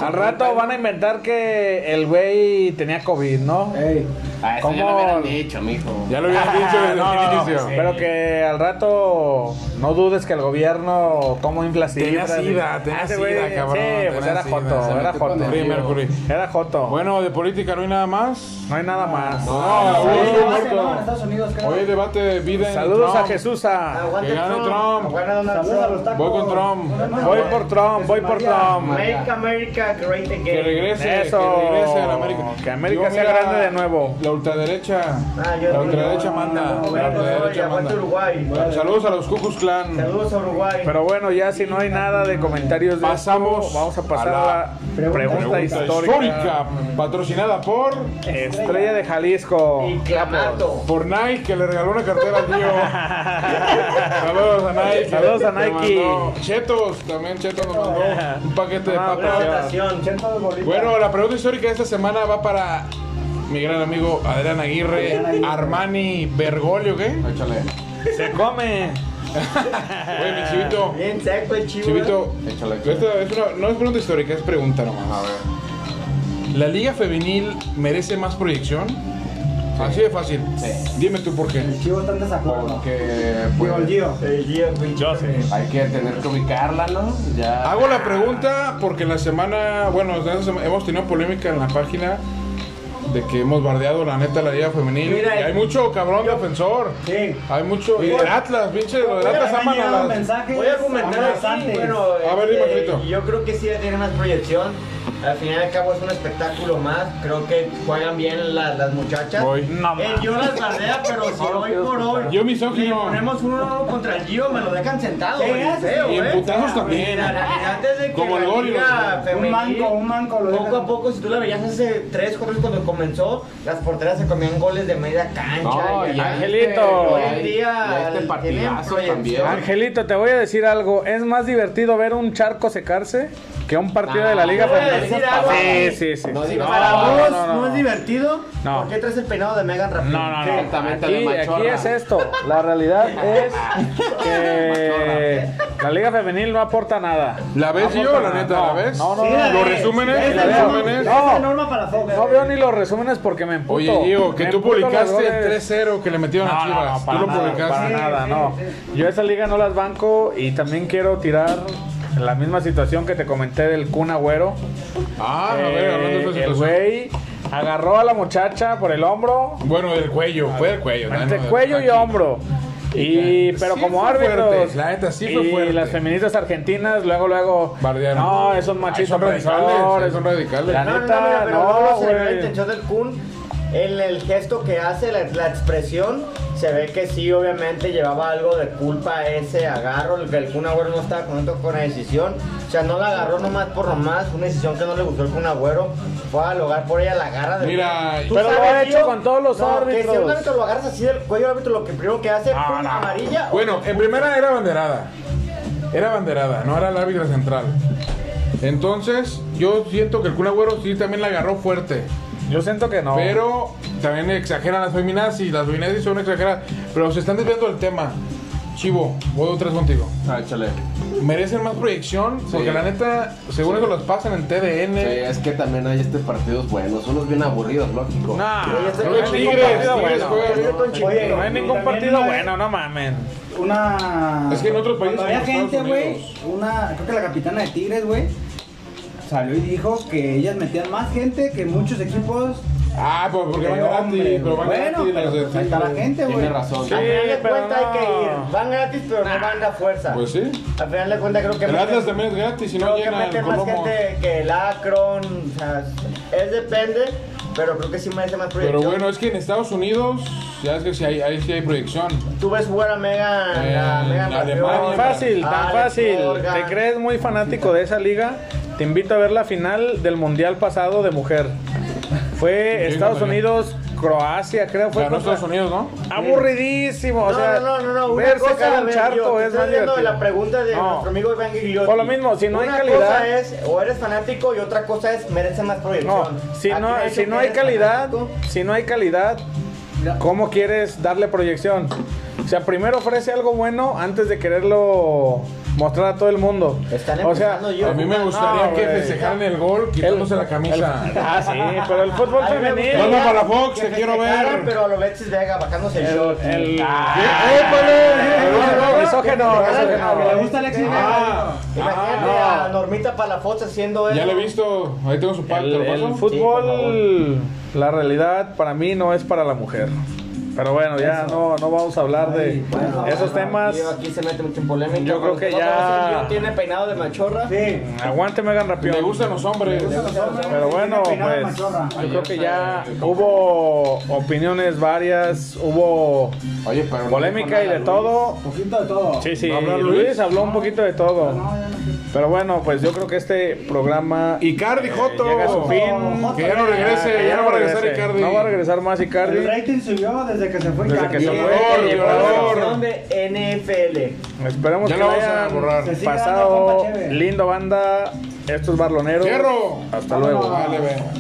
Speaker 6: al rato van a inventar que el güey tenía COVID, ¿no?
Speaker 7: Ey,
Speaker 4: Ah, eso ya
Speaker 6: ¿Cómo? Ah,
Speaker 4: lo hubieran dicho, mijo.
Speaker 3: Ya lo habían dicho desde
Speaker 6: No, no,
Speaker 3: el
Speaker 6: no,
Speaker 3: inicio.
Speaker 6: Pero que al rato no dudes que el gobierno cómo infla
Speaker 3: Tenía
Speaker 6: cifras.
Speaker 3: sida, tenía
Speaker 6: "Ah, Ese
Speaker 3: sida,
Speaker 6: güey,
Speaker 3: cabrón,
Speaker 6: Sí, pues
Speaker 3: tenía sida,
Speaker 6: era
Speaker 3: se
Speaker 6: joto, era
Speaker 3: metió con
Speaker 6: joto.
Speaker 3: Freddie Mercury.
Speaker 6: Era joto.
Speaker 3: Bueno, de política no hay nada más.
Speaker 6: no hay nada más.
Speaker 3: No,
Speaker 7: Oye,
Speaker 3: hoy,
Speaker 7: ¿no?
Speaker 3: muerto.
Speaker 7: En Estados Unidos, creo.
Speaker 3: Hoy hay debate de vida en
Speaker 6: Saludos a
Speaker 3: Trump.
Speaker 6: Jesús. a-
Speaker 5: Aguante
Speaker 3: Que gane Trump.
Speaker 5: Aguanta Donald
Speaker 7: Saludos a los
Speaker 5: Trump.
Speaker 7: tacos.
Speaker 3: Voy con Trump.
Speaker 6: Voy por Trump, voy por Trump.
Speaker 5: Make America Great Again.
Speaker 3: Que regrese,
Speaker 6: Eso.
Speaker 3: que regrese a la América.
Speaker 6: Que América sea grande de nuevo.
Speaker 3: La ultraderecha.
Speaker 5: Ah, yo
Speaker 3: la
Speaker 5: no,
Speaker 3: ultraderecha
Speaker 5: no,
Speaker 3: manda.
Speaker 5: no,
Speaker 3: la
Speaker 5: bueno, soy,
Speaker 3: ultraderecha
Speaker 5: aguante
Speaker 3: manda.
Speaker 5: Uruguay.
Speaker 3: Saludos a los Cucus Clan.
Speaker 5: Saludos a Uruguay.
Speaker 6: Pero bueno, ya si no hay nada de comentarios de
Speaker 3: Pasamos
Speaker 6: esto, vamos a pasar
Speaker 3: a
Speaker 6: a
Speaker 3: la
Speaker 6: la pregunta, histórica.
Speaker 3: histórica. Patrocinada por,
Speaker 6: Estrella de Jalisco.
Speaker 5: y Clamato.
Speaker 3: por Nike, que le regaló una cartera al tío. Saludos a Nike.
Speaker 6: Saludos a
Speaker 3: que
Speaker 6: Nike.
Speaker 3: mandó. Chetos, también Chetos nos mandó un paquete de
Speaker 6: Ah,
Speaker 3: papas.
Speaker 5: Votación.
Speaker 3: Bueno, la pregunta histórica de esta semana va para mi gran amigo Adrián Aguirre, Armani Bergoglio, ¿qué? Échale.
Speaker 6: Se come.
Speaker 3: Oye, mi chivito.
Speaker 5: Bien seco el chivo.
Speaker 3: Chivito, esta es una- no es pregunta histórica, es pregunta nomás. ¿La liga femenil merece más proyección? Así de fácil. Dime tú por qué.
Speaker 7: El Chivo está en desacuerdo.
Speaker 3: Porque
Speaker 7: Digo, el Gio.
Speaker 5: El Gio, güey.
Speaker 4: pues, Hay que tener que ubicarla, ¿no?
Speaker 7: Ah.
Speaker 4: Ya.
Speaker 3: Hago la pregunta porque en la semana, bueno, en esta sema- hemos tenido polémica en la página de que hemos bardeado la neta la liga femenil.
Speaker 5: Mira,
Speaker 3: Y hay mucho cabrón defensor.
Speaker 7: Sí,
Speaker 3: Hay mucho. Y el Atlas, pinche, lo del
Speaker 7: Oye,
Speaker 3: Atlas
Speaker 7: me han
Speaker 3: aman a
Speaker 7: llegado
Speaker 3: las-
Speaker 7: mensajes
Speaker 5: Voy a comentar así,
Speaker 7: amenazantes.
Speaker 5: bueno,
Speaker 3: A ver, dime,
Speaker 5: este,
Speaker 3: Frito.
Speaker 5: yo creo que sí tiene más proyección. Al final y al cabo es un espectáculo más. Creo que juegan bien la- las muchachas.
Speaker 3: Voy.
Speaker 5: No, eh, yo las bardea, pero si hoy por hoy
Speaker 3: Yo misógino.
Speaker 5: le ponemos uno a uno contra el Gio, me lo dejan sentado.
Speaker 7: ¿Qué
Speaker 5: güey,
Speaker 7: haces?
Speaker 5: feo,
Speaker 3: Y en
Speaker 5: eh.
Speaker 3: putazos también.
Speaker 5: Mira, antes de que
Speaker 3: Como el
Speaker 5: la
Speaker 3: gol y
Speaker 5: liga
Speaker 3: los-
Speaker 5: femenil,
Speaker 7: Un manco, un manco lo
Speaker 5: Poco
Speaker 7: dejan.
Speaker 5: a poco, si tú la veías hace 3, 4 años cuando comenzó, las porteras se comían goles de media cancha.
Speaker 4: No,
Speaker 5: y
Speaker 4: y
Speaker 5: acá.
Speaker 6: Angelito.
Speaker 5: Hoy en
Speaker 4: Y
Speaker 5: día
Speaker 4: este partidazo
Speaker 5: tienen
Speaker 4: también.
Speaker 5: proyección.
Speaker 6: Angelito, te voy a decir algo. Es más divertido ver un charco secarse que un partido de la Liga
Speaker 5: Te voy a
Speaker 6: Femenil.
Speaker 5: decir algo.
Speaker 6: Sí, sí, sí.
Speaker 4: No
Speaker 6: sí.
Speaker 4: digas
Speaker 5: Para
Speaker 4: No,
Speaker 5: vos
Speaker 6: no, no,
Speaker 5: no
Speaker 6: no.
Speaker 5: es divertido.
Speaker 6: No.
Speaker 5: ¿Por qué traes el peinado de Megan Rapinoe?
Speaker 6: No, no, no.
Speaker 4: Exactamente,
Speaker 6: Aquí,
Speaker 4: de machorra.
Speaker 6: aquí es esto. La realidad es que la Liga Femenil no aporta nada.
Speaker 3: ¿La ves
Speaker 6: No
Speaker 3: yo,
Speaker 6: aporta
Speaker 3: la
Speaker 6: nada.
Speaker 3: neta?
Speaker 6: No,
Speaker 3: ¿La ves?
Speaker 6: No, no,
Speaker 7: Sí,
Speaker 6: no,
Speaker 7: la
Speaker 6: no.
Speaker 3: Los
Speaker 7: ves.
Speaker 3: resúmenes,
Speaker 7: Es
Speaker 3: los
Speaker 6: eh. la veo.
Speaker 3: resúmenes.
Speaker 6: No.
Speaker 7: Es la norma para Fox.
Speaker 6: No veo ni los resúmenes porque me emputo.
Speaker 3: Oye, Diego, que
Speaker 6: Me
Speaker 3: tú
Speaker 6: emputo los
Speaker 3: publicaste
Speaker 6: goles.
Speaker 3: 3-0 que le metieron a
Speaker 6: No, no,
Speaker 3: Chivas.
Speaker 6: no, para
Speaker 3: tú lo
Speaker 6: nada,
Speaker 3: publicaste.
Speaker 6: Para nada, no. Yo esa liga no las banco y también quiero tirar la misma situación que te comenté del Kun Agüero.
Speaker 3: Ah, a ver, hablando de esa
Speaker 6: Eh, el
Speaker 3: situación.
Speaker 6: güey agarró a la muchacha por el hombro,
Speaker 3: Bueno, del cuello, fue del cuello.
Speaker 6: entre
Speaker 3: ¿no?
Speaker 6: cuello y
Speaker 3: Aquí.
Speaker 6: hombro. Y, pero
Speaker 3: Sí
Speaker 6: como
Speaker 3: fue
Speaker 6: árbitros
Speaker 3: fuerte, la neta, sí fue
Speaker 6: y
Speaker 3: fuerte.
Speaker 6: las feministas argentinas luego luego
Speaker 3: Bardearon.
Speaker 6: no esos
Speaker 3: Ay,
Speaker 6: machistas
Speaker 3: son radicales,
Speaker 6: pecadores.
Speaker 3: son radicales.
Speaker 6: la
Speaker 5: No, no, no,
Speaker 6: neta
Speaker 5: pero
Speaker 6: no
Speaker 5: vamos a ver la
Speaker 6: güey
Speaker 5: intención del Kun. en el gesto que hace, la, la expresión, se ve que sí, obviamente llevaba algo de culpa ese agarro, el que el Kun Agüero no estaba contento con la decisión, o sea, no la agarró nomás por nomás, fue una decisión que no le gustó el Kun Agüero, fue a hogar por ella, la agarra de
Speaker 3: Mira,
Speaker 5: Tú
Speaker 6: pero lo
Speaker 5: sabes,
Speaker 6: ha hecho
Speaker 5: tío,
Speaker 6: con todos los
Speaker 5: no, Que si a un
Speaker 6: árbitros.
Speaker 5: árbitro lo agarras así del cuello, el árbitro lo que primero que hace, pum, amarilla.
Speaker 3: Bueno, en primera era banderada. Era banderada, no era la árbitra central. Entonces, yo siento que el Kun Agüero sí también la agarró fuerte.
Speaker 6: Yo siento que no.
Speaker 3: Pero también exageran las feminazis, las feminazis son exageradas. Pero se están desviando del tema. Chivo, voy otra vez contigo.
Speaker 4: Ah, échale. Sí,
Speaker 3: Merecen más proyección, porque la neta, según eso las pasan en TDN.
Speaker 4: es que también hay este partidos buenos, unos bien aburridos, lógico.
Speaker 6: Nah,
Speaker 5: Oye, este
Speaker 3: no,
Speaker 5: con
Speaker 3: Tigres,
Speaker 5: Chico,
Speaker 3: Tigres
Speaker 5: partido
Speaker 3: juega,
Speaker 5: bueno,
Speaker 3: ¿no?
Speaker 5: este con Chico.
Speaker 6: no hay
Speaker 7: y
Speaker 6: ningún
Speaker 7: también
Speaker 6: partido
Speaker 7: hay-
Speaker 6: bueno, no mamen.
Speaker 7: Una.
Speaker 3: Es que en otros países
Speaker 7: Cuando había
Speaker 3: como Estados
Speaker 7: gente, güey.
Speaker 3: Unidos.
Speaker 7: Una. Creo que la capitana de Tigres, güey. Salió y dijo que ellas metían más gente que muchos equipos.
Speaker 3: Ah, pues porque van
Speaker 7: de
Speaker 3: gratis,
Speaker 7: hombres,
Speaker 3: pero
Speaker 7: güey.
Speaker 3: van
Speaker 7: Bueno,
Speaker 3: gratis
Speaker 7: pero
Speaker 3: las de
Speaker 7: pues ahí está la
Speaker 3: Tigres.
Speaker 7: gente, güey.
Speaker 4: Tiene razón.
Speaker 5: Al final de
Speaker 6: pero
Speaker 5: cuentas hay que
Speaker 6: no.
Speaker 5: ir. Van gratis, pero no van a fuerza.
Speaker 3: Pues sí.
Speaker 5: Al final de cuentas creo que
Speaker 3: El Atlas
Speaker 5: meten,
Speaker 3: también es gratis, si no
Speaker 5: creo que
Speaker 3: llena el
Speaker 5: meten más
Speaker 3: Colomo.
Speaker 5: gente que el Akron. O sea, es depende, pero creo que sí merece más proyección.
Speaker 3: Pero bueno, es que en Estados Unidos, ya es que sí hay, ahí sí hay proyección.
Speaker 5: Tú ves jugar a Megan, a
Speaker 3: En
Speaker 5: Megan
Speaker 3: Alemania.
Speaker 5: Rapinoe,
Speaker 3: Tan
Speaker 6: Fácil,
Speaker 5: Alex
Speaker 6: tan fácil.
Speaker 5: Morgan.
Speaker 6: ¿Te crees muy fanático de esa liga? Te invito a ver la final del Mundial pasado de mujer. Fue
Speaker 3: Sí,
Speaker 6: Estados
Speaker 3: ganó ya.
Speaker 6: Unidos, Croacia, creo. Fue
Speaker 3: Ganó
Speaker 6: contra-
Speaker 3: Estados Unidos, ¿no?
Speaker 6: Aburridísimo. o
Speaker 5: No,
Speaker 6: sea,
Speaker 5: no, no, no, no, una
Speaker 6: verse
Speaker 5: cosa,
Speaker 6: cada
Speaker 5: a ver,
Speaker 6: charco
Speaker 5: yo te
Speaker 6: es
Speaker 5: estoy
Speaker 6: más
Speaker 5: hablando de
Speaker 6: divertido.
Speaker 5: la pregunta de
Speaker 6: No.
Speaker 5: nuestro amigo Iván Gigliotti.
Speaker 6: Por lo mismo, si no hay
Speaker 5: una
Speaker 6: calidad-
Speaker 5: cosa es, o eres fanático y otra cosa es, merece más proyección.
Speaker 6: No, si
Speaker 5: Aquí
Speaker 6: no,
Speaker 5: me ha dicho
Speaker 6: si no
Speaker 5: que
Speaker 6: hay
Speaker 5: eres
Speaker 6: calidad,
Speaker 5: fanático.
Speaker 6: si no hay calidad, ¿cómo quieres darle proyección? O sea, primero ofrece algo bueno antes de quererlo mostrar a todo el mundo.
Speaker 5: Están
Speaker 6: o sea,
Speaker 5: empezando, yo.
Speaker 3: A mí me gustaría
Speaker 6: No,
Speaker 3: que
Speaker 6: güey.
Speaker 3: festejaran el gol quitándose la
Speaker 6: el- <laughs>
Speaker 3: camisa.
Speaker 6: ah, sí, pero el fútbol
Speaker 5: A mí me
Speaker 6: femenil.
Speaker 5: gustaría
Speaker 3: Vamos para Fox,
Speaker 5: que
Speaker 3: te quiero
Speaker 5: festejaran,
Speaker 3: ver.
Speaker 5: Pero a lo Betsis Vega bajándose el, short.
Speaker 6: el-
Speaker 3: Ah.
Speaker 5: ¡Épale!
Speaker 6: Misógeno,
Speaker 5: Ah,
Speaker 7: Que
Speaker 5: no.
Speaker 7: le
Speaker 6: misógeno.
Speaker 7: gusta a Alexis
Speaker 3: Ah,
Speaker 7: Vega.
Speaker 5: Imagínate
Speaker 6: Ah, no.
Speaker 5: a Normita Palafox haciendo eso.
Speaker 3: ya lo he visto, ahí tengo su pack,
Speaker 6: El,
Speaker 3: ¿te lo
Speaker 6: el
Speaker 3: paso?
Speaker 6: fútbol, la realidad para mí no es para la mujer. Pero bueno, ya no, no vamos a hablar de
Speaker 5: Bueno,
Speaker 6: esos
Speaker 5: bueno,
Speaker 6: temas.
Speaker 5: tío, Aquí se mete mucho en polémica.
Speaker 6: Yo creo que
Speaker 5: Vamos a
Speaker 6: ya-
Speaker 5: ver si el tío tiene peinado de machorra.
Speaker 7: Sí.
Speaker 6: Aguante Megan Rapión.
Speaker 3: Me gustan los hombres.
Speaker 6: Pero bueno,
Speaker 7: Tiene peinado de
Speaker 6: pues
Speaker 7: machorra.
Speaker 6: yo creo que ya hubo opiniones varias, hubo
Speaker 4: Oye, pero no
Speaker 6: polémica y
Speaker 4: dijo
Speaker 6: de
Speaker 4: nada, Luis.
Speaker 6: todo.
Speaker 7: Poquito de todo.
Speaker 6: Sí, sí,
Speaker 3: ¿Va a hablar
Speaker 6: Luis?
Speaker 3: Luis?
Speaker 6: habló un poquito de todo.
Speaker 7: No, ya no sé.
Speaker 6: Pero bueno, pues yo creo que este programa
Speaker 3: Icardi Joto.
Speaker 6: llega a su fin.
Speaker 7: Joto,
Speaker 3: Que ya no regrese, ya, no va a regresar
Speaker 6: regrese.
Speaker 3: Icardi.
Speaker 6: No va a regresar más Icardi.
Speaker 7: El rating subió desde que se fue
Speaker 6: Desde
Speaker 7: Icardi.
Speaker 6: que se
Speaker 3: Violador,
Speaker 6: fue, que llegó la
Speaker 3: violador.
Speaker 5: Selección de
Speaker 6: Esperemos
Speaker 3: Ya
Speaker 6: que
Speaker 3: lo
Speaker 6: lo
Speaker 3: vamos a borrar.
Speaker 7: Se sigue dando
Speaker 6: pasado
Speaker 7: compa chévere.
Speaker 6: lindo banda. Estos barloneros.
Speaker 3: Fierro.
Speaker 6: Hasta luego.
Speaker 3: Dale, ve.